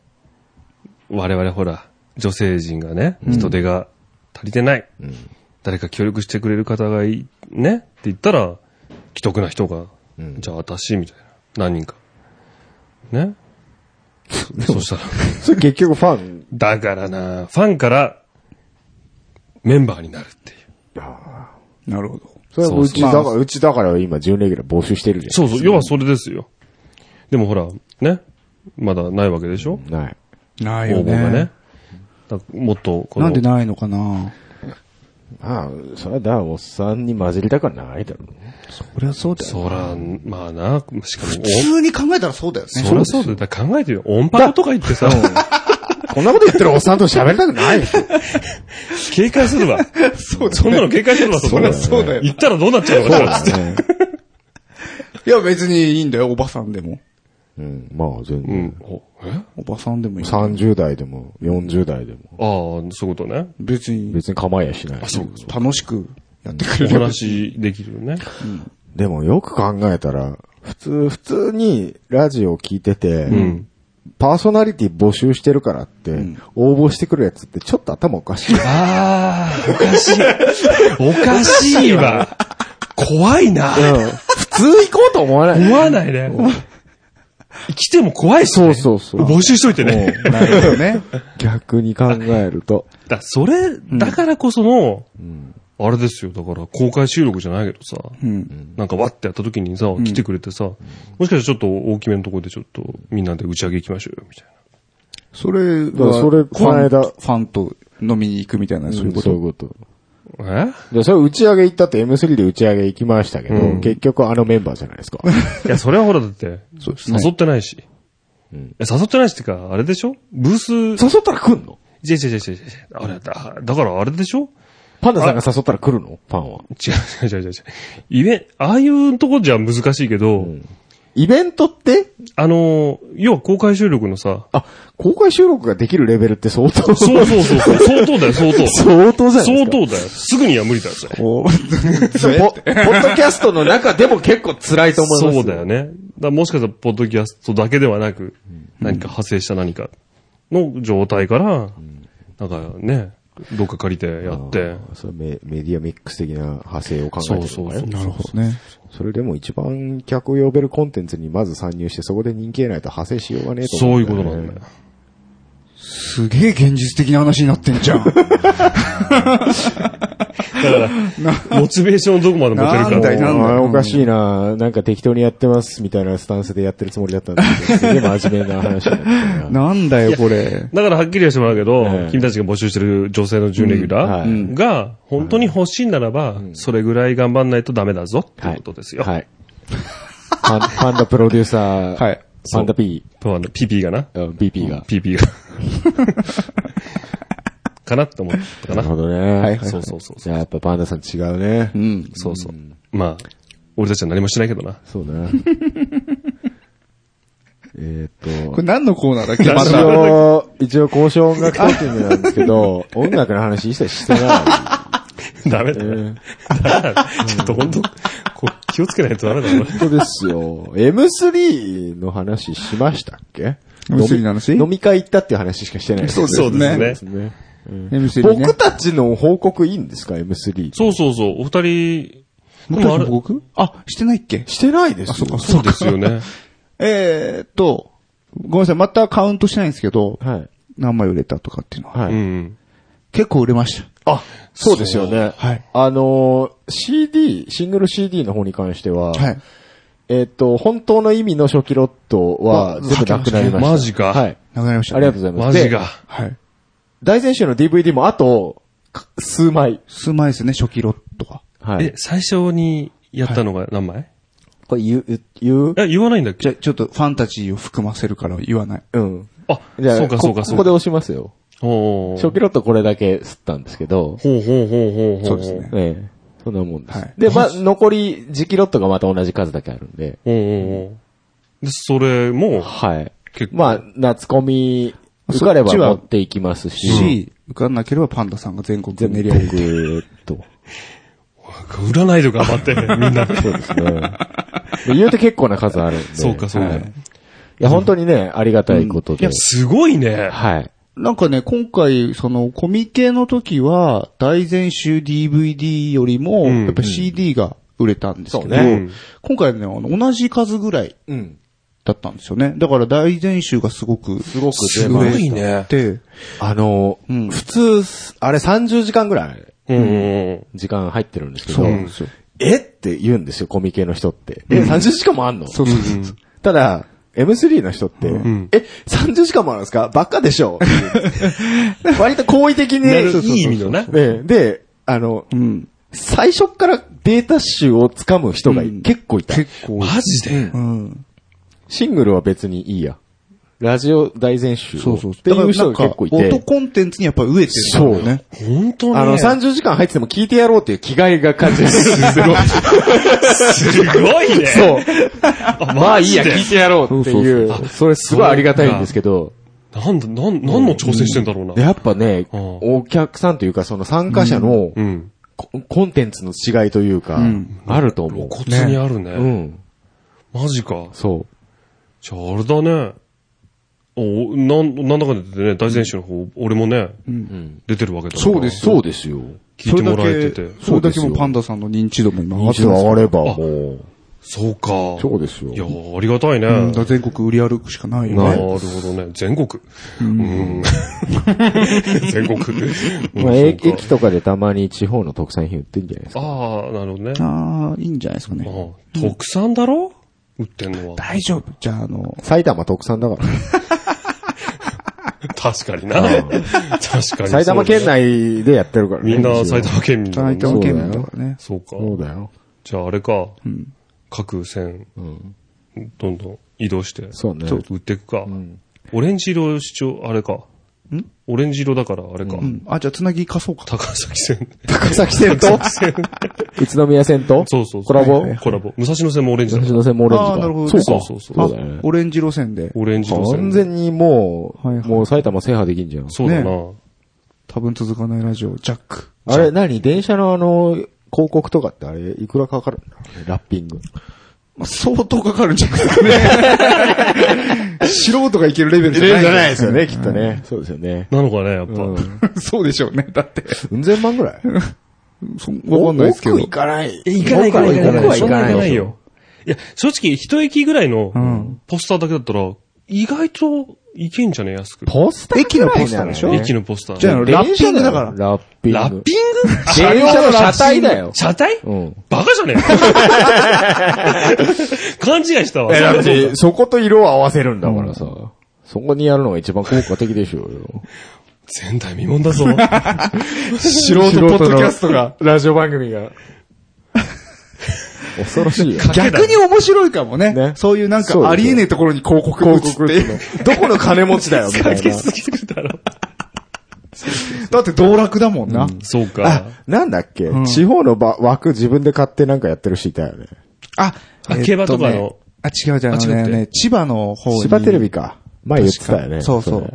S1: 我々ほら、女性陣がね、人手が足りてない。誰か協力してくれる方がいい、ねって言ったら、既得な人が、
S4: うん
S1: じゃあ私、みたいな。何人か。 ねそしたら、
S4: それ結局ファン、
S1: だからな、ファンから、メンバーになるっていう。
S3: なるほど。
S4: それはうち
S3: そ
S4: だ
S3: う
S4: か
S3: そ
S4: ら、
S3: うまあ
S4: うちだから今準レギュラー募集してるじゃん。
S1: そうそう、要はそれですよ。でもほら、ね、まだないわけでしょ
S4: ない。
S3: な
S1: 応
S3: いよ
S1: 募
S3: ね。
S1: がね。だからもっと、この
S3: なんでないのかな
S4: まあ、それはだからおっさんに混じりたくはないだろうね。
S3: これはそうだよ。
S1: そら、まあな、しかも、
S3: 普通に考えたらそうだよね。
S1: おそらそうだよ。だから考えてよ。音波とか言ってさ、
S4: こんなこと言ってるおっさんと喋りたくないでしょ。
S1: 警戒するわ。そんなの警戒するわ、そんなの。
S3: そうだよね
S1: 言ったらどうなっちゃうのかな、つって。
S3: いや別にいいんだよ、おばさんでも。
S4: うん、まあ全
S1: う
S4: 然。
S1: ん。おえあ
S3: おばさんでもいい。
S4: 30代でも、40代でも。
S1: あ、そういうことね。
S3: 別に、
S4: 別に構えやしない。
S3: 楽しくやってく
S1: お
S3: れる。
S1: 話できるよね。
S4: でもよく考えたら、普通、普通にラジオを聞いてて、
S1: うん。
S4: パーソナリティ募集してるからって、応募してくるやつってちょっと頭おかしい。
S1: ああ、おかしい。おかしいわ。怖いな。
S4: うん普通行こうと思わない。
S1: 思わないね。来ても怖いしね。
S4: そうそうそう
S1: 募集しといてね。
S3: なるほどね。
S4: 逆に考えると。
S1: だ、それ、だからこその、あれですよ、だから公開収録じゃないけどさ、
S3: うん。
S1: なんかわってやった時にさ、来てくれてさ、もしかしたらちょっと大きめのところでちょっとみんなで打ち上げ行きましょうよ、みたいな。
S3: それ
S4: だから
S3: は、
S4: それ
S3: フ
S4: この
S3: ァン
S4: 間
S3: ファンと飲みに行くみたいな、そういう こ
S4: そうい
S3: と
S4: う。こと。
S1: え
S4: で、それ打ち上げ行ったって M3 で打ち上げ行きましたけど、
S1: うん
S4: 結局あのメンバーじゃないですか。
S1: いや、それはほらだって、
S3: そうですね
S1: 誘ってないし。
S4: うん
S1: いや誘ってないしってか、あれでしょブース、
S4: 誘ったら来んの
S1: じゃじゃじゃじゃじゃあれだ、だからあれでしょ
S4: パンダさんが誘ったら来るのパンは。
S1: 違う違う違う違う違う。イベンああいうとこじゃ難しいけど、
S4: イベントって、
S1: あの、要は公開収録のさ、
S4: あ、公開収録ができるレベルって相当、
S1: そうそうそうそう、相当だよ、相 当。
S4: 相当じゃないです
S1: 相。当
S4: か
S1: だよ。すぐには無理だよ、それ。
S4: ポ
S3: こう
S4: ポッドキャストの中でも結構辛いと思います。
S1: そうだよね。だからもしかしたら、ポッドキャストだけではなく、何か派生した何かの状態から、なんかね、どっか借りてやって、
S4: あーそれメメディアミックス的な派生を考えてる
S1: そ
S4: のか
S1: う
S4: ね
S1: そうそう。
S3: なるほどね。
S4: それでも一番客を呼べるコンテンツにまず参入して、そこで人気得ないと派生しようがねえと
S1: そ
S4: 思
S1: う
S4: う
S1: い
S4: ん
S1: う
S4: だ
S1: こと
S4: よね、
S1: なんだよ。
S3: すげえ現実的な話になってんじゃ ん。
S1: モチベーションどこまで持てるか
S3: なんだよ
S4: お前
S3: うん
S4: おかしいななんか適当にやってますみたいなスタンスでやってるつもりだったんですけど、すげえ真面目な話になって
S3: なんだよ、これ。
S1: だからはっきりはしてもらうけど、
S4: ええ
S1: 君たちが募集してる女性の準レギュラ
S4: う
S1: ー
S4: ん
S1: が、本当に欲しいならば、それぐらい頑張んないとダメだぞっていうことですよ。
S4: はい。はいパン パンダプロデューサー、
S3: はい
S4: パンダ P、
S1: とあの PP がな。
S4: うん PP が。
S1: PP が。かなって思ったか
S4: なる
S1: な
S4: ほ。どね。はい
S1: そうそうそう
S4: じゃあやっぱパンダさん違うね。
S3: うん。
S1: そうそう。まあ、俺たちは何もしないけど な。
S4: そ うね。えーっ
S3: ことれ。何のコーナーだっけま
S4: 一
S3: た。
S4: 応、一応交渉音楽トーキングなんです けど、音楽の話一切してな
S1: ダメだな。ダメだな。ちょっと本当、こう気をつけないとダメだな。
S4: い。本当ですよ。M3 の話しましたっけ
S3: M3 の話
S4: 飲み会行ったっていう話しかしてないですね
S1: そうですね
S4: そうですね
S3: M3 ね
S4: 僕。たちの報告いいんですか ?M3。
S1: そうそうそう。お二人、
S3: 僕
S1: でもあれ
S3: 僕あ、してないっけ
S4: してないですよ。
S3: あ、そっか、
S1: そ
S3: そうう
S1: で
S3: ですす
S1: よ
S3: よね。
S1: ね。
S3: えーっと、ごめんなさい、またカウントしてないんですけど、
S4: はい。
S3: 何枚売れたとかっていうのは。
S4: はい。
S1: うん。
S3: 結構売れました。
S4: あ、そうですよね。
S3: はい。
S4: あのー、CD、シングル CD の方に関しては、
S3: はい。
S4: えーっと、本当の意味の初期ロットは
S3: あ
S4: 全部なくなりました。
S1: マジか
S4: はい。
S3: なくなりました、
S4: ありがとうございます。
S1: マジが
S4: で。。
S3: はい。
S4: 大前週の DVD もあと、か数枚。
S3: 数枚ですね、初期ロットが。
S4: は
S1: え
S4: い、。
S1: 最初にやったのが何枚
S4: これ言う、言う
S1: え、言わないんだっ
S3: じゃあ
S1: け
S3: ちょっとファンタジーを含ませるから言わない。
S4: うん。
S1: あ、
S4: じゃあ、
S1: そうか
S4: こ
S1: そうかそう
S4: ここで
S1: か。
S4: 押しますよ。
S1: ほう
S4: 初期ロットこれだけ吸ったんですけ
S1: ほう
S4: ど、
S1: ほうほうほうほう。
S3: そうですね。
S4: ええ。そんなもんです。
S3: はい
S4: で、ま、残り、時期ロットがまた同じ数だけあるんで、
S1: ほうほうほう。で、それも、
S4: はい。
S1: 結構。
S4: まあ、夏コミ、受かれば
S3: そっちは
S4: 持っていきますし、
S3: し、受かんなければパンダさんが全国で
S4: 全
S3: 練
S4: 部
S3: り歩いて。
S4: 僕と。
S1: 売らないで頑張 って、みんな。
S4: そうですね。で言うて結構な数あるんで。
S1: そうかそう
S4: は
S1: か
S4: い。いや、本当にね、ありがたいことで。
S1: すごいね。
S4: はい。
S3: なんかね、今回、その、コミケの時は、大全集 DVD よりも、
S1: うん
S3: やっぱ CD が売れたんですけど、
S4: そうね
S1: うん
S3: 今回ね、あの同じ数ぐらい
S4: うん。
S3: だったんですよね。だから大全集がすごく、す
S4: ごく出
S3: 優
S4: ました
S1: すごいね
S3: れて、
S4: あの、
S3: うん
S4: 普通、あれ30時間ぐらい
S1: うんうんうん。
S4: 時間入ってるんですけ
S3: そ
S4: ど
S3: う、なんですよ。
S4: えって言うんですよ、コミケの人って。え、30時間もあんの
S3: そうそうそう。
S4: ただ、M3 の人って、
S1: ん
S4: え、30時間もあるんですかバカでしょ 割と好意的に。
S1: なるいい意味のな。
S4: で、で、あの、
S3: うん。
S4: 最初からデータ集を掴む人が
S3: うん
S4: 結構いた。
S3: 結構。
S1: マジで
S3: うん。
S4: シングルは別にいいや。ラジオ大全集を。
S3: そうそう。
S4: っていう人が結構い
S3: だからなんか音
S4: て。
S3: コンテンツにやっぱ飢えてるんだよね。
S1: 本当に。
S4: あの、30時間入ってても聞いてやろうっていう気概が感じる。すごい。
S1: すごいね。
S4: そう。
S1: あ
S4: まあいいや、
S1: マジで
S4: 聞いてやろうっていう。
S1: そうそうそうあ
S4: それすごいありがたいんですけど。
S1: なんだ、なん、何の挑戦してんだろうな。
S4: やっぱね、
S1: うん
S4: お客さんというかその参加者の
S1: うん。
S4: ココンテンツの違いというか、
S3: ん
S4: あると思う。
S1: 露骨にあるね。
S4: うん。
S1: マジか。
S4: そ
S1: じゃああれだね。お、なん、なんだかんだ言ってね、大前週の方、俺もね、
S4: う。うん。
S1: 出てるわけだから。
S3: そうで
S4: う
S3: す
S4: そうですよ。
S1: 聞いてもらえてて。
S3: それだけもパンダさんの認知度も今上がって
S4: 一
S3: ま
S4: 度上
S3: すか
S4: が
S3: ら。
S4: ればも
S1: そうか。
S4: う。そうですよ
S1: い。やーありがたいね。
S3: うん、だから全国売り歩くしかないよ
S1: なる
S3: ね。
S1: ほどね。全国。うん。 全国。
S4: まあ、
S1: うん
S4: え
S1: そうか
S4: 駅とかでたまに地方の特産品売ってんじゃないですか。
S1: ああ、なるほどね。
S3: ああ、いいんじゃないですかね。
S1: うん特産だろ売ってんのは。
S3: 大丈夫。じゃあ、あの、
S4: 埼玉特産だから。
S1: 確かにな。確かに。
S4: 埼玉県。内でやってるからね。
S1: みんな埼
S4: 一応。
S1: 玉県民だもん
S3: 埼
S1: ね
S3: 玉県民だからね。
S1: そうか。
S4: そうだよ。
S1: じゃああれか。各線、
S4: うん。
S1: どんどん移動して。
S4: そうね
S1: ちょっと売っていくか。オレンジ色主張、あれか。オレンジ色だから、あれか。
S3: うん。あ、じゃあ、つなぎ貸そうか。
S1: 高崎 線。
S4: 高崎線と宇都宮線と
S1: そうそうそう。
S4: コラボ
S1: コラボ。武蔵野線もオレンジだ
S4: 私
S1: から
S4: の線もオレンジ
S3: あ
S4: か
S3: あ、なるほど。
S4: そうか。
S1: そうそう
S4: そ
S1: そうう
S4: だよね
S3: あオレンジ路線で。
S1: オレンジ路線。
S4: 完全にもう、
S3: はいはい
S4: もう埼玉制覇できんじゃん。
S1: そうだな。
S3: 多分続かないラジオ、ジャック。
S4: あれ、何電車のあの、広告とかってあれ、いくらかかるんだろうねラッピング。
S3: まあ、相当かかるんじゃないですかね。 素人がいけるレベルじゃない。
S4: じゃないですよね、きっとね。そうですよね。
S1: なのかね、やっぱ。
S3: そうでしょうね。だって、
S4: うん千万ぐらい
S3: そわかんないですけど。
S4: 奥行かない。
S1: え、行かない、行かない、行かない。
S4: 僕は行かない
S1: そんなによ。いや、正直、一駅ぐらいのポスターだけだったら、意外といけんじゃねえ、安く。
S4: ポスター
S3: 駅のポスターでしょ
S1: 駅のポスター。
S3: じゃあ、ラッピングだから。
S4: ラッピング。
S1: ラッピング
S4: 電車の車体だよ。
S1: 車体
S4: うん。
S1: バカじゃねえ 勘違いしたわ。
S4: え、だって、そこと色を合わせるんだからさ。そこにやるのが一番効果的でしょう よ。
S1: 前代未聞だ ぞ。
S4: 素人ポッドキャストが。ラジオ番組が。恐ろしいよ。
S3: 逆に面白いかもね。
S4: ね
S3: そういうなん
S4: そうです
S3: か
S4: よ
S3: ありえねえところに広告を打つっていう。
S4: どこの金持ちだよ、みたい
S1: かけ
S4: な。
S1: すぎるだろ。
S3: だって道楽だもんな。
S1: そう
S4: あ
S1: か。、
S4: なんだっけ、地方のば枠自分で買ってなんかやってる人いたよね。
S3: あ、
S1: あ
S3: えっね
S1: 競馬とかの。
S3: あ、違う違う。あの
S1: あ違
S3: ね
S1: くて
S3: ね、千葉の方に。
S4: 千葉テレビか。前言ってたよね。
S3: そうそう
S4: れ。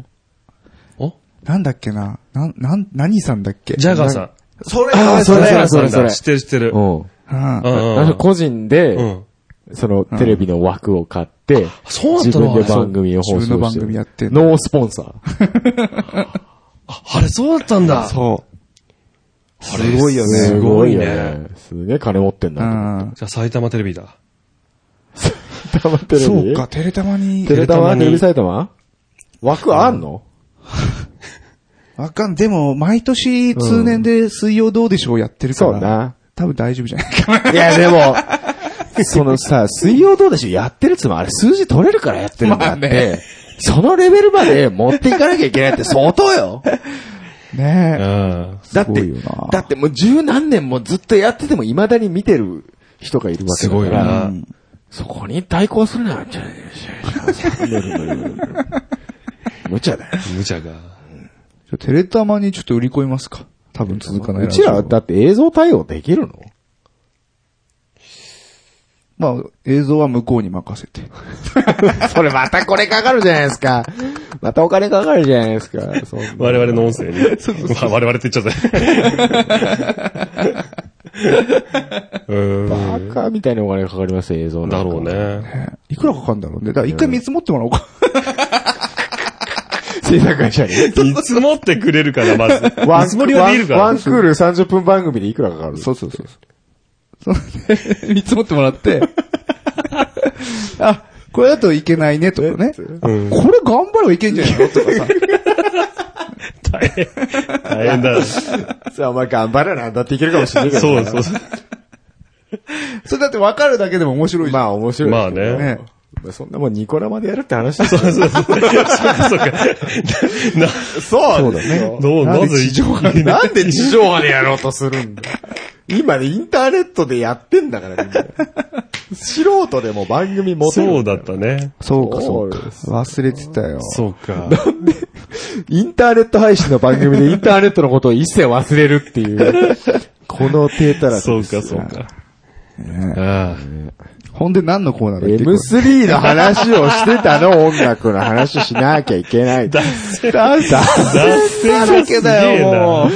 S1: お
S3: なんだっけな。なん、なん、何さんだっけ
S1: ジャガーさん。
S3: それ
S4: あーそれ
S1: ジャガー
S4: そ
S1: さ
S4: れ
S1: ん
S4: それ
S1: だ。知ってる知ってる。
S4: うん。
S1: う。
S3: うん
S1: ん
S4: あの個人で、
S1: うん。
S4: そのテレビの枠を買って、
S1: そうだっ
S4: 自
S1: たわ
S4: 分で番組を放送してる。
S3: 自分の番組やってんの
S4: ノースポンサー。
S1: ああれ、そうだったんだ。
S3: そう。
S1: あれすごいよ
S4: す
S1: す
S4: ご
S1: ご
S4: い
S1: い
S4: よ
S1: ね
S4: ね。。すげえ金持ってん
S3: う
S4: だ。
S3: ん。
S1: じゃあ、埼玉テレビだ。
S4: 埼玉テレビ。
S3: そうか、テレタマに
S4: テ、レタ
S1: テレタマ
S4: マ
S1: に
S4: テレビ埼玉枠あんの
S3: わかん、でも、毎年、通年で水曜どうでしょうやってるか
S4: そう
S3: ら。
S4: な。
S3: 多分大丈夫じゃないか
S4: いや、でも、そのさ、水曜どうでしょうやってるっつもあれ数字取れるからやってるんだって、そのレベルまで持っていかなきゃいけないって相当よ。
S3: な。ね
S1: う
S3: え。
S1: ん。
S4: だっ
S3: すご
S4: て
S3: いよな、
S4: だってもう十何年もずっとやってても未だに見てる人がいるわけ
S1: す
S4: だ
S1: ごい
S4: から、
S1: な。
S4: そこに対抗するなんじゃない 無茶だよ。
S1: 無茶が。
S3: ちょテレタマにちょっと売り込みますか。多分続かないうラジ
S4: ち
S3: オ
S4: らだって映像対応できるの
S3: まあ、映像は向こうに任せて。
S4: それまたこれかかるじゃないですか。またお金かかるじゃないですか。そんな
S1: 我々の音声に。 まあ我々って言っちゃ った。うーん。
S4: バカみたいにお金かかりますよ、映像な
S1: だ
S4: んか
S1: ろう。ね。
S3: いくらかかるんだろうね。だから一回見積もってもらおうか。
S4: 制作会社に。
S1: 見積もってくれるから、まず。見積もりはできるか
S4: ワンワ
S1: ら
S4: ン。クール30分番組でいくらかかる
S3: そうそうそうそう。それで見積もってもらって。 あ、これだといけないねとかね。あこ
S1: うん
S3: れ頑張ればいけんじゃないのとかさ。
S1: 大変。大変だ。
S4: そう、お前頑張れなんだっていけるかもしれないけど
S1: そ
S4: ね。
S1: うそうそ
S3: それだって分かるだけでも面白いじゃ
S4: ま
S3: ん。
S4: あ面白
S1: う。
S4: い。
S1: まあ。ね。
S3: ね。
S4: そんなもんニコ生でやるって話ですよ
S1: そうそうそう。そうかそうか。な、
S4: そうだね。
S1: どう、なぜ以上
S4: なんで地上波でやろうとするんだ今ね、インターネットでやってんだから、みんな。素人でも番組持てる。
S1: そうだったね。
S3: そうか、そうか。
S4: そうです
S3: 忘れてたよ。
S1: そうか。
S4: インターネット配信の番組でインターネットのことを一切忘れるっていう。この低たらず
S1: そう
S4: です
S1: か、
S4: よ
S1: そうか。ああ。
S3: ほんで何のコーナーだっけ
S4: M3 の話をしてたの、音楽の話しなきゃいけない。だ
S1: 脱線がすげえな。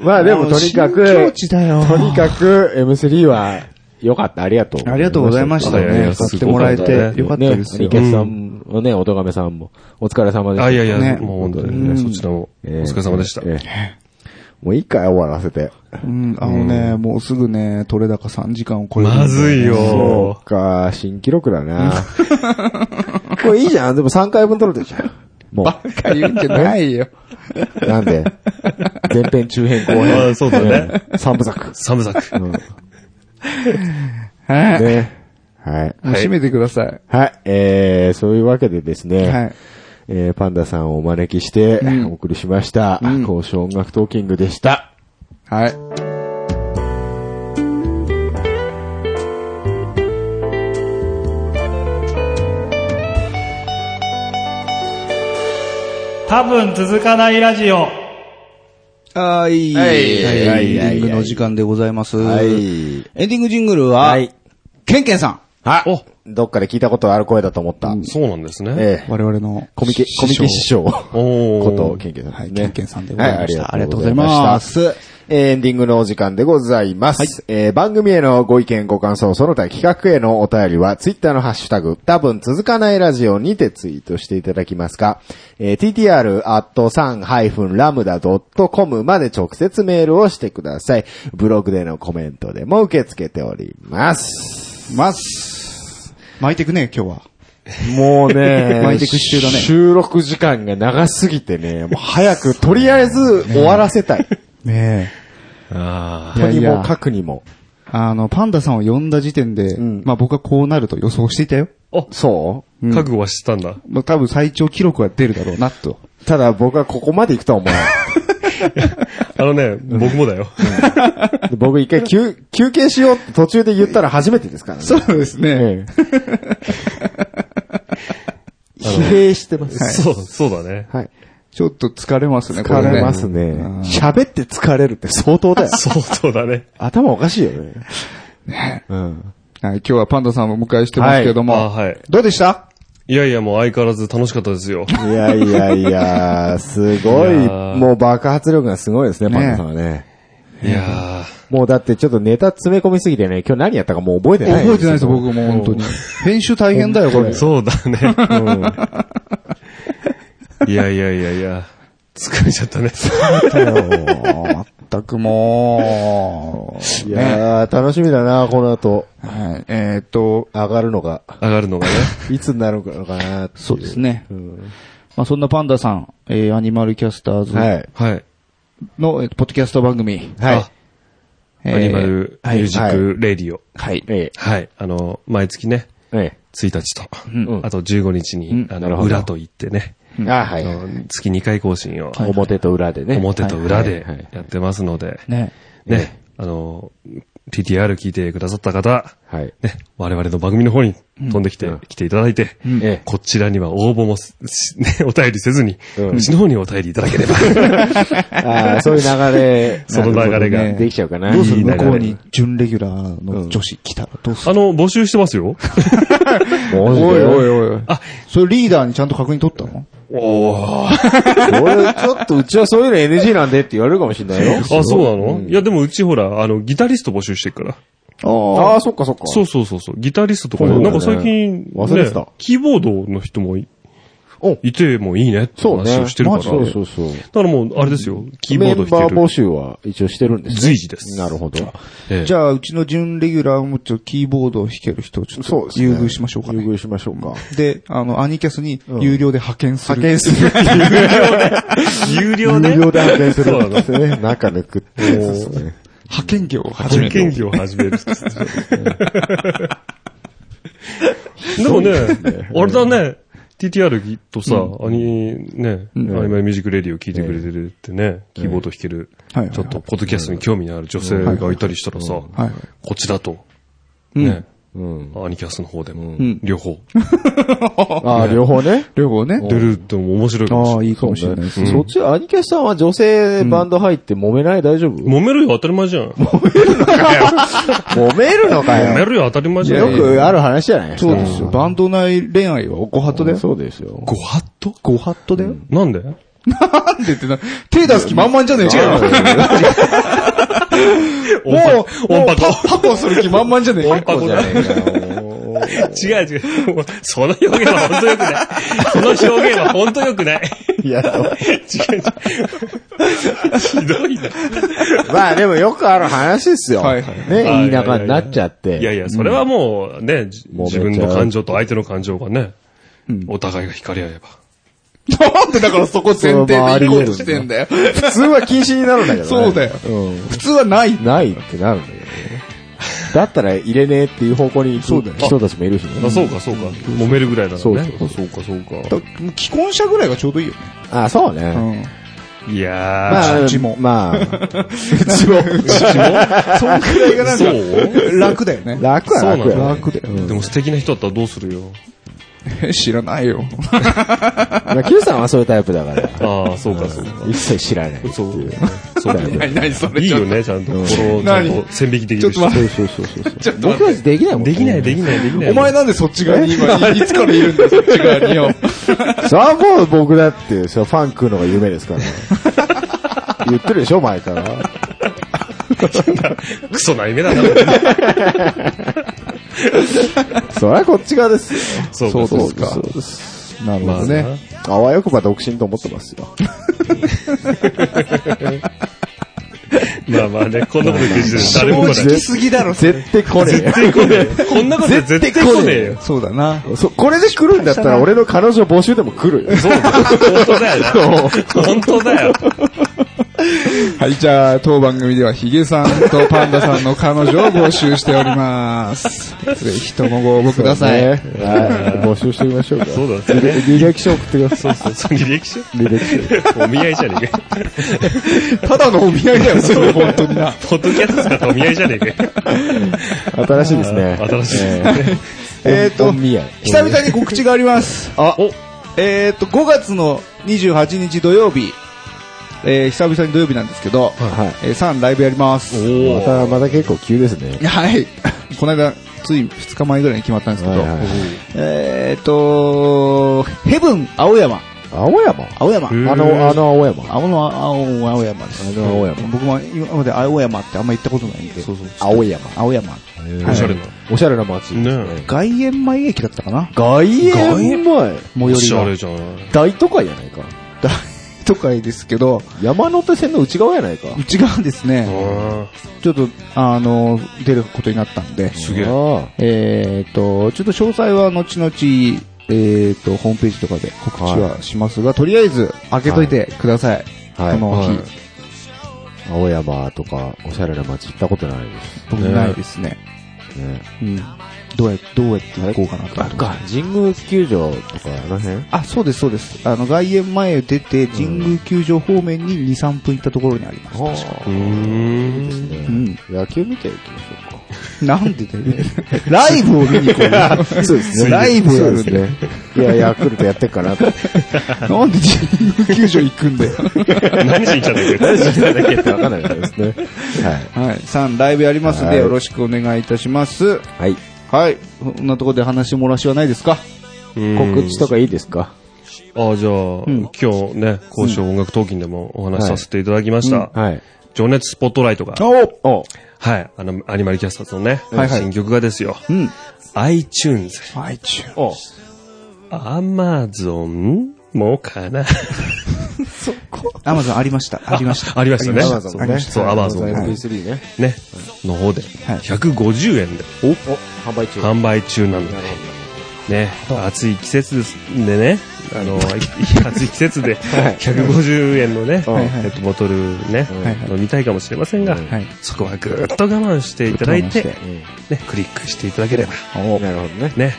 S4: まあでもとにかく、
S3: もう新境地だよ
S4: とにかく M3 は良かった、ありがとう。
S3: ありがとうございました
S1: いやい
S3: ね。
S1: や
S3: 歌ってもらえ
S1: すごかった
S3: て
S1: ね
S3: よかったです
S4: ね、
S3: よ
S4: リ。ケさんもね、おとがめさんも、お疲れ様でした。
S1: あ、いやいや、
S3: ね
S1: もう本当に
S3: う
S1: ね、
S3: ん
S1: そちらも、お
S4: ええ
S1: 疲れ様でした。
S4: ええもういいかよ、終わらせて。
S3: うん、あのね、もうすぐね、取れ高3時間を超えるんだよ
S1: ま
S3: ね。
S1: ずいよ
S4: そ。うか、新記録だな。 これいいじゃん、でも3回分撮れてるじゃん。も
S3: ばっかり言うんじゃないよ。
S4: う、なんで。前編、中編、後
S1: ま
S4: 編。
S1: あそうだね。
S4: 3部作。
S1: 寒さく。
S4: うん。
S3: はい。
S4: ね。はい。
S3: もう閉めてください。
S4: はい、えー、そういうわけでですね、
S3: はい。
S4: えー、パンダさんをお招きして、
S3: ん
S4: お送りしました、
S3: うん
S4: 交渉音楽トーキングでした。
S3: はい。
S7: 多分続かないラジオ。
S3: はい。
S4: は
S3: はいい。
S4: はい
S3: エンディングの時間でございます。
S4: は
S3: エン
S4: い。
S3: ディングジングルは、ケンケンさん。
S4: あ、どっかで聞いたことある声だと思った。
S1: そうなんですね。
S4: ええ。
S3: 我々の
S4: コミケ、コミケ師匠。
S1: おー
S4: こと、ケンケンさん
S3: は
S4: で
S3: い、
S4: す
S3: ケン
S4: ね。
S3: ケンさんでご
S4: は
S3: ざ
S4: い、
S3: い
S4: あ
S3: まし
S4: り
S3: た。
S4: がとうございます。えーエンディングのお時間でございます。えー番組へのご意見、ご感想、その他企画へのお便りは、ツイッターのハッシュタグ、多分続かないラジオにてツイートしていただきますか、え ttr.san-lambda.com まで直接メールをしてください。ブログでのコメントでも受け付けております。
S3: ます。巻いてくね、今日は。
S4: もう ね
S3: 巻いてく必要だね
S4: 収録時間が長すぎてね、もう早く、とりあえず終わらせ たい。
S3: ね
S1: あ
S3: い
S4: と
S3: や
S4: に
S3: いや
S4: もかくにも。
S3: あの、パンダさんを呼んだ時点で、
S4: ん
S3: まあ僕はこうなると予想していたよ。
S4: そ
S1: あ、覚悟はしてたんだ。
S3: まあ多分最長記録は出るだろうな、と。
S4: うただ僕はここまで行くとは思わ ない。
S1: あのね、僕もだよ。
S4: で僕一回休休憩しようって途中で言ったら初めてですからね。
S3: そうです
S4: え
S3: ね。
S4: え疲弊してます。
S1: そう、そうだね。
S4: はい。
S3: ちょっと疲れますね、
S4: 疲れます
S3: こ
S4: ね。喋って疲れるって相当だよ。
S1: そう、そうだね。
S4: 頭おかしいよね。うん。
S3: れね。はい、今日はパンダさんをお迎えしてますけども。
S1: はいあはい
S3: どうでした
S1: いやいや、もう相変わらず楽しかったですよ。
S4: いやいやいや、すごい
S1: いやー
S4: もう爆発力がすごいですね、
S3: ね
S4: パンダさんはね。
S1: いや
S4: もうだってちょっとネタ詰め込みすぎてね、今日何やったかもう覚えてない。
S3: 覚えてないですよ、僕もう本当に。編集大変だよ、これ
S1: ー、。そうだね。
S4: うん
S1: いやいやいやいや、疲れちゃったね。
S3: まったくもう。
S4: いやー、楽しみだな、この後、
S3: はい、えーっと、
S4: 上がるのが、
S1: 上がるのがね。
S4: いつになるのかなってい
S5: そうですね。まあそんなパンダさん、えーアニマルキャスターズ
S4: は
S5: の、
S4: い。
S1: はい。
S5: えーポッドキャスト番組、
S4: は
S5: えー
S1: アニマルミュージックレディオ。
S5: はい
S4: い。。え
S1: はい。あの、毎月ね、
S4: え。え
S1: 1日と、
S4: ん
S1: あと15日に、あ
S4: な
S1: の、
S4: るほど
S1: 裏と言ってね、
S4: え。あはい。
S1: 月2回更新を、
S4: 表と裏でね。
S1: 表と裏で
S4: はいはいはい
S1: やってますので、
S5: ね。
S1: ね、あの、TTR 聞いてくださった方、
S4: はい。
S1: ね、我々の番組の方に飛んできて、来ていただいて、
S4: ええ
S1: こちらには応募もす、しね、 お便りせずに、う
S4: うん
S1: ちの方にお便りいただけれ ば、
S4: ああ、そういう流 れ。
S1: その流れが
S4: なるほどねできちゃうかな。
S3: どうす
S1: い
S3: る
S1: い流れ
S3: 向こうに準レギュラーの女子来たらどうする
S1: あの、募集してますよ。
S4: お
S3: おいおい
S4: い。
S3: おい。あ、それリーダーにちゃんと確認取ったの
S4: 俺、ちょっとうちはそういうの NG なんでって言われるかもしれないよ。
S1: あ、そうなの、いや、でもうちほら、あの、ギタリスト募集してるから。
S4: ああ、そっかそっか。
S1: そうそうそうそう。ギタリストとか、
S4: そうだね
S1: なんか最近、ね
S4: 忘れてた
S1: キーボードの人もい
S4: お
S1: いてもいいねって
S4: そうね。
S1: 話をしてるから。
S4: そうそうそう。
S1: だからもう、あれですよ。キーボード
S4: メンバ
S1: 弾
S4: ー
S1: け
S4: 募
S1: る。
S4: 集は一応してるんですね
S1: 随時です
S4: なるほど。
S1: ええ
S3: じゃあ、うちの準レギュラーもちょっとキーボードを弾ける人をちょっ
S4: そう
S3: と
S4: ですね。
S3: 優遇しましょうかね。
S4: 優遇しましょうか。
S3: で、あの、アニキャスに有料で派遣する。派遣する。
S1: 有料
S4: 有
S1: ね。
S4: 料で発見す
S1: そう
S4: る
S1: なんの
S4: ですね。中抜くってやつですね。
S3: 派遣業を始
S1: 実
S3: め
S1: 験
S3: る。
S1: 機を始める。でもね、あれだね、TTR とさ、アニ、ね、アニマルミュージックレディを聴いてくれてるってね、キーボード弾ける、
S3: はいはい
S1: ちょっと、ポッドキャストに興味のある女性がいたりしたらさ、
S3: はい。
S1: こちらと、
S3: うん
S1: ね、
S4: うん。
S1: アニキャスの方でも
S3: ん、
S1: 両方、
S4: ああ、両方ね。
S3: 両方ね。
S1: 出るっても面白いかもしれ
S3: あ
S1: な
S3: あ、
S1: い。
S3: いいかもしれないです。
S4: そっち、アニキャスさんは女性バンド入って揉めない大丈夫揉
S1: 揉めるよ、当たり前じゃん。揉
S4: めるのか
S1: め
S4: よ。
S1: るよ、当たり前じゃ
S4: よ
S1: ん。
S4: くある話じゃないですか
S3: そうですよ。バンド内恋愛はおこはとだよ。
S4: そうで すよ。
S1: ごはっと
S3: ごはっとだよ。
S1: なんで
S3: なんでってな、手出す気満々じゃねえかよ。
S1: 音波音波
S3: パパコする気満々じゃねえかよ。
S1: パコだ違う違う。その表現は本当良くない。その表現は本当良くない。
S4: いや、
S1: 違う違う。ひどいな。
S4: まあでもよくある話ですよ。
S3: はいはい
S4: ね、言い仲になっちゃって。
S1: いやいや、それはもうね、じ
S4: もうめっち
S1: 自
S4: ゃ
S1: 分の感情と相手の感情がね、お互いが光り合えば。
S3: なんでだからそこ前提で行こうとしてんだよ。
S4: 普通は禁止になるんだけどね。
S3: そうだよ
S4: う
S3: 普通はない。
S4: ん。ないってなるんだけどね。だったら入れねえっていう方向に行く人たちもいるし
S1: あ、
S4: ね。
S1: そうかそうか。揉めるぐらいなら
S4: そう
S1: ね。
S4: そうそうかそうか。
S3: 既婚者ぐらいがちょうどいいよね。
S4: あ、そうね。
S3: うん。
S1: いや
S4: まあ、
S3: うちも
S4: まあ、
S3: そんくらいがなん
S1: そ
S3: か、
S1: う
S3: 楽だよね。
S4: 楽は楽
S1: そうな
S4: や
S1: の
S4: ね。
S3: 楽だよ。
S1: でも素敵な人だったらどうするよ。
S3: 知らないよ。
S4: まあ Q さんはそういうタイプだから、
S1: ああ、そうかそうか。
S4: 一切知らない。
S1: そう。そうだよね。
S3: 何何それ
S1: いいよね、ちゃんと。この、ちゃん
S3: 何
S1: と線引きでき
S3: ちょ
S1: る
S3: っ
S1: し
S3: と待
S2: そうそうそうそう。
S3: ちょっと
S2: 僕
S3: 待
S2: た
S3: っ
S2: ちできないもん。
S1: できない、できない、できな
S3: て。
S1: い。
S3: お前なんでそっち側に今、いつからいるんだよ、そっち側によ。
S4: それはもう僕だって、それはファン食うのが夢ですから。言ってるでしょ、前から。
S1: クソな夢だな。
S4: それはこっち側ですよ。
S1: そうかそうか
S4: そうです。
S2: なる
S1: ま
S2: ほ
S1: あ
S2: ど
S1: ね
S2: ね。。
S4: あわよくば独身と思ってますよ。
S1: まあまあね、こんなこと言ってる時点で誰も来ない。
S3: すぎだろ、
S4: 絶対来ね
S1: 絶対来ねえよ。こんなことで絶対来ねえよ。
S3: そうだな。
S4: えよ。そこれで来るんだったら俺の彼女募集でも来るよ。
S1: そうだ、本当だよな。本当だよ。
S3: はい、じゃあ、当番組ではヒゲさんとパンダさんの彼女を募集しており ます。ぜひともご応募ください。
S4: ねはい。募集してみましょうか。
S1: そうだ
S4: 履歴履歴書送ってくださ
S1: そうそう、そう履歴書
S4: い。履歴
S1: お見合いじゃねえか。
S3: ただのお見合いだよ、それ、本当にな。
S1: ポッドキャスト使ったお見合いじゃねえか。
S4: 書。新しいですね。
S1: 新しいです
S4: え
S3: え
S4: っ
S3: ー
S4: と、
S3: と
S4: お見合い。
S3: 久々に告知があります。あ
S1: お
S3: えっ、と、5月の28日土曜日、えー、久々に土曜日なんですけど、
S4: はい。
S3: えー、サンライブやります。
S4: また、また結構急ですね。
S3: はい。 この間、つい2日前ぐらいに決まったんですけ
S4: はい
S3: ど、
S4: はい
S3: えっ、と、ヘブン青山。
S4: 青山
S3: 青山。
S4: あの、あの青山。
S3: 青の青青山です。
S4: あの青山
S3: 僕も今まで青山ってあんま行ったことないんで、
S4: 青山。
S3: 青山。
S1: おしゃれな。
S4: おしゃれな街。
S1: ね
S3: 外苑前駅だったかな
S4: 外苑前。
S3: 最
S1: お
S3: 寄り
S1: しゃ
S3: が。
S1: れじゃない。
S4: 大都会やないか。
S3: 都会ですけど、
S4: 山手線の内側やないか。
S3: 内側ですね、
S1: あ
S3: ちょっと、あの、出ることになったんで、
S1: すげえ
S4: ああ
S3: えっ、と、ちょっと詳細は後々、えっ、と、ホームページとかで告知はしますが、とりあえず、開けといてください。
S4: はい
S3: この日、
S1: はい
S4: 青山とか、おしゃれな街行ったことないです
S3: 僕
S1: ね
S3: ないですね。
S4: ね。
S3: うん。どうや、どうやって行こうかなと思って。
S4: 神宮球場とか、あの辺
S3: あ、そうです、そうです。あの、外苑前を出て、神宮球場方面に2、3分行ったところにあります。確か
S1: うーん。
S3: うん。
S4: 野球見ていきましょう
S3: なんでだよね。ライブを見に行こうよ。
S4: か。 そうです
S3: ライブやるんだよ。
S4: ね。いや、ヤクルトやってっかなと。
S3: なんで神宮球場行くんだよ。
S1: 何しに来たんだっけ
S4: だけってわかんないですね。はい。
S3: はい。3、ライブやりますん
S4: は
S3: で、
S4: い
S3: よろしくお願いいたします。
S4: はい。
S3: はい。こんなところで話漏らしはないですか
S4: 告知とかいいですか
S1: ああ、じゃあ、今日ね、交渉音楽闘金でもお話しさせていただきました。
S4: はい。
S1: 情熱スポットライトが、
S3: お
S4: お
S1: はい、あの、アニマルキャスターズのね、
S3: はいはい
S1: 新曲がですよ、
S3: うん。
S1: iTunes、
S3: iTunes。
S4: お
S1: Amazon もかな。
S3: アマゾンありました。ありました。
S1: ありましたね。
S4: Amazon ね
S1: そう、Amazon
S3: はい
S4: MP3 ね。
S1: ね、の方で、
S3: はい
S1: 150円で
S4: お販売中。
S1: 販売中なので、ね、暑い季節ですんでね、あの、い暑い季節で、150円のね、
S3: いはい
S1: ペットボトルね、
S3: はいはい
S1: 飲みたいかもしれませんが、
S3: はい。
S1: そこはぐーっと我慢していただいて、
S3: 我慢
S1: ね
S3: し、
S1: クリックしていただければ、
S4: おなるほどね。
S1: ね、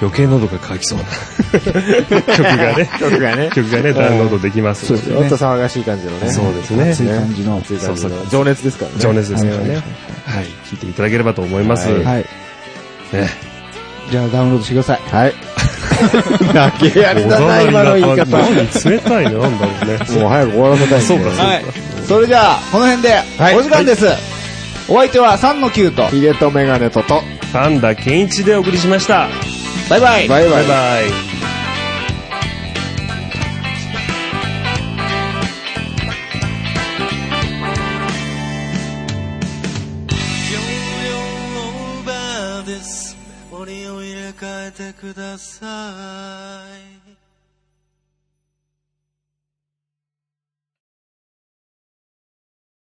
S1: 余計喉が渇きそうな 曲がね、
S4: 曲がね。
S1: 曲がね、ダウンロードできますので。
S4: ちょっと騒がしい感じのね。
S1: そうです
S3: 熱い
S1: ね。
S3: 感じの。
S4: 熱い感じ
S1: そう
S4: の
S1: そう
S4: 情熱ですからね。
S1: 情熱ですから
S3: はい
S1: ね。はい。聴いていただければと思います。
S4: は
S1: ね
S3: はい。じゃあダウンロードしてください。
S4: はい。投げやりだな、今の言 い方。も
S1: 何冷たいのなんだろうね。
S4: う早く終わらせたい。
S1: そうか、そうか。
S3: はい。それじゃあ、この辺で、お時間です。お相手は3の9と、
S4: ヒゲとメガネとと。
S1: パンダケンイチでお送りしました。
S3: バイバイ。
S4: バイバ
S1: バ
S4: イ
S1: イ。バイ。
S8: 容量オーバーですメモリを入れ替えてください